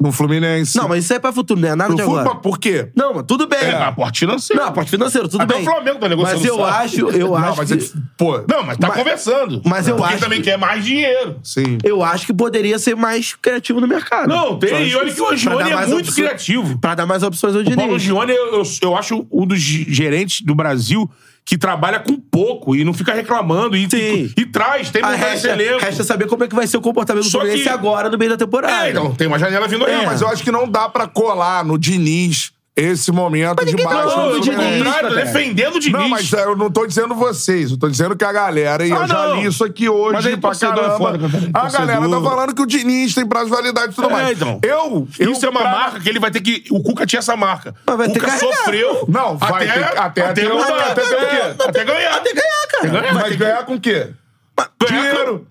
Speaker 1: no Fluminense.
Speaker 3: Não, mas isso aí é pra futuro, né? Nada
Speaker 1: No
Speaker 3: de
Speaker 1: futebol,
Speaker 3: agora.
Speaker 1: por quê?
Speaker 3: Não, mas tudo bem.
Speaker 2: É, aporte financeiro.
Speaker 3: Não, parte financeira, tudo
Speaker 2: Até
Speaker 3: bem.
Speaker 2: o Flamengo tá negociando
Speaker 3: mas eu
Speaker 2: SAF.
Speaker 3: acho, eu
Speaker 1: Não,
Speaker 3: acho
Speaker 1: mas
Speaker 3: que,
Speaker 1: é que- pô,
Speaker 2: Não, mas tá
Speaker 3: Mas-
Speaker 2: conversando.
Speaker 3: mas eu
Speaker 2: Porque
Speaker 3: acho
Speaker 2: também
Speaker 3: que-
Speaker 2: quer mais dinheiro.
Speaker 1: sim.
Speaker 3: eu acho que poderia ser mais criativo no mercado.
Speaker 2: Não,
Speaker 3: Só
Speaker 2: tem. E
Speaker 3: isso.
Speaker 2: olha que o
Speaker 3: Pra dar
Speaker 2: Angione é
Speaker 3: mais
Speaker 2: muito
Speaker 3: opções-
Speaker 2: criativo.
Speaker 3: Pra dar mais opções ao
Speaker 2: O Paulo
Speaker 3: Diniz.
Speaker 2: Gione, eu, eu, eu acho um dos ge- gerentes do Brasil que trabalha com pouco e não fica reclamando e,
Speaker 3: Sim.
Speaker 2: e, e traz, tem
Speaker 3: Ah,
Speaker 2: mais esse
Speaker 3: Resta,
Speaker 2: elenco.
Speaker 3: resta saber como é que vai ser o comportamento do
Speaker 2: Só
Speaker 3: Fluminense
Speaker 2: que-
Speaker 3: agora, no meio da temporada.
Speaker 2: É, então, tem uma janela vindo aí.
Speaker 1: É, mas eu acho que não dá pra colar no Diniz esse momento de
Speaker 3: ninguém
Speaker 1: baixo.
Speaker 3: colou
Speaker 2: Não,
Speaker 1: do
Speaker 3: no
Speaker 2: eu,
Speaker 3: Diniz,
Speaker 2: pelo contrário, tô
Speaker 3: cara.
Speaker 2: defendendo o Diniz.
Speaker 1: Não, mas eu não tô dizendo vocês, eu tô dizendo que a galera, e
Speaker 2: Ah,
Speaker 1: eu já
Speaker 2: não.
Speaker 1: li isso aqui hoje
Speaker 2: Mas aí
Speaker 1: pra
Speaker 2: torcedor é
Speaker 1: caramba.
Speaker 2: foda, cara.
Speaker 1: a
Speaker 2: Torcedor-
Speaker 1: galera tá falando que o Diniz tem prazo de validade e tudo
Speaker 2: É,
Speaker 1: mais.
Speaker 2: então.
Speaker 1: Eu, eu
Speaker 2: Isso é uma
Speaker 1: pra-
Speaker 2: marca que ele vai ter que. O Cuca tinha essa marca.
Speaker 3: Mas vai
Speaker 2: o
Speaker 3: ter
Speaker 2: Cuca
Speaker 3: que carregar.
Speaker 2: sofreu.
Speaker 1: Não, vai
Speaker 2: até,
Speaker 1: ter que- até-
Speaker 2: até,
Speaker 1: até-
Speaker 2: mudar,
Speaker 1: até-
Speaker 2: até-
Speaker 1: até-
Speaker 2: até- até ganhar.
Speaker 3: Até Ah, ganhar, cara.
Speaker 2: ganhar.
Speaker 1: Vai ganhar com o quê? Dinheiro.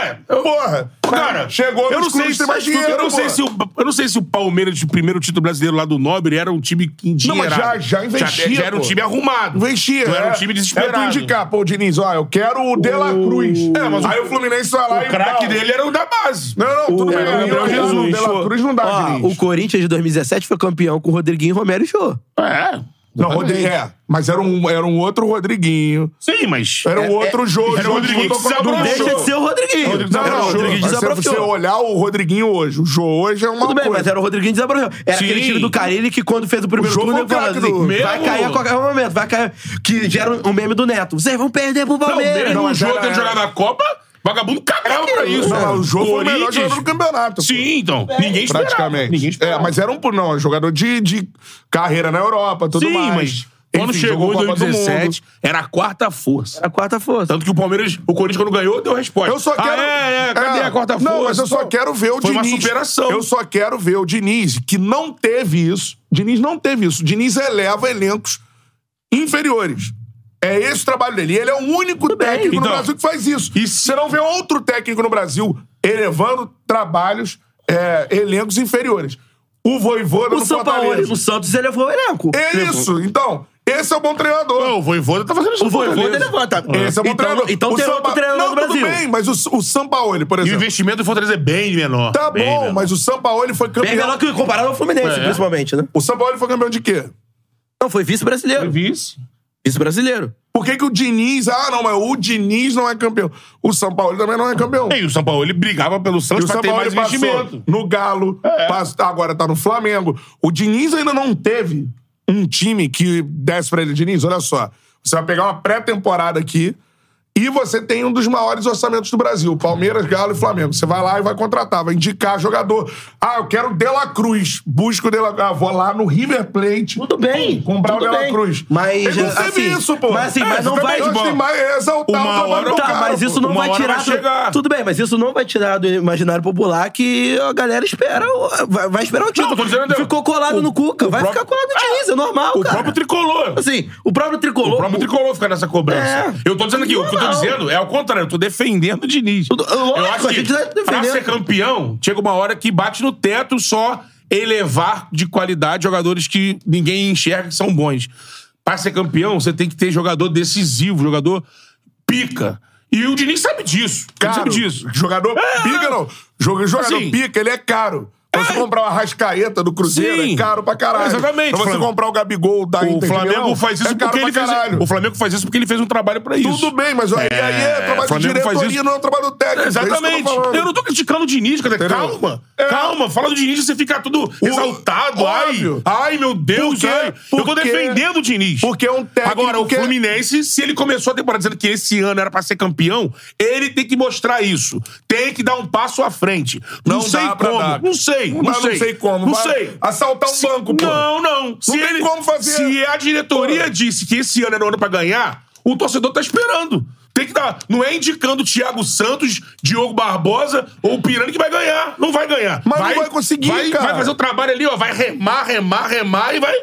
Speaker 2: É!
Speaker 1: Porra!
Speaker 2: Cara,
Speaker 1: chegou
Speaker 2: eu não
Speaker 1: nos
Speaker 2: sei
Speaker 1: clubes,
Speaker 2: se
Speaker 1: tem mais dinheiro,
Speaker 2: eu não sei
Speaker 1: pô.
Speaker 2: se o eu não sei se o Palmeiras de primeiro título brasileiro lá do Nobre era um time que
Speaker 1: Não, mas já- já investia,
Speaker 2: Já, era um
Speaker 1: pô.
Speaker 2: time arrumado.
Speaker 1: Investia.
Speaker 2: Não era um
Speaker 1: é.
Speaker 2: time desesperado.
Speaker 1: É tu indicar, pô, Diniz, ó, eu quero o De La Cruz.
Speaker 2: É, mas o-
Speaker 1: Aí o Fluminense vai lá e
Speaker 2: O craque
Speaker 1: dá. um-
Speaker 2: dele era o da base.
Speaker 1: Não, não, tudo
Speaker 3: O-
Speaker 1: bem.
Speaker 3: era o
Speaker 1: aí
Speaker 3: Gabriel
Speaker 1: eu-
Speaker 2: É, Jesus.
Speaker 1: O De La Cruz não dá,
Speaker 3: Ó,
Speaker 1: Diniz.
Speaker 3: o Corinthians de 2017 foi campeão com o Rodriguinho, Romero e Jô.
Speaker 2: É.
Speaker 1: Não, Rodrigo, é. Mas era um, era um outro Rodriguinho.
Speaker 2: Sim, mas.
Speaker 1: Era um outro jogo.
Speaker 2: era o
Speaker 1: jogo
Speaker 2: Rodriguinho
Speaker 1: disputou
Speaker 2: que
Speaker 1: com-
Speaker 2: se
Speaker 1: do-
Speaker 2: abrochou.
Speaker 3: Deixa de ser o Rodriguinho.
Speaker 2: Rodrigo
Speaker 1: Não,
Speaker 3: Era
Speaker 1: não,
Speaker 3: o Rodriguinho
Speaker 1: um mas se você
Speaker 3: desabrochou.
Speaker 1: olhar o Rodriguinho hoje, o Jô hoje é uma
Speaker 3: Tudo bem,
Speaker 1: coisa.
Speaker 2: um
Speaker 3: mas era o Rodriguinho desabrochou. Era aquele
Speaker 2: Sim.
Speaker 3: time do Carilli que quando fez o primeiro
Speaker 1: O jogo
Speaker 3: turno,
Speaker 1: é o
Speaker 3: ele falou
Speaker 1: craque
Speaker 3: assim,
Speaker 1: do-
Speaker 3: vai
Speaker 2: Mesmo-
Speaker 3: cair a qualquer momento, vai cair. Que gera um meme do Neto. Vocês vão perder pro
Speaker 2: Não,
Speaker 3: Palmeiras.
Speaker 2: mesmo
Speaker 1: Não,
Speaker 2: o
Speaker 1: mas
Speaker 2: jogo
Speaker 1: era-
Speaker 2: tendo jogado na Copa, vagabundo cagava pra isso.
Speaker 1: Não, o Jô foi o melhor
Speaker 2: Corinthians-
Speaker 1: jogador do campeonato. pô.
Speaker 2: Sim, então. Ninguém esperava.
Speaker 1: É, praticamente.
Speaker 2: Ninguém
Speaker 1: é,
Speaker 2: esperava.
Speaker 1: mas era um não, jogador de, de carreira na Europa, tudo
Speaker 2: Sim,
Speaker 1: mais.
Speaker 2: mas quando
Speaker 1: Enfim,
Speaker 2: chegou
Speaker 1: jogou
Speaker 2: em
Speaker 1: Copa do Mundo.
Speaker 2: 2017, era a quarta força.
Speaker 3: A quarta força.
Speaker 2: Tanto que o Palmeiras, o Corinthians, quando ganhou, deu resposta.
Speaker 1: Eu só quero.
Speaker 2: Ah, é, é, cadê a quarta força?
Speaker 1: Não, mas eu só
Speaker 2: Pô,
Speaker 1: quero ver o
Speaker 2: Foi uma
Speaker 1: Diniz.
Speaker 2: superação.
Speaker 1: Eu só quero ver o Diniz, que não teve isso. Diniz não teve isso. Diniz eleva elencos inferiores. É esse o trabalho dele. E ele é o único técnico
Speaker 2: Então,
Speaker 1: no Brasil que faz isso.
Speaker 2: e
Speaker 1: E
Speaker 2: se-
Speaker 1: Você não vê outro técnico no Brasil elevando trabalhos, é, elencos inferiores. O Voivoda
Speaker 3: O
Speaker 1: no
Speaker 3: São Paulo
Speaker 1: Fortaleza.
Speaker 3: no Santos elevou o elenco.
Speaker 1: É isso. Então, esse é o bom treinador.
Speaker 2: Não, o Voivoda tá fazendo isso.
Speaker 3: O
Speaker 2: no
Speaker 3: Voivoda
Speaker 2: Fortaleza.
Speaker 3: levanta.
Speaker 1: Esse é o bom
Speaker 3: então,
Speaker 1: treinador.
Speaker 3: então
Speaker 1: O
Speaker 3: tem outro
Speaker 1: Sampa-
Speaker 3: treinador
Speaker 1: não,
Speaker 3: no Brasil.
Speaker 1: tudo bem, mas o, o Sampaoli, por
Speaker 2: E o
Speaker 1: exemplo.
Speaker 2: investimento do Fortaleza é bem menor.
Speaker 1: Tá
Speaker 2: Bem
Speaker 1: bom,
Speaker 2: menor.
Speaker 1: mas o Sampaoli foi campeão.
Speaker 3: Bem melhor que comparado ao Fluminense,
Speaker 2: É.
Speaker 3: principalmente, né?
Speaker 1: O Sampaoli foi campeão de quê?
Speaker 3: Não,
Speaker 2: Foi
Speaker 3: foi vice-brasileiro.
Speaker 2: vice.
Speaker 3: Vice-brasileiro.
Speaker 1: Por que, que o Diniz. Ah, não, mas o Diniz não é campeão. O Sampaoli também não é campeão.
Speaker 2: E o São Paulo, ele brigava pelo
Speaker 1: E
Speaker 2: Santos
Speaker 1: o
Speaker 2: pra ter
Speaker 1: Sampaoli
Speaker 2: mais
Speaker 1: passou
Speaker 2: investimento. É.
Speaker 1: no Galo, passa- agora tá no Flamengo. O Diniz ainda não teve um time que desse pra ele. Diniz, olha só. Você vai pegar uma pré-temporada aqui e você tem um dos maiores orçamentos do Brasil. Palmeiras, Galo e Flamengo. Você vai lá e vai contratar, vai indicar jogador. Ah, eu quero o De La Cruz. Busco o De La Cruz. Ah, vou lá no River Plate.
Speaker 3: Tudo bem.
Speaker 1: Comprar o
Speaker 3: tudo
Speaker 1: De La
Speaker 3: bem.
Speaker 1: Cruz.
Speaker 3: Mas.
Speaker 1: Ele não
Speaker 3: assim,
Speaker 1: teve isso, pô.
Speaker 3: Mas assim,
Speaker 1: É,
Speaker 3: mas não
Speaker 1: você
Speaker 3: vai.
Speaker 1: também hoje tem mais é exaltar
Speaker 2: Uma
Speaker 1: o trabalho
Speaker 2: hora-
Speaker 1: do
Speaker 3: Tá,
Speaker 1: cara,
Speaker 3: mas isso
Speaker 1: pô.
Speaker 3: não
Speaker 2: Uma
Speaker 3: vai
Speaker 2: hora
Speaker 3: tirar
Speaker 2: vai
Speaker 3: do-
Speaker 2: chegar.
Speaker 3: Tudo bem, mas isso não vai tirar do imaginário popular que a galera espera. o- Vai, vai esperar o título.
Speaker 2: Não, tô dizendo-
Speaker 3: Ficou colado
Speaker 2: o-
Speaker 3: no Cuca.
Speaker 2: o
Speaker 3: Vai
Speaker 2: próprio-
Speaker 3: ficar colado no Diniz, é, normal,
Speaker 2: O
Speaker 3: cara.
Speaker 2: próprio tricolor.
Speaker 3: Assim, o próprio tricolor.
Speaker 2: O próprio tricolor fica nessa cobrança.
Speaker 3: É.
Speaker 2: Eu tô dizendo aqui, o que eu tô
Speaker 3: Não.
Speaker 2: dizendo é ao contrário, eu tô defendendo o Diniz.
Speaker 3: Tudo- lógico,
Speaker 2: eu acho
Speaker 3: a
Speaker 2: que
Speaker 3: gente tá
Speaker 2: pra
Speaker 3: defendendo.
Speaker 2: ser campeão, chega uma hora que bate no teto só elevar de qualidade jogadores que ninguém enxerga que são bons. Pra ser campeão, você tem que ter jogador decisivo, jogador pica. E o Diniz sabe disso. Ele
Speaker 1: caro.
Speaker 2: sabe disso. É.
Speaker 1: Jogador pica, não. Joga- Jogador
Speaker 2: Assim.
Speaker 1: pica, ele é caro. Pra você comprar uma rascaeta do Cruzeiro,
Speaker 2: Sim.
Speaker 1: é caro pra caralho.
Speaker 2: Exatamente,
Speaker 1: Pra você
Speaker 2: Flamengo.
Speaker 1: comprar o Gabigol da Inter
Speaker 2: O
Speaker 1: de
Speaker 2: Flamengo
Speaker 1: Milão,
Speaker 2: faz isso
Speaker 1: é caro
Speaker 2: porque
Speaker 1: pra
Speaker 2: ele fez.
Speaker 1: caralho.
Speaker 2: O Flamengo faz isso porque ele fez um trabalho pra isso.
Speaker 1: Tudo bem, mas aí, aí é trabalho de
Speaker 2: Flamengo faz
Speaker 1: diretoria,
Speaker 2: isso.
Speaker 1: não é um trabalho técnico. é isso que eu tô
Speaker 2: Exatamente.
Speaker 1: falando.
Speaker 2: eu não tô criticando o Diniz, cara.
Speaker 1: Entendeu?
Speaker 2: Calma.
Speaker 1: É.
Speaker 2: Calma. Fala do Diniz e você fica tudo exaltado.
Speaker 1: óbvio.
Speaker 2: Ai, ai, meu Deus.
Speaker 1: Por quê?
Speaker 2: ai. Eu tô
Speaker 1: Por quê?
Speaker 2: defendendo o Diniz.
Speaker 1: Porque é um técnico
Speaker 2: Agora, o
Speaker 1: que é-
Speaker 2: Fluminense, se ele começou a temporada dizendo que esse ano era pra ser campeão, ele tem que mostrar isso. Tem que dar um passo à frente. Não,
Speaker 1: Não
Speaker 2: sei
Speaker 1: dá pra
Speaker 2: como.
Speaker 1: dar.
Speaker 2: Não sei. Não,
Speaker 1: Não dá,
Speaker 2: sei.
Speaker 1: não sei como.
Speaker 2: Não
Speaker 1: Vai
Speaker 2: sei.
Speaker 1: assaltar um
Speaker 2: Se-
Speaker 1: banco, pô.
Speaker 2: Não, não. Se
Speaker 1: tem
Speaker 2: ele-
Speaker 1: como fazer.
Speaker 2: Se a diretoria disse que esse ano era o ano pra ganhar, o torcedor tá esperando. Tem que dar. Não é indicando Thiago Santos, Diogo Barbosa ou o Pirani que vai ganhar. Não vai ganhar.
Speaker 1: Mas não vai conseguir,
Speaker 2: vai,
Speaker 1: cara.
Speaker 2: Vai fazer o trabalho ali, ó. Vai remar, remar, remar e vai.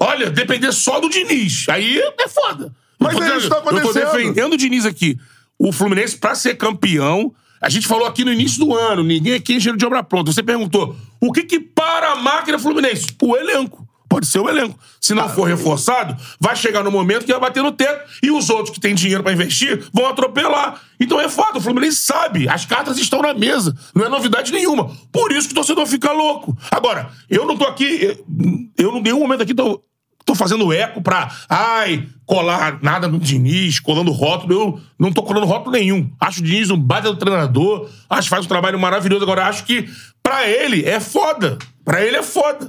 Speaker 2: Olha, depender só do Diniz. Aí é foda.
Speaker 1: Mas
Speaker 2: Eu tô
Speaker 1: é isso que tá
Speaker 2: Eu tô
Speaker 1: acontecendo.
Speaker 2: defendendo o Diniz aqui. O Fluminense, pra ser campeão, a gente falou aqui no início do ano, ninguém aqui é engenheiro de obra pronta. Você perguntou, o que que para a máquina Fluminense? O elenco. Pode ser o elenco. Se não for reforçado, vai chegar no momento que vai bater no teto e os outros que têm dinheiro pra investir vão atropelar. Então é foda, o Fluminense sabe, as cartas estão na mesa, não é novidade nenhuma. Por isso que o torcedor fica louco. Agora, eu não tô aqui, eu, eu não em nenhum momento aqui então, tô tô fazendo eco pra, ai, colar nada no Diniz, colando rótulo. Eu não tô colando rótulo nenhum. Acho o Diniz um baita do treinador, acho que faz um trabalho maravilhoso. Agora, acho que pra ele é foda. Pra ele é foda.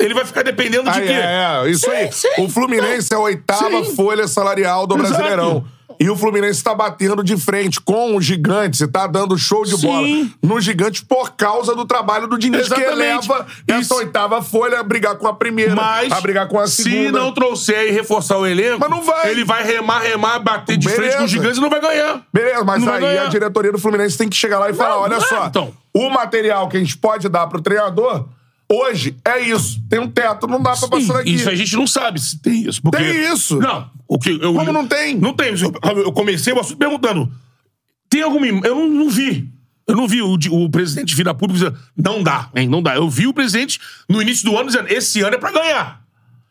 Speaker 2: Ele vai ficar dependendo de
Speaker 1: Ah,
Speaker 2: quê?
Speaker 1: é, é, isso
Speaker 2: Sim,
Speaker 1: aí.
Speaker 2: sim,
Speaker 1: o Fluminense é a oitava
Speaker 2: Sim.
Speaker 1: folha salarial do
Speaker 2: Exato.
Speaker 1: Brasileirão. E o Fluminense tá batendo de frente com o gigante, você tá dando show de
Speaker 2: Sim.
Speaker 1: bola no gigante por causa do trabalho do Diniz, que
Speaker 2: Exatamente.
Speaker 1: eleva essa
Speaker 2: Isso.
Speaker 1: oitava folha a brigar com a primeira,
Speaker 2: Mas,
Speaker 1: a brigar com a segunda.
Speaker 2: se não trouxer e reforçar o elenco,
Speaker 1: Mas não vai.
Speaker 2: ele vai remar, remar, bater de
Speaker 1: Beleza.
Speaker 2: frente com os gigantes e não vai ganhar.
Speaker 1: Beleza, mas
Speaker 2: Não vai
Speaker 1: aí
Speaker 2: ganhar.
Speaker 1: a diretoria do Fluminense tem que chegar lá e falar: olha
Speaker 2: é,
Speaker 1: só,
Speaker 2: então.
Speaker 1: o material que a gente pode dar pro treinador hoje é isso. Tem um teto, não dá pra passar daqui.
Speaker 2: Isso a gente não sabe se tem isso. porque-
Speaker 1: Tem isso.
Speaker 2: Não. O que eu,
Speaker 1: Como não tem?
Speaker 2: Não tem. Eu, eu comecei o assunto perguntando: tem alguma. im- Eu não, não vi. Eu não vi o, di- o presidente virar público dizendo: não dá, hein? Não dá. Eu vi o presidente no início do ano dizendo: esse ano é pra ganhar.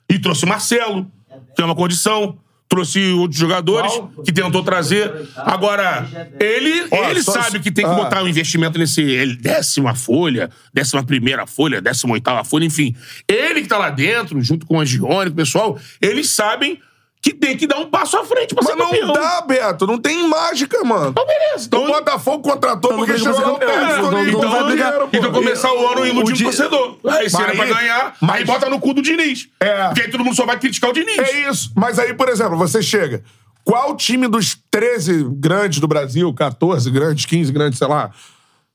Speaker 2: E trouxe o Marcelo, que é uma condição. Trouxe outros jogadores
Speaker 4: Qual?
Speaker 2: que tentou trazer. Agora, ele,
Speaker 1: Ó,
Speaker 2: ele
Speaker 1: só-
Speaker 2: sabe que tem que
Speaker 1: Ah.
Speaker 2: botar um investimento nesse ele- décima folha, décima primeira folha, décima oitava folha, enfim. Ele que tá lá dentro, junto com a Gione, o pessoal, eles sabem que tem que dar um passo à frente pra
Speaker 1: Mas
Speaker 2: ser campeão.
Speaker 1: não dá, Beto. Não tem mágica, mano.
Speaker 2: Então, beleza.
Speaker 1: Então,
Speaker 2: Então,
Speaker 1: o Botafogo contratou
Speaker 3: Então,
Speaker 1: porque
Speaker 3: não tem
Speaker 1: chegou
Speaker 3: como
Speaker 1: lá o
Speaker 3: ser campeão.
Speaker 1: técnico.
Speaker 3: Não,
Speaker 1: né?
Speaker 3: não
Speaker 1: Então,
Speaker 3: vai brigar.
Speaker 1: dinheiro, pô.
Speaker 2: então começar o ano
Speaker 3: o
Speaker 2: iludindo
Speaker 3: di-
Speaker 2: o torcedor. Ah, Aí se
Speaker 1: Mas
Speaker 2: era é pra
Speaker 1: aí-
Speaker 2: ganhar,
Speaker 1: mas-
Speaker 2: aí bota no cu do Diniz.
Speaker 1: É.
Speaker 2: Porque aí todo mundo só vai criticar o Diniz.
Speaker 1: É isso. Mas aí, por exemplo, você chega. Qual time dos 13 grandes do Brasil, 14 grandes, 15 grandes, sei lá,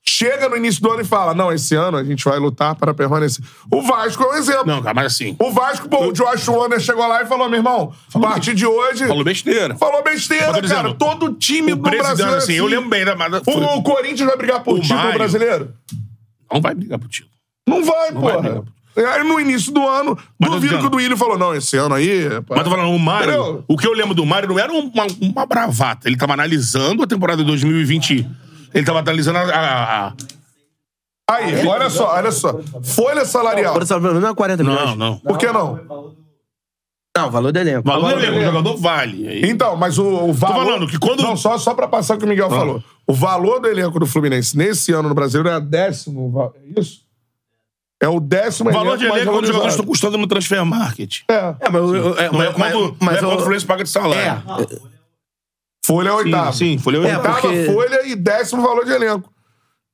Speaker 1: chega no início do ano e fala: não, esse ano a gente vai lutar para permanecer. O Vasco é um exemplo.
Speaker 2: Não, cara, mas assim.
Speaker 1: O Vasco, pô, o Josh Warner chegou lá e falou: meu irmão, a partir de hoje.
Speaker 2: Falou besteira.
Speaker 1: Falou besteira,
Speaker 2: Mas
Speaker 1: cara.
Speaker 2: tô dizendo,
Speaker 1: Todo time
Speaker 2: O
Speaker 1: do Brasil.
Speaker 2: presidente,
Speaker 1: é
Speaker 2: assim, eu lembro bem da.
Speaker 1: O, o Corinthians vai brigar por
Speaker 2: O
Speaker 1: título
Speaker 2: Mário.
Speaker 1: brasileiro?
Speaker 2: Não vai brigar pro título.
Speaker 1: Não vai,
Speaker 2: vai
Speaker 1: porra. É, Aí no início do ano,
Speaker 2: Mas tô
Speaker 1: duvido
Speaker 2: dizendo-
Speaker 1: que o Duílio falou: não, esse ano aí. pá,
Speaker 2: Mas tô falando, o Mário.
Speaker 1: Entendeu?
Speaker 2: O que eu lembro do Mário não era um, uma, uma bravata. Ele tava analisando a temporada de 2020. Ele tava analisando a. a- a-
Speaker 1: Aí, olha só, olha só. Folha salarial.
Speaker 3: Agora só não é 40 milhões.
Speaker 2: Não, não.
Speaker 1: Por que não?
Speaker 3: Não, valor do elenco.
Speaker 2: O valor é.
Speaker 1: Agora-
Speaker 2: dele, o jogador vale. Aí-
Speaker 1: Então, mas o, o valor.
Speaker 2: falando que quando- Ah.
Speaker 1: Não, só, só pra passar o que o Miguel falou. O valor do elenco do Fluminense nesse ano no Brasil é décimo. va- É isso? É o décimo
Speaker 2: O valor de
Speaker 1: mais
Speaker 2: elenco é quando os jogadores estão
Speaker 1: valorizado.
Speaker 2: custando no transfer market.
Speaker 3: É, mas, eu- eu- é,
Speaker 2: Não é
Speaker 3: mas- mas-
Speaker 2: quanto não é
Speaker 3: mas eu-
Speaker 2: quanto o Fluminense paga de salário.
Speaker 3: É,
Speaker 1: Folha é oitavo.
Speaker 2: Sim, sim, foi o
Speaker 3: É,
Speaker 1: oitava
Speaker 3: porque-
Speaker 1: folha e décimo valor de elenco.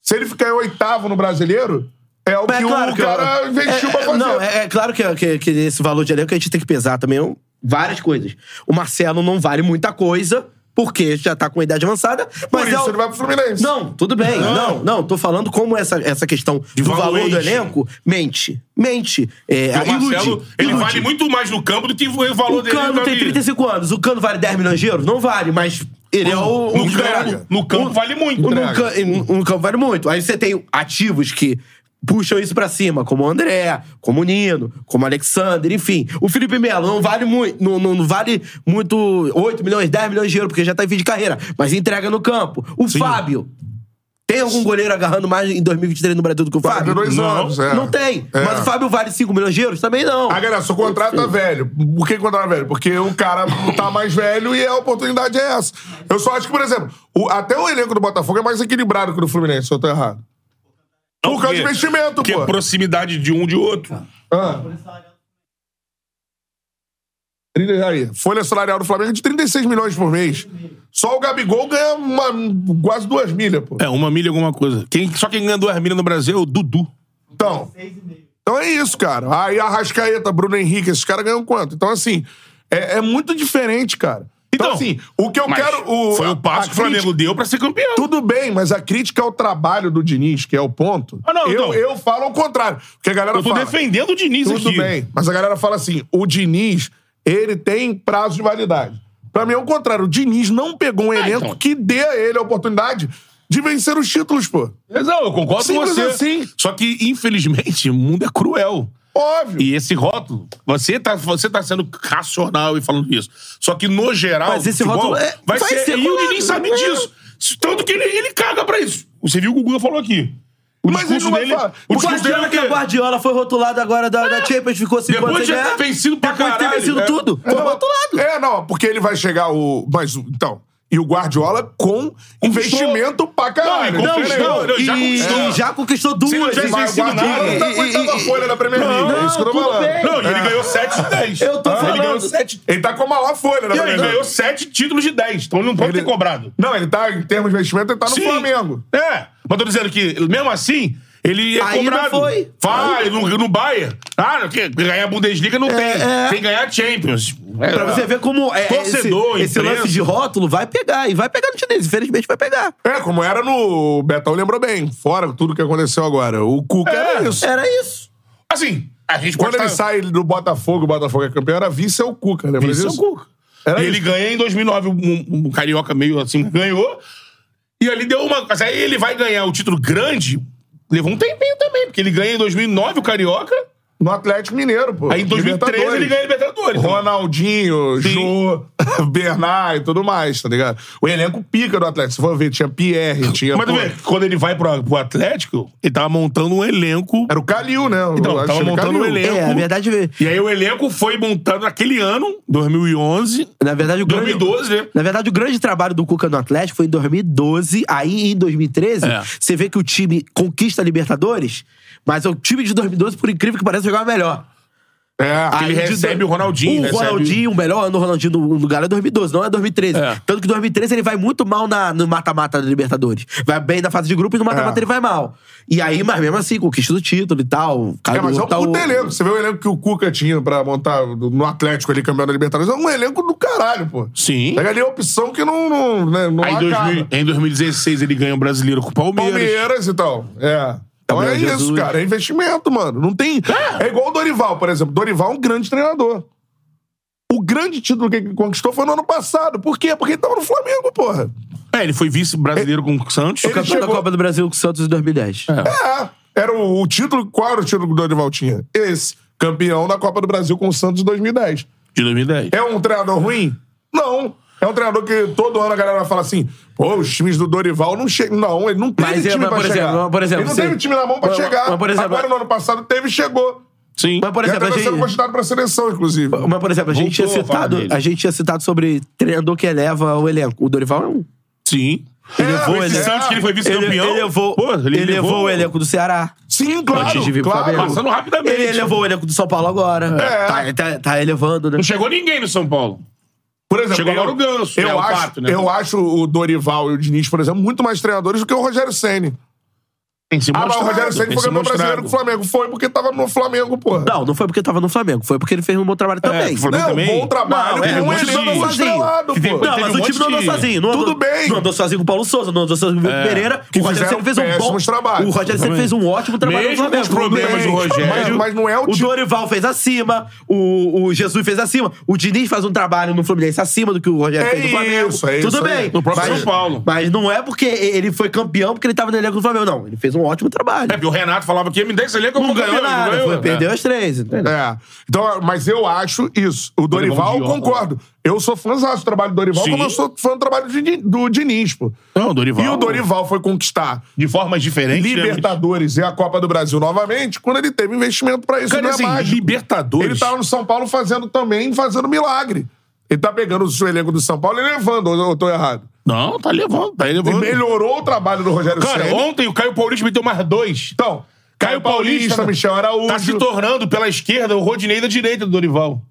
Speaker 1: Se ele ficar em oitavo no brasileiro, é o que o
Speaker 3: eu-
Speaker 1: cara investiu
Speaker 3: é,
Speaker 1: pra
Speaker 3: é,
Speaker 1: fazer.
Speaker 3: Não, é, é claro que, que, que esse valor de elenco a gente tem que pesar também é um- várias coisas. O Marcelo não vale muita coisa, porque já tá com a idade avançada, mas
Speaker 1: Por
Speaker 3: é
Speaker 1: isso
Speaker 3: o-
Speaker 1: ele vai pro Fluminense.
Speaker 3: Não, tudo bem. Não, não, tô falando como essa, essa questão do valor do
Speaker 2: valuation.
Speaker 3: elenco mente. Mente. É,
Speaker 2: O Marcelo,
Speaker 3: ilude,
Speaker 2: ele
Speaker 3: ilude.
Speaker 2: vale muito mais no campo do que o valor
Speaker 3: O
Speaker 2: dele
Speaker 3: Cano
Speaker 2: na
Speaker 3: tem
Speaker 2: vida.
Speaker 3: 35 anos. O Cano vale 10 milhões de euros? Não vale, mas ele é o.
Speaker 2: No
Speaker 3: o cara-
Speaker 2: campo, no campo vale muito.
Speaker 3: no,
Speaker 2: Entrega.
Speaker 3: ca- no- no campo vale muito. Aí você tem ativos que puxam isso pra cima, como o André, como o Nino, como o Alexander, enfim. O Felipe Melo não vale muito, não, não- não vale muito 8 milhões, 10 milhões de euros, porque já tá em fim de carreira, mas entrega no campo. O Fábio. Tem algum goleiro agarrando mais em 2023 no Brasil do que o Fábio?
Speaker 1: 42
Speaker 2: Não,
Speaker 1: anos, é.
Speaker 3: Não tem.
Speaker 1: É.
Speaker 3: Mas o Fábio vale 5 milhões de euros? Também não.
Speaker 1: Ah, galera, seu contrato é velho. Por que contrato é velho? Porque o cara tá mais velho e a oportunidade é essa. Eu só acho que, por exemplo, o- até o elenco do Botafogo é mais equilibrado que o do Fluminense, se eu tô errado.
Speaker 3: É
Speaker 2: Não,
Speaker 1: Por causa de
Speaker 2: porque-
Speaker 1: investimento,
Speaker 2: Porque
Speaker 1: pô.
Speaker 2: é proximidade de um de outro.
Speaker 1: Ah. Trinta- Aí, folha salarial do Flamengo é de 36 milhões por mês. Só o Gabigol ganha uma, quase duas milhas, pô.
Speaker 2: É, uma milha alguma coisa. Quem, só quem ganha duas milhas no Brasil é o Dudu.
Speaker 1: Então, então é isso, cara. Aí a Rascaeta, Bruno Henrique, esses caras ganham quanto? Então, assim, é, é muito diferente, cara. Então,
Speaker 2: Então,
Speaker 1: assim, o que eu
Speaker 2: Mas
Speaker 1: quero. O,
Speaker 2: foi o
Speaker 1: a- a
Speaker 2: passo que o Flamengo
Speaker 1: crítica-
Speaker 2: deu pra ser campeão.
Speaker 1: Tudo bem, mas a crítica ao trabalho do Diniz, que é o ponto,
Speaker 2: Ah, não,
Speaker 1: eu,
Speaker 2: então.
Speaker 1: eu falo ao contrário. Porque a galera
Speaker 2: Eu tô
Speaker 1: fala.
Speaker 2: defendendo o Diniz
Speaker 1: Tudo
Speaker 2: aqui.
Speaker 1: bem. Mas a galera fala assim: o Diniz, ele tem prazo de validade. Pra mim é o contrário. O Diniz não pegou um elenco
Speaker 2: então.
Speaker 1: que dê a ele a oportunidade de vencer os títulos, pô.
Speaker 2: Mas não, eu concordo
Speaker 1: Simples
Speaker 2: com você.
Speaker 1: assim.
Speaker 2: Só que, infelizmente, o mundo é cruel.
Speaker 1: Óbvio.
Speaker 2: E esse rótulo, você tá, você tá sendo racional e falando isso. Só que, no geral,
Speaker 3: Mas esse rótulo é-
Speaker 2: vai,
Speaker 3: vai
Speaker 2: ser.
Speaker 3: ser,
Speaker 2: e
Speaker 3: claro.
Speaker 2: ele nem sabe
Speaker 3: É.
Speaker 2: disso. Tanto que ele, ele caga pra isso. Você viu o que o Guga falou aqui. O
Speaker 1: Mas ele
Speaker 2: discurso
Speaker 1: não vai
Speaker 2: dele.
Speaker 1: falar.
Speaker 2: O
Speaker 1: O
Speaker 2: discurso dele
Speaker 3: Guardiola,
Speaker 2: é
Speaker 3: que o
Speaker 2: que.
Speaker 3: Guardiola foi rotulado agora da, da Champions, ficou 5
Speaker 2: Depois
Speaker 3: anos
Speaker 2: de ter
Speaker 3: sem ganhar.
Speaker 2: vencido pra
Speaker 3: Depois de ter
Speaker 2: caralho,
Speaker 3: vencido
Speaker 2: é.
Speaker 3: tudo. Foi
Speaker 1: não,
Speaker 3: rotulado.
Speaker 1: É, não, porque ele vai chegar o. Mas, então. E o Guardiola com investimento pra caralho.
Speaker 2: Não, e
Speaker 1: Pera aí,
Speaker 2: não, não,
Speaker 1: e-
Speaker 2: já
Speaker 3: e,
Speaker 2: conquistou.
Speaker 3: e já conquistou duas.
Speaker 2: não tivesse
Speaker 3: hein?
Speaker 1: Mas o
Speaker 2: vencido
Speaker 1: Guardiola
Speaker 2: nada.
Speaker 1: não tá
Speaker 3: E-
Speaker 1: aguentando
Speaker 3: e-
Speaker 1: a folha da Premier League. É isso que eu tô
Speaker 3: tudo
Speaker 1: falando.
Speaker 3: bem.
Speaker 2: Não, e ele ganhou 7 de 10.
Speaker 3: Eu tô
Speaker 2: Ele ganhou
Speaker 3: falando.
Speaker 2: 7
Speaker 1: Ele tá com a maior folha da
Speaker 2: E
Speaker 1: Premier
Speaker 2: ele
Speaker 1: League.
Speaker 2: ganhou 7 títulos de 10. Então ele não pode
Speaker 1: Ele-
Speaker 2: ter cobrado.
Speaker 1: Não, ele tá, em termos de investimento, ele tá no
Speaker 2: Sim.
Speaker 1: Flamengo.
Speaker 2: É. Mas tô dizendo que, mesmo assim, ele é
Speaker 3: Ainda
Speaker 2: cobrado.
Speaker 3: foi.
Speaker 2: Vai, no, no Bayern. Ah, que ganhar a Bundesliga não tem.
Speaker 3: é.
Speaker 2: Tem que ganhar Champions. É,
Speaker 3: Pra você ver como é,
Speaker 2: Torcedor,
Speaker 3: esse, esse
Speaker 2: imprensa.
Speaker 3: lance de rótulo vai pegar. E vai pegar no chinês. Infelizmente vai pegar.
Speaker 1: É, como era no. O Betão lembrou bem, fora tudo que aconteceu agora. O Cuca
Speaker 2: É.
Speaker 1: era isso.
Speaker 3: Era isso.
Speaker 2: Assim, a gente
Speaker 1: Quando
Speaker 2: pode
Speaker 1: ele
Speaker 2: tá-
Speaker 1: sai do Botafogo, o Botafogo é campeão, era vice é o Cuca, lembra
Speaker 2: Vice é
Speaker 1: disso?
Speaker 2: o Cuca.
Speaker 1: Era
Speaker 2: ele
Speaker 1: isso.
Speaker 2: ganha em 2009, um, um carioca meio assim, ganhou. E ali deu uma. mas Aí ele vai ganhar o título grande, levou um tempinho também, porque ele ganha em 2009 o carioca,
Speaker 1: No Atlético Mineiro, pô.
Speaker 2: aí em 2013 ele
Speaker 1: Libertadores.
Speaker 2: ganha a Libertadores.
Speaker 1: Ronaldinho,
Speaker 2: Então, Sim.
Speaker 1: Jô, Bernard e tudo mais, tá ligado? O elenco pica do Atlético. Se for ver, tinha Pierre, tinha.
Speaker 2: Mas tu
Speaker 1: pô,
Speaker 2: vê, quando ele vai pro, pro Atlético, ele tava montando um elenco.
Speaker 1: Era o Calil, né? O
Speaker 2: Então, tava
Speaker 1: Alexandre
Speaker 2: montando
Speaker 1: Calil.
Speaker 2: um elenco.
Speaker 3: É, na verdade,
Speaker 2: E aí o elenco foi montando naquele ano, 2011,
Speaker 3: na verdade o grande-
Speaker 2: 2012, né?
Speaker 3: Na verdade, o grande trabalho do Cuca no Atlético foi em 2012. Aí, em 2013,
Speaker 2: É.
Speaker 3: você vê que o time conquista a Libertadores, mas o time de 2012, por incrível que pareça, jogava melhor.
Speaker 1: É,
Speaker 2: Aí- ele
Speaker 3: de
Speaker 2: recebe
Speaker 3: do-
Speaker 2: o Ronaldinho,
Speaker 3: O
Speaker 2: recebe-
Speaker 3: um Ronaldinho, o melhor ano do Ronaldinho no, no Galo é 2012, não é 2013.
Speaker 2: É.
Speaker 3: Tanto que 2013 ele vai muito mal na, no mata-mata da Libertadores. Vai bem na fase de grupo e no mata-mata
Speaker 1: É.
Speaker 3: ele vai mal. E aí, mas mesmo assim, conquista o tá título e tal.
Speaker 1: É, mas é um
Speaker 3: tal,
Speaker 1: puta elenco. Você vê o elenco que o Cuca tinha pra montar no Atlético ali, campeão da Libertadores. É um elenco do caralho, pô.
Speaker 2: Sim.
Speaker 1: Pega ali a opção que não, não, né, não
Speaker 2: Aí em,
Speaker 1: acaba.
Speaker 2: 2000 em 2016 ele ganha o brasileiro com o Palmeiras.
Speaker 1: Palmeiras e tal. É. Então
Speaker 3: Gabriel
Speaker 1: é isso,
Speaker 3: Jesus.
Speaker 1: cara. É investimento, mano. Não tem. É. igual o Dorival, por exemplo. Dorival é um grande treinador. O grande título que ele conquistou foi no ano passado. Por quê? Porque ele tava no Flamengo, porra.
Speaker 2: É, ele foi vice-brasileiro com o Santos.
Speaker 1: ele
Speaker 3: campeão da
Speaker 1: chegou-
Speaker 3: Copa do Brasil com o Santos em 2010.
Speaker 1: É. Era o, o título. Qual era o título que o Dorival tinha? Esse. Campeão da Copa do Brasil com o Santos em 2010.
Speaker 2: De 2010.
Speaker 1: É um treinador ruim? Não. É um treinador que todo ano a galera fala assim: pô, os times do Dorival não chegam. Não, ele não teve
Speaker 3: Mas, é,
Speaker 1: time
Speaker 3: mas,
Speaker 1: pra
Speaker 3: por
Speaker 1: chegar.
Speaker 3: exemplo, mas, por exemplo,
Speaker 1: ele não
Speaker 3: sim.
Speaker 1: teve time na mão pra
Speaker 3: Mas,
Speaker 1: chegar.
Speaker 3: mas, por exemplo,
Speaker 1: Agora, no ano passado, teve e chegou.
Speaker 2: Sim.
Speaker 3: Mas, por
Speaker 1: E até
Speaker 3: exemplo, a
Speaker 1: tá sendo
Speaker 3: gente...
Speaker 1: cogitado pra seleção, inclusive.
Speaker 3: Mas, por exemplo, a gente, tinha
Speaker 2: Voltou a falar
Speaker 3: citado,
Speaker 2: dele.
Speaker 3: a gente tinha citado sobre treinador que eleva o elenco. O Dorival é um.
Speaker 2: Sim.
Speaker 1: É,
Speaker 3: levou
Speaker 2: esse
Speaker 3: ele-
Speaker 2: Santos que ele foi
Speaker 3: Ele,
Speaker 2: vice-campeão.
Speaker 3: ele levou,
Speaker 2: Pô,
Speaker 3: ele levou o elenco do Ceará.
Speaker 1: Sim,
Speaker 3: antes de vir
Speaker 1: claro.
Speaker 3: pro
Speaker 1: claro.
Speaker 3: Flamengo.
Speaker 2: Passando rapidamente.
Speaker 3: Ele elevou o elenco do São Paulo agora.
Speaker 1: É.
Speaker 3: Tá, tá- tá elevando, né?
Speaker 2: Não chegou ninguém no São Paulo.
Speaker 1: Por exemplo,
Speaker 2: Chegou
Speaker 1: eu-
Speaker 2: agora o Ganso,
Speaker 1: eu,
Speaker 2: né, o
Speaker 1: acho,
Speaker 2: Pato, né?
Speaker 1: eu acho o Dorival e o Diniz, por exemplo, muito mais treinadores do que o Rogério Senni.
Speaker 2: Tem se
Speaker 1: Ah, mas o Rogério Senni
Speaker 2: tem
Speaker 1: foi
Speaker 2: se
Speaker 1: campeão brasileiro
Speaker 2: mostrado.
Speaker 1: com o Flamengo. Foi porque tava no Flamengo, porra.
Speaker 3: Não, não foi porque tava no Flamengo, foi porque ele fez um bom trabalho também.
Speaker 2: É, foi-
Speaker 1: Não,
Speaker 2: também.
Speaker 1: bom trabalho
Speaker 3: Não, é,
Speaker 1: com um
Speaker 3: muito
Speaker 1: elenco
Speaker 3: sozinho.
Speaker 1: estrelado,
Speaker 2: Que teve-
Speaker 1: pô.
Speaker 3: Não,
Speaker 2: teve
Speaker 3: mas
Speaker 2: um
Speaker 3: o
Speaker 2: monte
Speaker 3: time não andou
Speaker 2: de-
Speaker 3: sozinho. Não
Speaker 1: Tudo
Speaker 3: andou,
Speaker 1: bem.
Speaker 3: Não andou sozinho com o Paulo Souza, não andou sozinho com o
Speaker 2: É.
Speaker 3: Pereira.
Speaker 1: Que
Speaker 3: o Rogério
Speaker 1: fizeram
Speaker 3: Senna fez um bom...
Speaker 1: péssimos trabalhos.
Speaker 3: O Rogério Senna fez um ótimo trabalho
Speaker 2: Mesmo
Speaker 3: no Flamengo.
Speaker 2: com os problemas do Rogério.
Speaker 1: Mas, mas não é o
Speaker 3: O
Speaker 1: time.
Speaker 3: Dorival fez acima, o, o Jesus fez acima, o Diniz faz um trabalho no Fluminense acima do que o Rogério
Speaker 1: É
Speaker 3: fez no Flamengo.
Speaker 1: isso, é
Speaker 3: Tudo
Speaker 1: isso aí.
Speaker 3: bem.
Speaker 2: No próprio
Speaker 3: mas,
Speaker 2: São Paulo.
Speaker 3: Mas não é porque ele foi campeão porque ele tava no elenco do Flamengo, não. Ele fez um ótimo trabalho.
Speaker 2: É, porque o Renato falava que ia me dar esse elenco, eu
Speaker 3: não ganhou
Speaker 2: campeão,
Speaker 3: nada,
Speaker 2: não
Speaker 3: foi-
Speaker 2: ganhou. né?
Speaker 3: perdeu as três, entendeu?
Speaker 1: É. Então, mas eu acho isso. O Dorival, eu
Speaker 2: Dorival de
Speaker 1: concordo. Eu sou fãzão do trabalho do Dorival,
Speaker 2: é Sim.
Speaker 1: como eu sou fã do trabalho do Dini- do Diniz, pô.
Speaker 2: Não, o Dorival.
Speaker 1: E o Dorival foi conquistar
Speaker 2: De formas diferentes. né?
Speaker 1: Libertadores e a Copa do Brasil novamente quando ele teve investimento pra isso.
Speaker 2: Cara,
Speaker 1: não é
Speaker 2: assim,
Speaker 1: mágico.
Speaker 2: Libertadores.
Speaker 1: Ele tava no São Paulo fazendo também, fazendo milagre. Ele tá pegando o elenco do São Paulo e levando, ou eu tô errado.
Speaker 2: Não, tá levando, tá
Speaker 1: Ele
Speaker 2: levando.
Speaker 1: melhorou o trabalho do Rogério
Speaker 2: Cara,
Speaker 1: Ceni.
Speaker 2: ontem o Caio Paulista meteu mais dois.
Speaker 1: Então,
Speaker 2: Caio Paulista,
Speaker 1: Michel Araújo,
Speaker 2: Tá se tornando pela esquerda o Rodinei da direita do Dorival.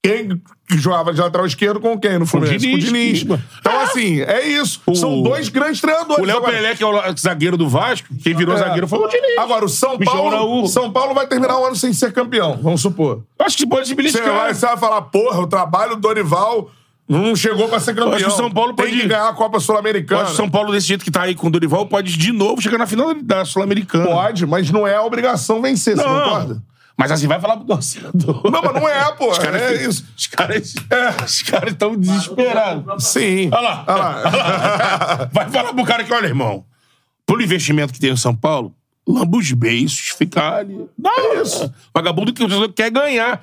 Speaker 1: quem jogava de lateral esquerdo com quem no Fluminense? Com o
Speaker 2: Diniz.
Speaker 1: Diniz. Então, assim, é isso. São dois grandes treinadores.
Speaker 2: O Léo
Speaker 1: Agora-
Speaker 2: Pelé, que é o zagueiro do Vasco, quem virou
Speaker 1: É.
Speaker 2: zagueiro foi o Rodinei.
Speaker 1: Agora, o São
Speaker 2: Michel
Speaker 1: Paulo,
Speaker 2: Araújo.
Speaker 1: São Paulo vai terminar o ano sem ser campeão, vamos supor.
Speaker 2: Acho que pode se
Speaker 1: Você vai,
Speaker 2: beliscar.
Speaker 1: você vai falar, porra, o trabalho do Dorival não chegou pra ser campeão.
Speaker 2: acho que o São Paulo
Speaker 1: Tem
Speaker 2: pode-
Speaker 1: que ganhar a Copa
Speaker 2: Eu
Speaker 1: Sul-Americana.
Speaker 2: acho que o São Paulo, desse jeito que tá aí com o Dorival, pode de novo chegar na final da Sul-Americana.
Speaker 1: Pode, mas não é a obrigação vencer, você concorda?
Speaker 2: Mas assim, vai falar pro torcedor.
Speaker 1: Não, mas não é, pô.
Speaker 2: Os caras,
Speaker 1: É isso.
Speaker 2: Os caras é, os caras estão desesperados.
Speaker 1: Sim.
Speaker 2: Olha lá.
Speaker 1: Olha lá.
Speaker 2: Vai falar pro cara que, olha, irmão, pelo investimento que tem no São Paulo, lamba os beiços, ficar ali. Não, isso. Vagabundo que quer ganhar.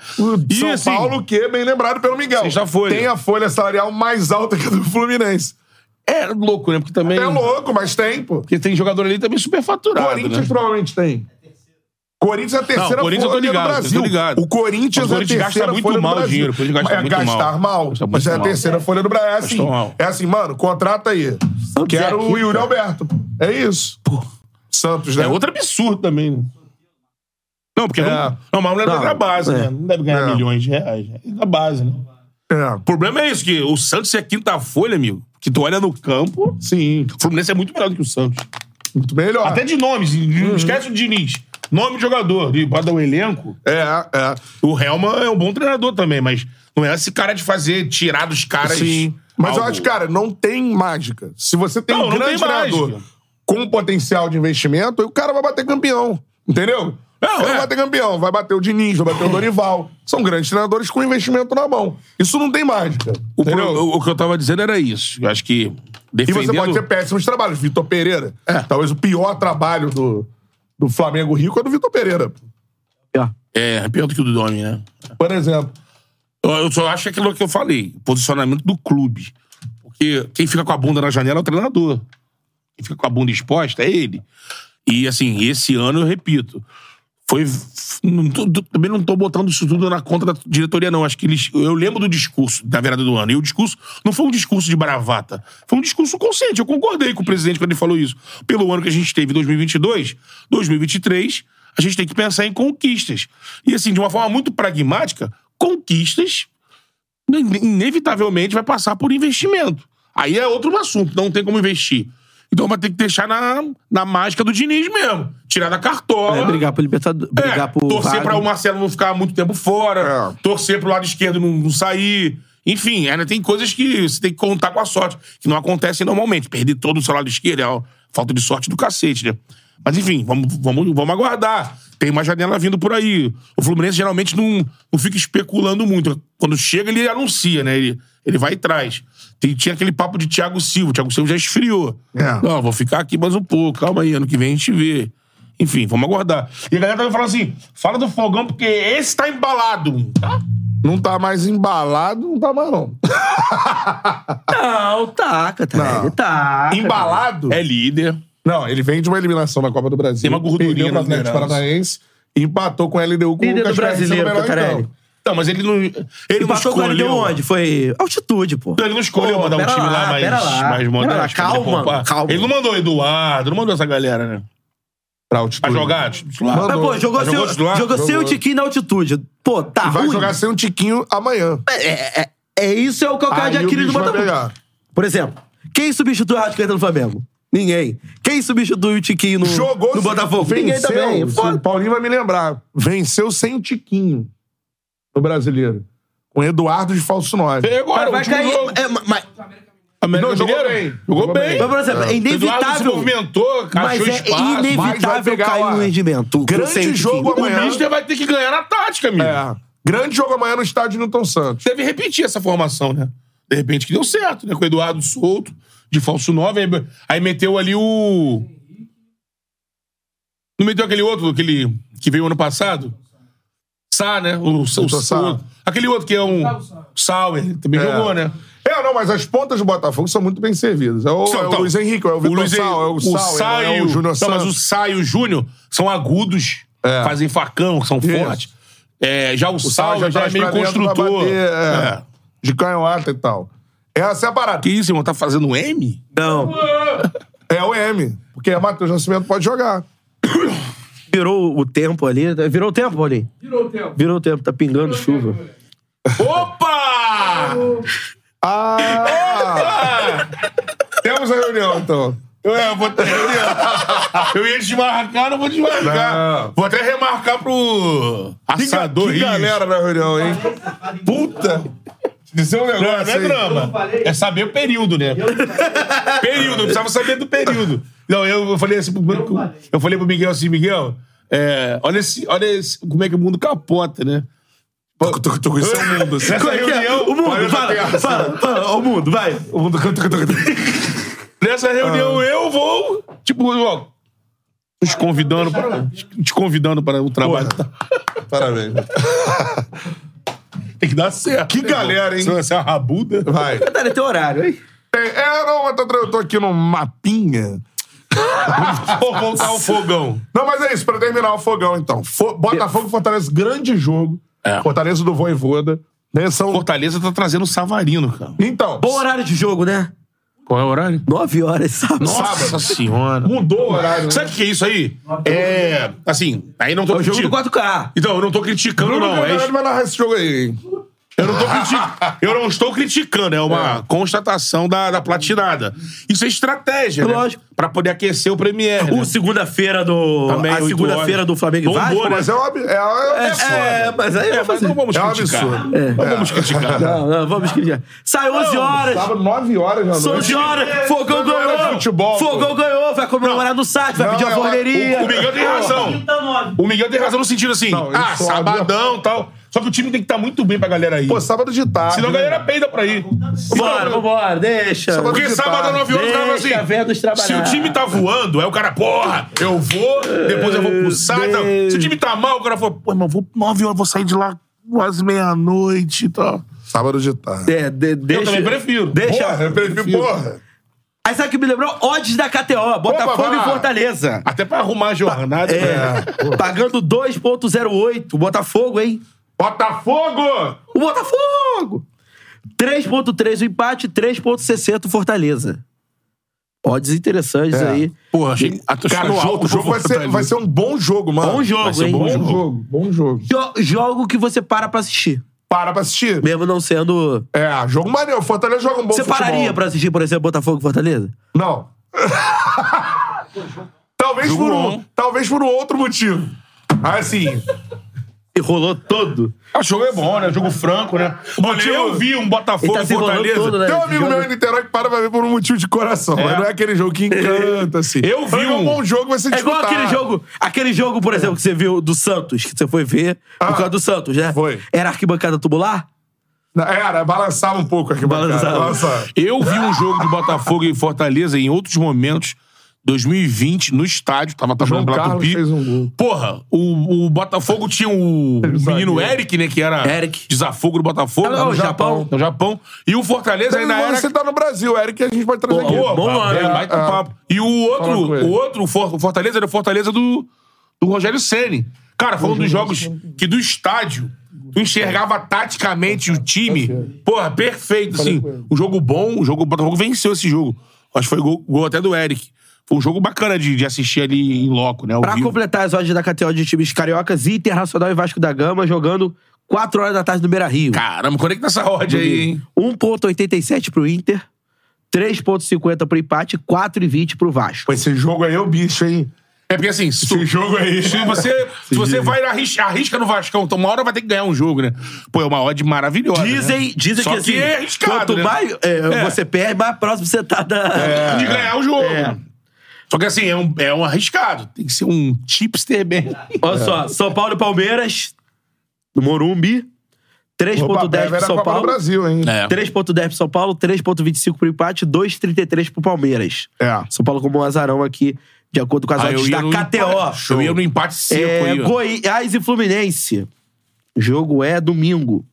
Speaker 2: E,
Speaker 1: São
Speaker 2: assim,
Speaker 1: Paulo, que, é bem lembrado pelo Miguel,
Speaker 2: Sexta-folha.
Speaker 1: tem a folha salarial mais alta que a do Fluminense.
Speaker 2: É louco, né? Porque também.
Speaker 1: É louco, mas tem, pô.
Speaker 2: Porque tem jogador ali também superfaturado.
Speaker 1: Corinthians tá-
Speaker 2: né?
Speaker 1: provavelmente tem. Corinthians é a terceira
Speaker 2: Corinthians eu tô
Speaker 1: folha
Speaker 2: ligado,
Speaker 1: do Brasil.
Speaker 2: eu tô ligado.
Speaker 1: O Corinthians,
Speaker 2: O Corinthians
Speaker 1: é a
Speaker 2: gasta
Speaker 1: terceira
Speaker 2: muito
Speaker 1: folha
Speaker 2: mal
Speaker 1: do Brasil.
Speaker 2: dinheiro, o Corinthians gasta
Speaker 1: é
Speaker 2: muito mal.
Speaker 1: gastar mal.
Speaker 2: Gasta
Speaker 1: mas
Speaker 2: muito
Speaker 1: é a
Speaker 2: mal.
Speaker 1: terceira folha do Brasil. É assim,
Speaker 2: Gastou mal.
Speaker 1: é assim, mano, contrata aí. Quero
Speaker 3: é aqui,
Speaker 1: o Yuri Alberto. É isso. Santos, né?
Speaker 2: É outro absurdo também, né? Não, porque não, não, mas não é
Speaker 3: Não,
Speaker 2: da base,
Speaker 3: é.
Speaker 2: né? Não deve ganhar
Speaker 1: Não.
Speaker 2: milhões de reais. né? É da base, né?
Speaker 1: É.
Speaker 2: O problema é isso, que o Santos é quinta folha, amigo. Que tu olha no campo,
Speaker 1: Sim,
Speaker 2: o Fluminense é muito melhor do que o Santos.
Speaker 1: muito melhor.
Speaker 2: Até de nomes, e
Speaker 1: Uhum.
Speaker 2: não esquece o Diniz. Nome de jogador, e bota o elenco.
Speaker 1: É, é.
Speaker 2: O Helma é um bom treinador também, mas não é esse cara de fazer, tirar dos caras.
Speaker 1: Sim. Mas eu
Speaker 2: é algo.
Speaker 1: acho, cara, não tem mágica. Se você tem
Speaker 2: Não,
Speaker 1: um
Speaker 2: não
Speaker 1: grande
Speaker 2: tem mágica.
Speaker 1: treinador com um potencial de investimento, aí o cara vai bater campeão. Entendeu? o
Speaker 2: Não,
Speaker 1: cara
Speaker 2: é.
Speaker 1: vai bater campeão, vai bater o Diniz, vai bater o Dorival. São grandes treinadores com investimento na mão. Isso não tem mágica.
Speaker 2: O,
Speaker 1: entendeu?
Speaker 2: pro- o- o que eu tava dizendo era isso. Eu acho que.
Speaker 1: E
Speaker 2: Defendendo...
Speaker 1: você pode ter péssimos trabalhos. Vitor Pereira.
Speaker 2: É.
Speaker 1: Talvez o pior trabalho do, do Flamengo Rico é do Vitor Pereira,
Speaker 3: Ó.
Speaker 2: É, pior do que o do Domi, né?
Speaker 1: por exemplo.
Speaker 2: Eu- Eu só acho aquilo que eu falei: posicionamento do clube. Porque quem fica com a bunda na janela é o treinador. Quem fica com a bunda exposta é ele. E assim, esse ano, eu repito, foi. f- não tô- tô- também não tô botando isso tudo na conta da diretoria, não. Acho que eles. Eu lembro do discurso da virada do ano. E o discurso não foi um discurso de bravata. Foi um discurso consciente. Eu concordei com o presidente quando ele falou isso. Pelo ano que a gente teve, 2022, 2023, a gente tem que pensar em conquistas. E assim, de uma forma muito pragmática, conquistas ine- inevitavelmente vai passar por investimento. Aí é outro assunto, não tem como investir. Então vai ter que deixar na, na mágica do Diniz mesmo. Tirar da cartola.
Speaker 3: É, brigar pro Libertadores. Brigar pro
Speaker 2: É, torcer
Speaker 3: vaga.
Speaker 2: para o Marcelo não ficar muito tempo fora,
Speaker 1: É.
Speaker 2: torcer pro lado esquerdo não, não sair. Enfim, ainda tem coisas que você tem que contar com a sorte, que não acontecem normalmente. Perder todo o seu lado esquerdo é uma falta de sorte do cacete, né? Mas enfim, vamos, vamos, vamos aguardar. Tem uma janela vindo por aí. O Fluminense geralmente não, não fica especulando muito. Quando chega, ele anuncia, né? Ele, ele vai e traz. Tem- tinha aquele papo de Thiago Silva. O Thiago Silva já esfriou.
Speaker 1: É.
Speaker 2: Não, vou ficar aqui mais um pouco. Calma aí, ano que vem a gente vê. Enfim, vamos aguardar. E a galera tava falando assim: fala do fogão porque esse tá embalado. Tá?
Speaker 1: Não tá mais embalado, não tá mais, não.
Speaker 3: Não, taca, taca.
Speaker 1: Não.
Speaker 3: taca
Speaker 1: embalado?
Speaker 2: É líder.
Speaker 1: Não, ele vem de uma eliminação na Copa do Brasil.
Speaker 2: Tem uma né, gordurinha
Speaker 1: Perdeu pro
Speaker 2: na
Speaker 1: Atlético
Speaker 2: liderança.
Speaker 1: Paranaense e empatou com o LDU com
Speaker 3: Líder
Speaker 1: o
Speaker 3: do
Speaker 1: Lucas Perry sendo
Speaker 3: brasileiro,
Speaker 1: o melhor então.
Speaker 3: Cantarelli.
Speaker 1: em campo.
Speaker 2: Tá, mas ele não. Ele
Speaker 3: Ele
Speaker 2: não
Speaker 3: passou o cara de
Speaker 2: escolheu.
Speaker 3: onde? Foi altitude, pô.
Speaker 2: Ele não escolheu
Speaker 3: Pô,
Speaker 2: mandar um
Speaker 3: pera
Speaker 2: time lá,
Speaker 3: lá,
Speaker 2: mais,
Speaker 3: pera lá,
Speaker 2: mais
Speaker 3: pera lá,
Speaker 2: moderno. pra poder
Speaker 3: calma,
Speaker 2: poupar.
Speaker 3: calma.
Speaker 2: Ele não mandou Eduardo, não mandou essa galera, né?
Speaker 1: Pra altitude.
Speaker 2: Pra jogar, titular.
Speaker 1: Mandou.
Speaker 3: Mas, pô, jogou,
Speaker 2: Mas
Speaker 3: seu,
Speaker 2: jogou lá,
Speaker 3: jogou, seu
Speaker 1: jogou.
Speaker 3: tiquinho na altitude. Pô, tá
Speaker 1: Vai
Speaker 3: ruim.
Speaker 1: jogar sem um tiquinho amanhã.
Speaker 3: É, é- é isso é o calcanhar de
Speaker 1: Aí o
Speaker 3: Aquiles do
Speaker 1: bicho vai
Speaker 3: Botafogo.
Speaker 1: pegar.
Speaker 3: Por exemplo, quem substitui o Rascaeta no Flamengo? Ninguém. Quem substitui o Tiquinho no,
Speaker 1: Jogou sem-
Speaker 3: no Botafogo? Ninguém
Speaker 1: venceu,
Speaker 3: também.
Speaker 1: se- O
Speaker 3: Foda.
Speaker 1: Paulinho vai me lembrar. Venceu sem o tiquinho no brasileiro. Com Eduardo de falso 9.
Speaker 2: E agora,
Speaker 3: Vai
Speaker 2: último
Speaker 3: cair.
Speaker 2: jogo.
Speaker 3: É, ma- mas,
Speaker 2: América
Speaker 1: Não, jogou
Speaker 2: Mineiro?
Speaker 1: bem.
Speaker 2: Jogou
Speaker 1: Jogou
Speaker 2: bem.
Speaker 1: bem.
Speaker 3: mas, por exemplo, é
Speaker 2: Eduardo se
Speaker 3: inevitável.
Speaker 2: movimentou,
Speaker 3: Mas
Speaker 2: achou
Speaker 3: é
Speaker 1: mas
Speaker 2: espaço.
Speaker 1: vai
Speaker 3: inevitável
Speaker 1: pegar
Speaker 3: cair
Speaker 1: lá.
Speaker 3: no rendimento.
Speaker 1: Grande
Speaker 3: Sem o Tiquinho.
Speaker 1: jogo amanhã.
Speaker 2: O Mister vai ter que ganhar na tática, amigo.
Speaker 1: É. Grande jogo amanhã no estádio Newton Santos.
Speaker 2: deve repetir essa formação, né? De repente que deu certo, né? Com o Eduardo solto, de falso 9, aí, aí meteu ali o. Não meteu aquele outro, aquele que veio ano passado? Sá, né? O, o,
Speaker 1: Vitor Sá.
Speaker 2: o- Aquele outro que é um. Sauer, ele também
Speaker 1: É.
Speaker 2: jogou, né?
Speaker 1: É, não, mas as pontas do Botafogo são muito bem servidas. É o,
Speaker 2: São-
Speaker 1: é o
Speaker 2: então,
Speaker 1: Luiz Henrique, é o Vitor
Speaker 2: Luiz Henrique-
Speaker 1: Sal, é o, Sal,
Speaker 2: Sá
Speaker 1: é
Speaker 2: e
Speaker 1: o Júnior
Speaker 2: Não, mas
Speaker 1: Santos.
Speaker 2: o Sá e o Júnior são agudos,
Speaker 1: É.
Speaker 2: fazem facão, são
Speaker 1: Isso.
Speaker 2: fortes. É, já o,
Speaker 1: Sal
Speaker 2: Sal já, é
Speaker 1: traz
Speaker 2: meio
Speaker 1: pra dentro pra
Speaker 2: construtor.
Speaker 1: bater, é,
Speaker 2: É.
Speaker 1: De canhoata e tal. Essa é a parada.
Speaker 2: Que isso, irmão? Tá fazendo um M?
Speaker 3: Não.
Speaker 1: É o M. Porque a Matheus Nascimento pode jogar.
Speaker 3: Virou o tempo ali. né? Virou o tempo, Paulinho?
Speaker 4: Virou o tempo.
Speaker 3: Virou o tempo. Tá pingando chuva.
Speaker 2: Opa!
Speaker 1: Ah! Temos a reunião, então.
Speaker 2: Eu, é, eu vou até Eu ia desmarcar, não vou desmarcar.
Speaker 1: Não.
Speaker 2: Vou até remarcar pro
Speaker 1: Que, ga-
Speaker 2: assador
Speaker 1: que
Speaker 2: Rios.
Speaker 1: galera na reunião, hein? Puta! Dizer um
Speaker 2: Não, não
Speaker 1: negócio
Speaker 2: é
Speaker 1: aí.
Speaker 2: drama. É saber o período, né? período, eu precisava saber do período. Não, eu, eu falei assim pro, eu, falei pro Miguel assim, Miguel, é, olha, esse, olha esse- como é que o mundo capota, né?
Speaker 1: Tô, tô, tô com esse mundo. assim.
Speaker 2: Nessa reunião,
Speaker 3: O mundo,
Speaker 1: Olha pra
Speaker 3: fala,
Speaker 1: terra,
Speaker 3: fala, fala. Ó, O mundo, vai.
Speaker 1: O mundo. Ah.
Speaker 2: Nessa reunião eu vou, tipo, ó, nos convidando para, te convidando para o trabalho.
Speaker 4: Parabéns.
Speaker 2: Tem que dar certo.
Speaker 1: Que galera, hein?
Speaker 2: Se você é uma rabuda.
Speaker 4: Vai.
Speaker 3: Tá no teu horário, hein?
Speaker 1: É, não, eu tô, eu tô aqui no mapinha.
Speaker 4: Vou voltar ao fogão.
Speaker 1: Não, mas é isso, pra terminar o fogão, então. Fo Botafogo e Fortaleza, grande jogo.
Speaker 2: É.
Speaker 1: Fortaleza do Voivoda. Né, são...
Speaker 2: Fortaleza tá trazendo o Savarino, cara.
Speaker 1: Então,
Speaker 3: Bom horário de jogo, né?
Speaker 2: Qual é o horário?
Speaker 3: Nove horas, sábado.
Speaker 2: Nossa senhora.
Speaker 1: mudou o horário. né?
Speaker 2: Sabe o que é isso aí? É. Assim, aí não tô
Speaker 3: É o jogo do
Speaker 2: criticando.
Speaker 3: 4K.
Speaker 2: Então, eu não tô criticando,
Speaker 1: Bruno
Speaker 2: não. É,
Speaker 1: Gagliardi vai narrar esse jogo aí, hein?
Speaker 2: eu, não tô criti- eu não estou criticando, é uma constatação da, da platinada. Isso é estratégia, né?
Speaker 3: Lógico.
Speaker 2: Pra poder aquecer o Premier. né?
Speaker 3: O segunda-feira do.
Speaker 2: Também,
Speaker 3: a
Speaker 2: oito
Speaker 3: segunda-feira
Speaker 2: horas.
Speaker 3: do Flamengo e
Speaker 2: Bombou,
Speaker 3: Vasco.
Speaker 2: né?
Speaker 1: Mas é um ab- é, um- é,
Speaker 3: É, mas aí
Speaker 2: É,
Speaker 3: eu
Speaker 2: mas não
Speaker 3: vou fazer.
Speaker 2: vamos
Speaker 1: é um
Speaker 2: criticar.
Speaker 1: absurdo.
Speaker 2: Não vamos criticar.
Speaker 3: Não, não, vamos criticar. Sai 11 horas.
Speaker 1: Tava 9 horas já.
Speaker 3: São 11 horas. Fogão
Speaker 1: Não era
Speaker 3: ganhou.
Speaker 1: futebol, pô.
Speaker 3: Fogão ganhou. Vai comemorar no site, vai
Speaker 1: Não,
Speaker 3: pedir
Speaker 1: é
Speaker 3: uma
Speaker 1: hora-
Speaker 3: forneria.
Speaker 2: O Miguel tem razão. O Miguel tem razão no sentido assim,
Speaker 1: Não, ele
Speaker 2: ah,
Speaker 1: sobe.
Speaker 2: sabadão e tal. Só que o time tem que estar muito bem pra galera aí.
Speaker 1: Pô, sábado de tarde.
Speaker 2: Senão a
Speaker 1: né?
Speaker 2: galera peida pra ir.
Speaker 3: Vambora, vambora, deixa.
Speaker 1: Só
Speaker 2: Porque
Speaker 1: de
Speaker 2: sábado às
Speaker 1: tarde.
Speaker 2: 9 horas o cara fala
Speaker 3: Deixa a
Speaker 2: assim.
Speaker 3: venda dos
Speaker 2: Se o
Speaker 3: trabalhar.
Speaker 2: time tá voando, aí o cara, porra, eu vou, depois eu vou pro site. tal. Se o time tá mal, o cara fala, pô, irmão, vou 9 horas, vou sair de lá quase meia-noite tá? e tal.
Speaker 1: Sábado de tarde.
Speaker 3: É, de- deixa.
Speaker 2: também prefiro.
Speaker 3: Deixa.
Speaker 1: Porra, eu prefiro, porra.
Speaker 3: Aí sabe o que me lembrou? Odds da KTO, Botafogo
Speaker 1: vá.
Speaker 3: e Fortaleza.
Speaker 2: Até pra arrumar a jornada. né?
Speaker 3: É, pagando 2.08. O Botafogo, hein?
Speaker 1: Botafogo!
Speaker 3: O Botafogo! 3.3 o empate, 3.60 o Fortaleza. Odds interessantes
Speaker 1: É.
Speaker 3: aí.
Speaker 2: Porra, achei.
Speaker 1: Cara, o jogo, vai, ser, vai ser um bom jogo, mano.
Speaker 3: Bom jogo,
Speaker 1: Vai ser
Speaker 3: hein?
Speaker 1: Bom jogo, bom jogo.
Speaker 3: Jo- jogo que você para pra assistir.
Speaker 1: Para pra assistir.
Speaker 3: Mesmo não sendo...
Speaker 1: É, jogo maneiro. Fortaleza joga um bom
Speaker 3: você
Speaker 1: futebol.
Speaker 3: pararia pra assistir, por exemplo, Botafogo e Fortaleza?
Speaker 1: Não. talvez,
Speaker 2: Jogo
Speaker 1: por um,
Speaker 2: bom.
Speaker 1: talvez por um outro motivo. Assim,
Speaker 3: E rolou todo.
Speaker 2: O jogo é bom, né? Jogo franco, né? Olha, eu vi um
Speaker 3: Ele
Speaker 2: Botafogo
Speaker 3: tá
Speaker 2: e
Speaker 3: se enrolando
Speaker 2: Fortaleza.
Speaker 3: todo, né?
Speaker 1: tem um
Speaker 3: esse
Speaker 1: amigo
Speaker 3: jogo.
Speaker 1: meu em Niterói que para pra ver por um motivo de coração. Mas não é aquele jogo que encanta, assim.
Speaker 2: Eu vi
Speaker 1: Mas é um
Speaker 2: um-
Speaker 1: bom jogo, vai ser
Speaker 3: É igual
Speaker 1: disputado.
Speaker 3: aquele jogo, aquele jogo,
Speaker 2: É.
Speaker 3: por exemplo, que você viu do Santos, que você foi ver
Speaker 1: Ah,
Speaker 3: por causa do Santos, né?
Speaker 1: foi.
Speaker 3: Era arquibancada tubular?
Speaker 1: Não, Era, balançava um pouco aqui.
Speaker 3: Balançava.
Speaker 1: Balançava.
Speaker 2: Eu vi um jogo de Botafogo e Fortaleza em outros momentos, 2020, no estádio, tava
Speaker 1: João
Speaker 2: trabalhando pela
Speaker 1: Carlos
Speaker 2: Tupi.
Speaker 1: fez um gol.
Speaker 2: Porra, o, o Botafogo tinha o menino
Speaker 1: zagueiro.
Speaker 2: Eric, né, que era
Speaker 3: Eric.
Speaker 2: desafogo do Botafogo.
Speaker 3: Tava no Japão.
Speaker 2: No Japão. E o Fortaleza ainda era...
Speaker 1: Você tá no Brasil, Eric, a gente pode trazer aqui.
Speaker 2: Pô, é
Speaker 3: Bom
Speaker 2: pá,
Speaker 3: nome,
Speaker 2: bem,
Speaker 1: hein?
Speaker 2: baita
Speaker 1: Ah,
Speaker 2: papo. E o outro,
Speaker 1: Falando com ele.
Speaker 2: o outro o For- o Fortaleza era o Fortaleza do, do Rogério Ceni. Cara, foi um dos jogos que do estádio tu enxergava taticamente o time. Porra, perfeito, assim. Um jogo bom, o jogo o Botafogo venceu esse jogo. Acho que foi gol, gol até do Eric. Foi um jogo bacana de, de assistir ali em loco, né? ao
Speaker 3: Pra
Speaker 2: vivo.
Speaker 3: completar as odds da KTO de times cariocas, Internacional e Vasco da Gama jogando 4 horas da tarde no Beira Rio.
Speaker 2: Caramba, quando é que tá essa ordem aí, hein?
Speaker 3: 1,87 pro Inter, 3,50 pro empate, 4,20 pro Vasco.
Speaker 1: Pô, Esse jogo aí é o bicho, hein?
Speaker 2: É porque assim, se tu-
Speaker 1: Esse jogo aí.
Speaker 2: Se você, se você vai arrisca, arrisca no Vascão, então uma hora vai ter que ganhar um jogo, né? Pô, é uma odd maravilhosa.
Speaker 3: Dizem,
Speaker 2: né?
Speaker 3: dizem
Speaker 2: Só
Speaker 3: que, assim,
Speaker 2: é arriscado,
Speaker 3: quanto
Speaker 2: né?
Speaker 3: mais é,
Speaker 2: É.
Speaker 3: você perde, mais próximo você tá da...
Speaker 2: de ganhar o jogo.
Speaker 3: É.
Speaker 2: Só que assim, é um, é um arriscado. Tem que ser um chipster bem.
Speaker 3: Olha só, São Paulo e Palmeiras, no Morumbi, 3,10
Speaker 1: Era
Speaker 3: pro
Speaker 1: a
Speaker 3: São
Speaker 1: Copa do
Speaker 3: Paulo.
Speaker 1: Brasil, hein?
Speaker 2: É.
Speaker 3: 3.10 pro São Paulo, 3.25 pro empate, 2.33 pro Palmeiras.
Speaker 1: É.
Speaker 3: São Paulo como um azarão aqui, de acordo com as
Speaker 2: Ah, eu
Speaker 3: odds
Speaker 2: ia
Speaker 3: da
Speaker 2: no
Speaker 3: KTO.
Speaker 2: empate. Eu ia no empate seco
Speaker 3: É,
Speaker 2: aí. ó.
Speaker 3: Goiás e Fluminense. O jogo é domingo.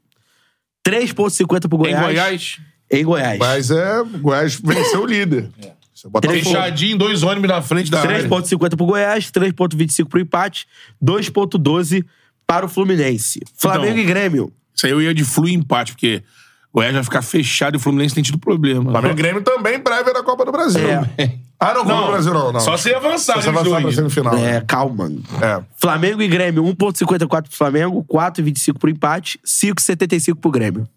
Speaker 3: 3.50
Speaker 2: Em
Speaker 3: pro Goiás.
Speaker 2: Goiás,
Speaker 3: Em Goiás.
Speaker 1: Mas é. Goiás venceu o líder. Isso é Botafogo.
Speaker 2: fechadinho, dois ônibus na frente da área.
Speaker 3: 3.50 pro Goiás, 3.25 pro empate, 2.12 para o Fluminense. Flamengo
Speaker 2: Então,
Speaker 3: e Grêmio.
Speaker 2: Isso aí eu ia de flu e empate, porque Goiás vai ficar fechado e o Fluminense tem tido problema.
Speaker 1: Flamengo e Grêmio também prévia da Copa do Brasil.
Speaker 3: É.
Speaker 1: Ah, não, Copa do Brasil não. não.
Speaker 2: Só se avançar,
Speaker 1: Só se
Speaker 2: né, os
Speaker 1: avançar pra
Speaker 2: dois.
Speaker 1: semifinal.
Speaker 3: É, calma.
Speaker 1: É.
Speaker 3: Flamengo e Grêmio, 1.54 pro Flamengo, 4.25 pro empate, 5.75 pro Grêmio.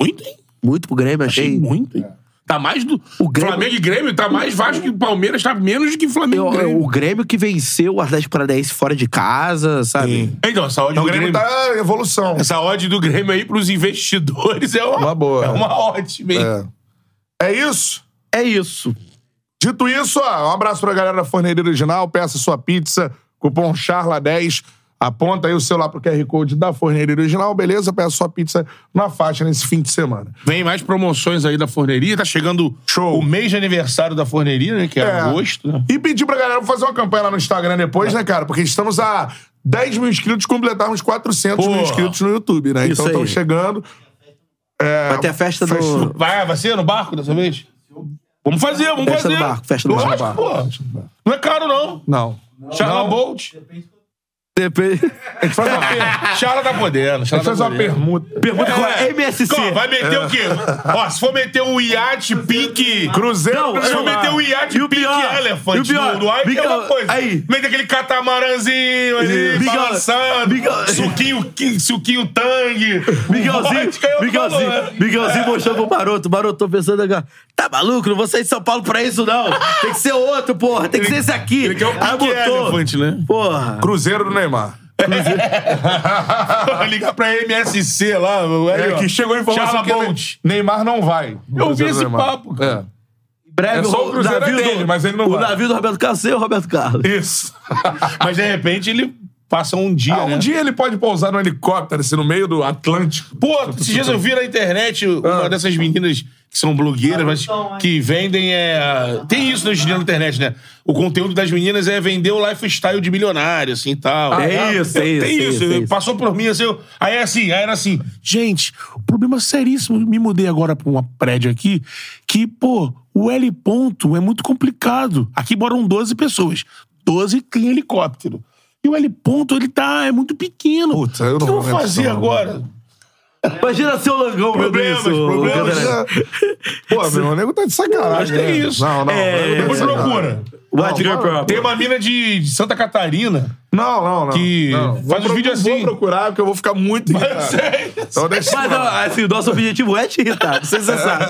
Speaker 2: Muito, hein?
Speaker 3: Muito pro Grêmio, achei.
Speaker 2: Achei muito, hein? Tá mais do.
Speaker 3: O Grêmio-
Speaker 2: Flamengo e Grêmio tá mais Vasco que Palmeiras, tá menos que Flamengo
Speaker 3: Eu-
Speaker 2: e Grêmio.
Speaker 3: o Grêmio que venceu o Atlético Paranaense fora de casa, sabe?
Speaker 2: Então, essa odd
Speaker 1: Então,
Speaker 2: do
Speaker 1: o Grêmio
Speaker 2: Grêmio. É assim.
Speaker 1: tá em evolução.
Speaker 2: Essa odd do Grêmio aí pros investidores é uma,
Speaker 1: Uma boa.
Speaker 2: É uma ótima, hein?
Speaker 1: É. É isso?
Speaker 3: É isso.
Speaker 1: Dito isso, ó, um abraço pra galera da Forneira Original. Peça sua pizza. Cupom CHARLA10. Aponta aí o celular pro QR Code da Forneria Original, beleza? Peça sua pizza na faixa nesse fim de semana.
Speaker 2: Vem mais promoções aí da forneria. Tá chegando
Speaker 1: Show.
Speaker 2: o mês de aniversário da forneria, né? Que é, agosto, né?
Speaker 1: E pedir pra galera fazer uma campanha lá no Instagram depois, né, cara? Porque estamos a 10 mil inscritos, completarmos 400 mil
Speaker 2: Pô.
Speaker 1: inscritos no YouTube, né?
Speaker 3: Isso
Speaker 1: então
Speaker 3: aí.
Speaker 1: estamos chegando.
Speaker 3: Vai ter a festa do.
Speaker 1: festa do-
Speaker 2: Vai, vai ser no barco dessa vez? Vamos fazer, vamos
Speaker 3: Festa
Speaker 2: fazer.
Speaker 3: no barco, festa no
Speaker 2: Lógico,
Speaker 3: barco.
Speaker 2: pô. Não é caro, não.
Speaker 1: Não.
Speaker 2: Charla Bolt.
Speaker 3: Depende.
Speaker 1: A gente faz uma, per... a
Speaker 2: Charla tá podendo. Charla
Speaker 1: gente
Speaker 2: tá
Speaker 1: faz uma
Speaker 2: podendo.
Speaker 1: permuta.
Speaker 3: Pergunta qual é MSC.
Speaker 2: Ó, vai meter o quê?
Speaker 3: É.
Speaker 2: Ó, se for meter um iate pink.
Speaker 1: Cruzeiro.
Speaker 3: Não, é
Speaker 2: Se
Speaker 1: Cruzeiro.
Speaker 2: for meter um iate
Speaker 3: E o
Speaker 2: pink
Speaker 3: pior?
Speaker 2: elephant
Speaker 3: E o pior?
Speaker 2: no- no ar, é uma
Speaker 3: Bigão,
Speaker 2: coisa.
Speaker 3: aí.
Speaker 2: Mete aquele catamaranzinho ali,
Speaker 3: Bigão,
Speaker 2: balançando.
Speaker 3: Bigão.
Speaker 2: Suquinho, qui- suquinho tangue.
Speaker 3: Miguelzinho,
Speaker 2: Vodka, eu
Speaker 3: Miguelzinho,
Speaker 2: falo, é.
Speaker 3: Miguelzinho mostrou pro Maroto. Maroto, tô pensando agora. Tá maluco? Não vou sair de São Paulo pra isso, não. Tem que ser outro, porra. Tem que ser esse aqui.
Speaker 2: Ele quer um
Speaker 3: Aí
Speaker 2: pink
Speaker 3: botou.
Speaker 2: elephant, né?
Speaker 3: Porra.
Speaker 1: Cruzeiro do Neymar.
Speaker 2: Ligar pra MSC lá. Aí,
Speaker 1: É,
Speaker 2: ó.
Speaker 1: que chegou a informação
Speaker 2: Charla
Speaker 1: que
Speaker 2: Bolt.
Speaker 1: Ne- Neymar não vai.
Speaker 2: Eu vi
Speaker 1: Cruzeiro do
Speaker 2: esse
Speaker 1: Neymar.
Speaker 2: papo, cara.
Speaker 3: Em breve,
Speaker 1: É só o Cruzeiro é dele, mas ele não
Speaker 3: O
Speaker 1: vai.
Speaker 3: navio do Roberto Carlos sem o Roberto
Speaker 1: É.
Speaker 3: Carlos.
Speaker 1: Isso.
Speaker 2: Mas de repente ele passa um dia.
Speaker 1: Ah,
Speaker 2: né?
Speaker 1: um dia ele pode pousar no helicóptero, assim, no meio do Atlântico.
Speaker 2: Pô, esses dias eu vi na internet uma dessas meninas que são blogueiras, mas que vendem. É... Tem isso hoje em dia na internet, né? O conteúdo das meninas é vender o lifestyle de milionário, assim e tal.
Speaker 3: Ah, é isso, é isso,
Speaker 2: Tem isso,
Speaker 3: é
Speaker 2: né?
Speaker 3: isso, é isso.
Speaker 2: passou por mim, assim. eu- Aí é assim, aí era assim, gente, o problema é seríssimo. Me mudei agora pra um prédio aqui que, pô, o L ponto é muito complicado. Aqui moram 12 pessoas. 12 tem helicóptero. E o L ponto, ele tá, é muito pequeno.
Speaker 1: Puta, eu
Speaker 2: o que
Speaker 1: não
Speaker 2: eu vou
Speaker 1: aguento
Speaker 2: fazer
Speaker 1: essa mamãe.
Speaker 2: agora?
Speaker 3: Imagina seu Langão vendo
Speaker 2: Problemas,
Speaker 3: isso. ô,
Speaker 2: problemas.
Speaker 3: Cantarelli.
Speaker 1: Pô, meu o nego tá de sacanagem.
Speaker 2: Mas tem
Speaker 1: né?
Speaker 2: isso.
Speaker 1: Não, não.
Speaker 3: É,
Speaker 1: o nego tá de
Speaker 2: Depois
Speaker 1: sacanagem.
Speaker 2: procura.
Speaker 3: What's
Speaker 1: Não,
Speaker 3: your
Speaker 1: não.
Speaker 2: Tem
Speaker 3: problem?
Speaker 2: uma mina de, de Santa Catarina.
Speaker 1: Não, não, não.
Speaker 2: Que
Speaker 1: não.
Speaker 2: faz
Speaker 1: Vou
Speaker 2: uns
Speaker 1: pro-
Speaker 2: vídeos assim.
Speaker 1: Vou procurar, porque eu vou ficar muito irritado. Então deixa
Speaker 3: Mas, ó, assim, o nosso objetivo é te irritar. Não sei se você sabe.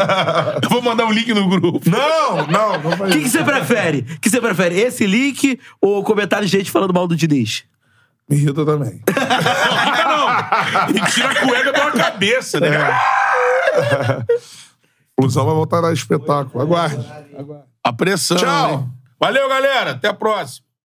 Speaker 2: Eu vou mandar um link no grupo.
Speaker 1: Não, não. não
Speaker 3: O
Speaker 1: faz
Speaker 3: que que você prefere? O que você prefere? Esse link ou comentário de gente falando mal do Diniz?
Speaker 1: Me irrita também.
Speaker 2: E tira a cueca pela cabeça, né, cara?
Speaker 1: É. Flusão vai voltar a dar espetáculo. Aguarde.
Speaker 2: A pressão.
Speaker 1: Tchau.
Speaker 2: né? Valeu, galera. Até a próxima.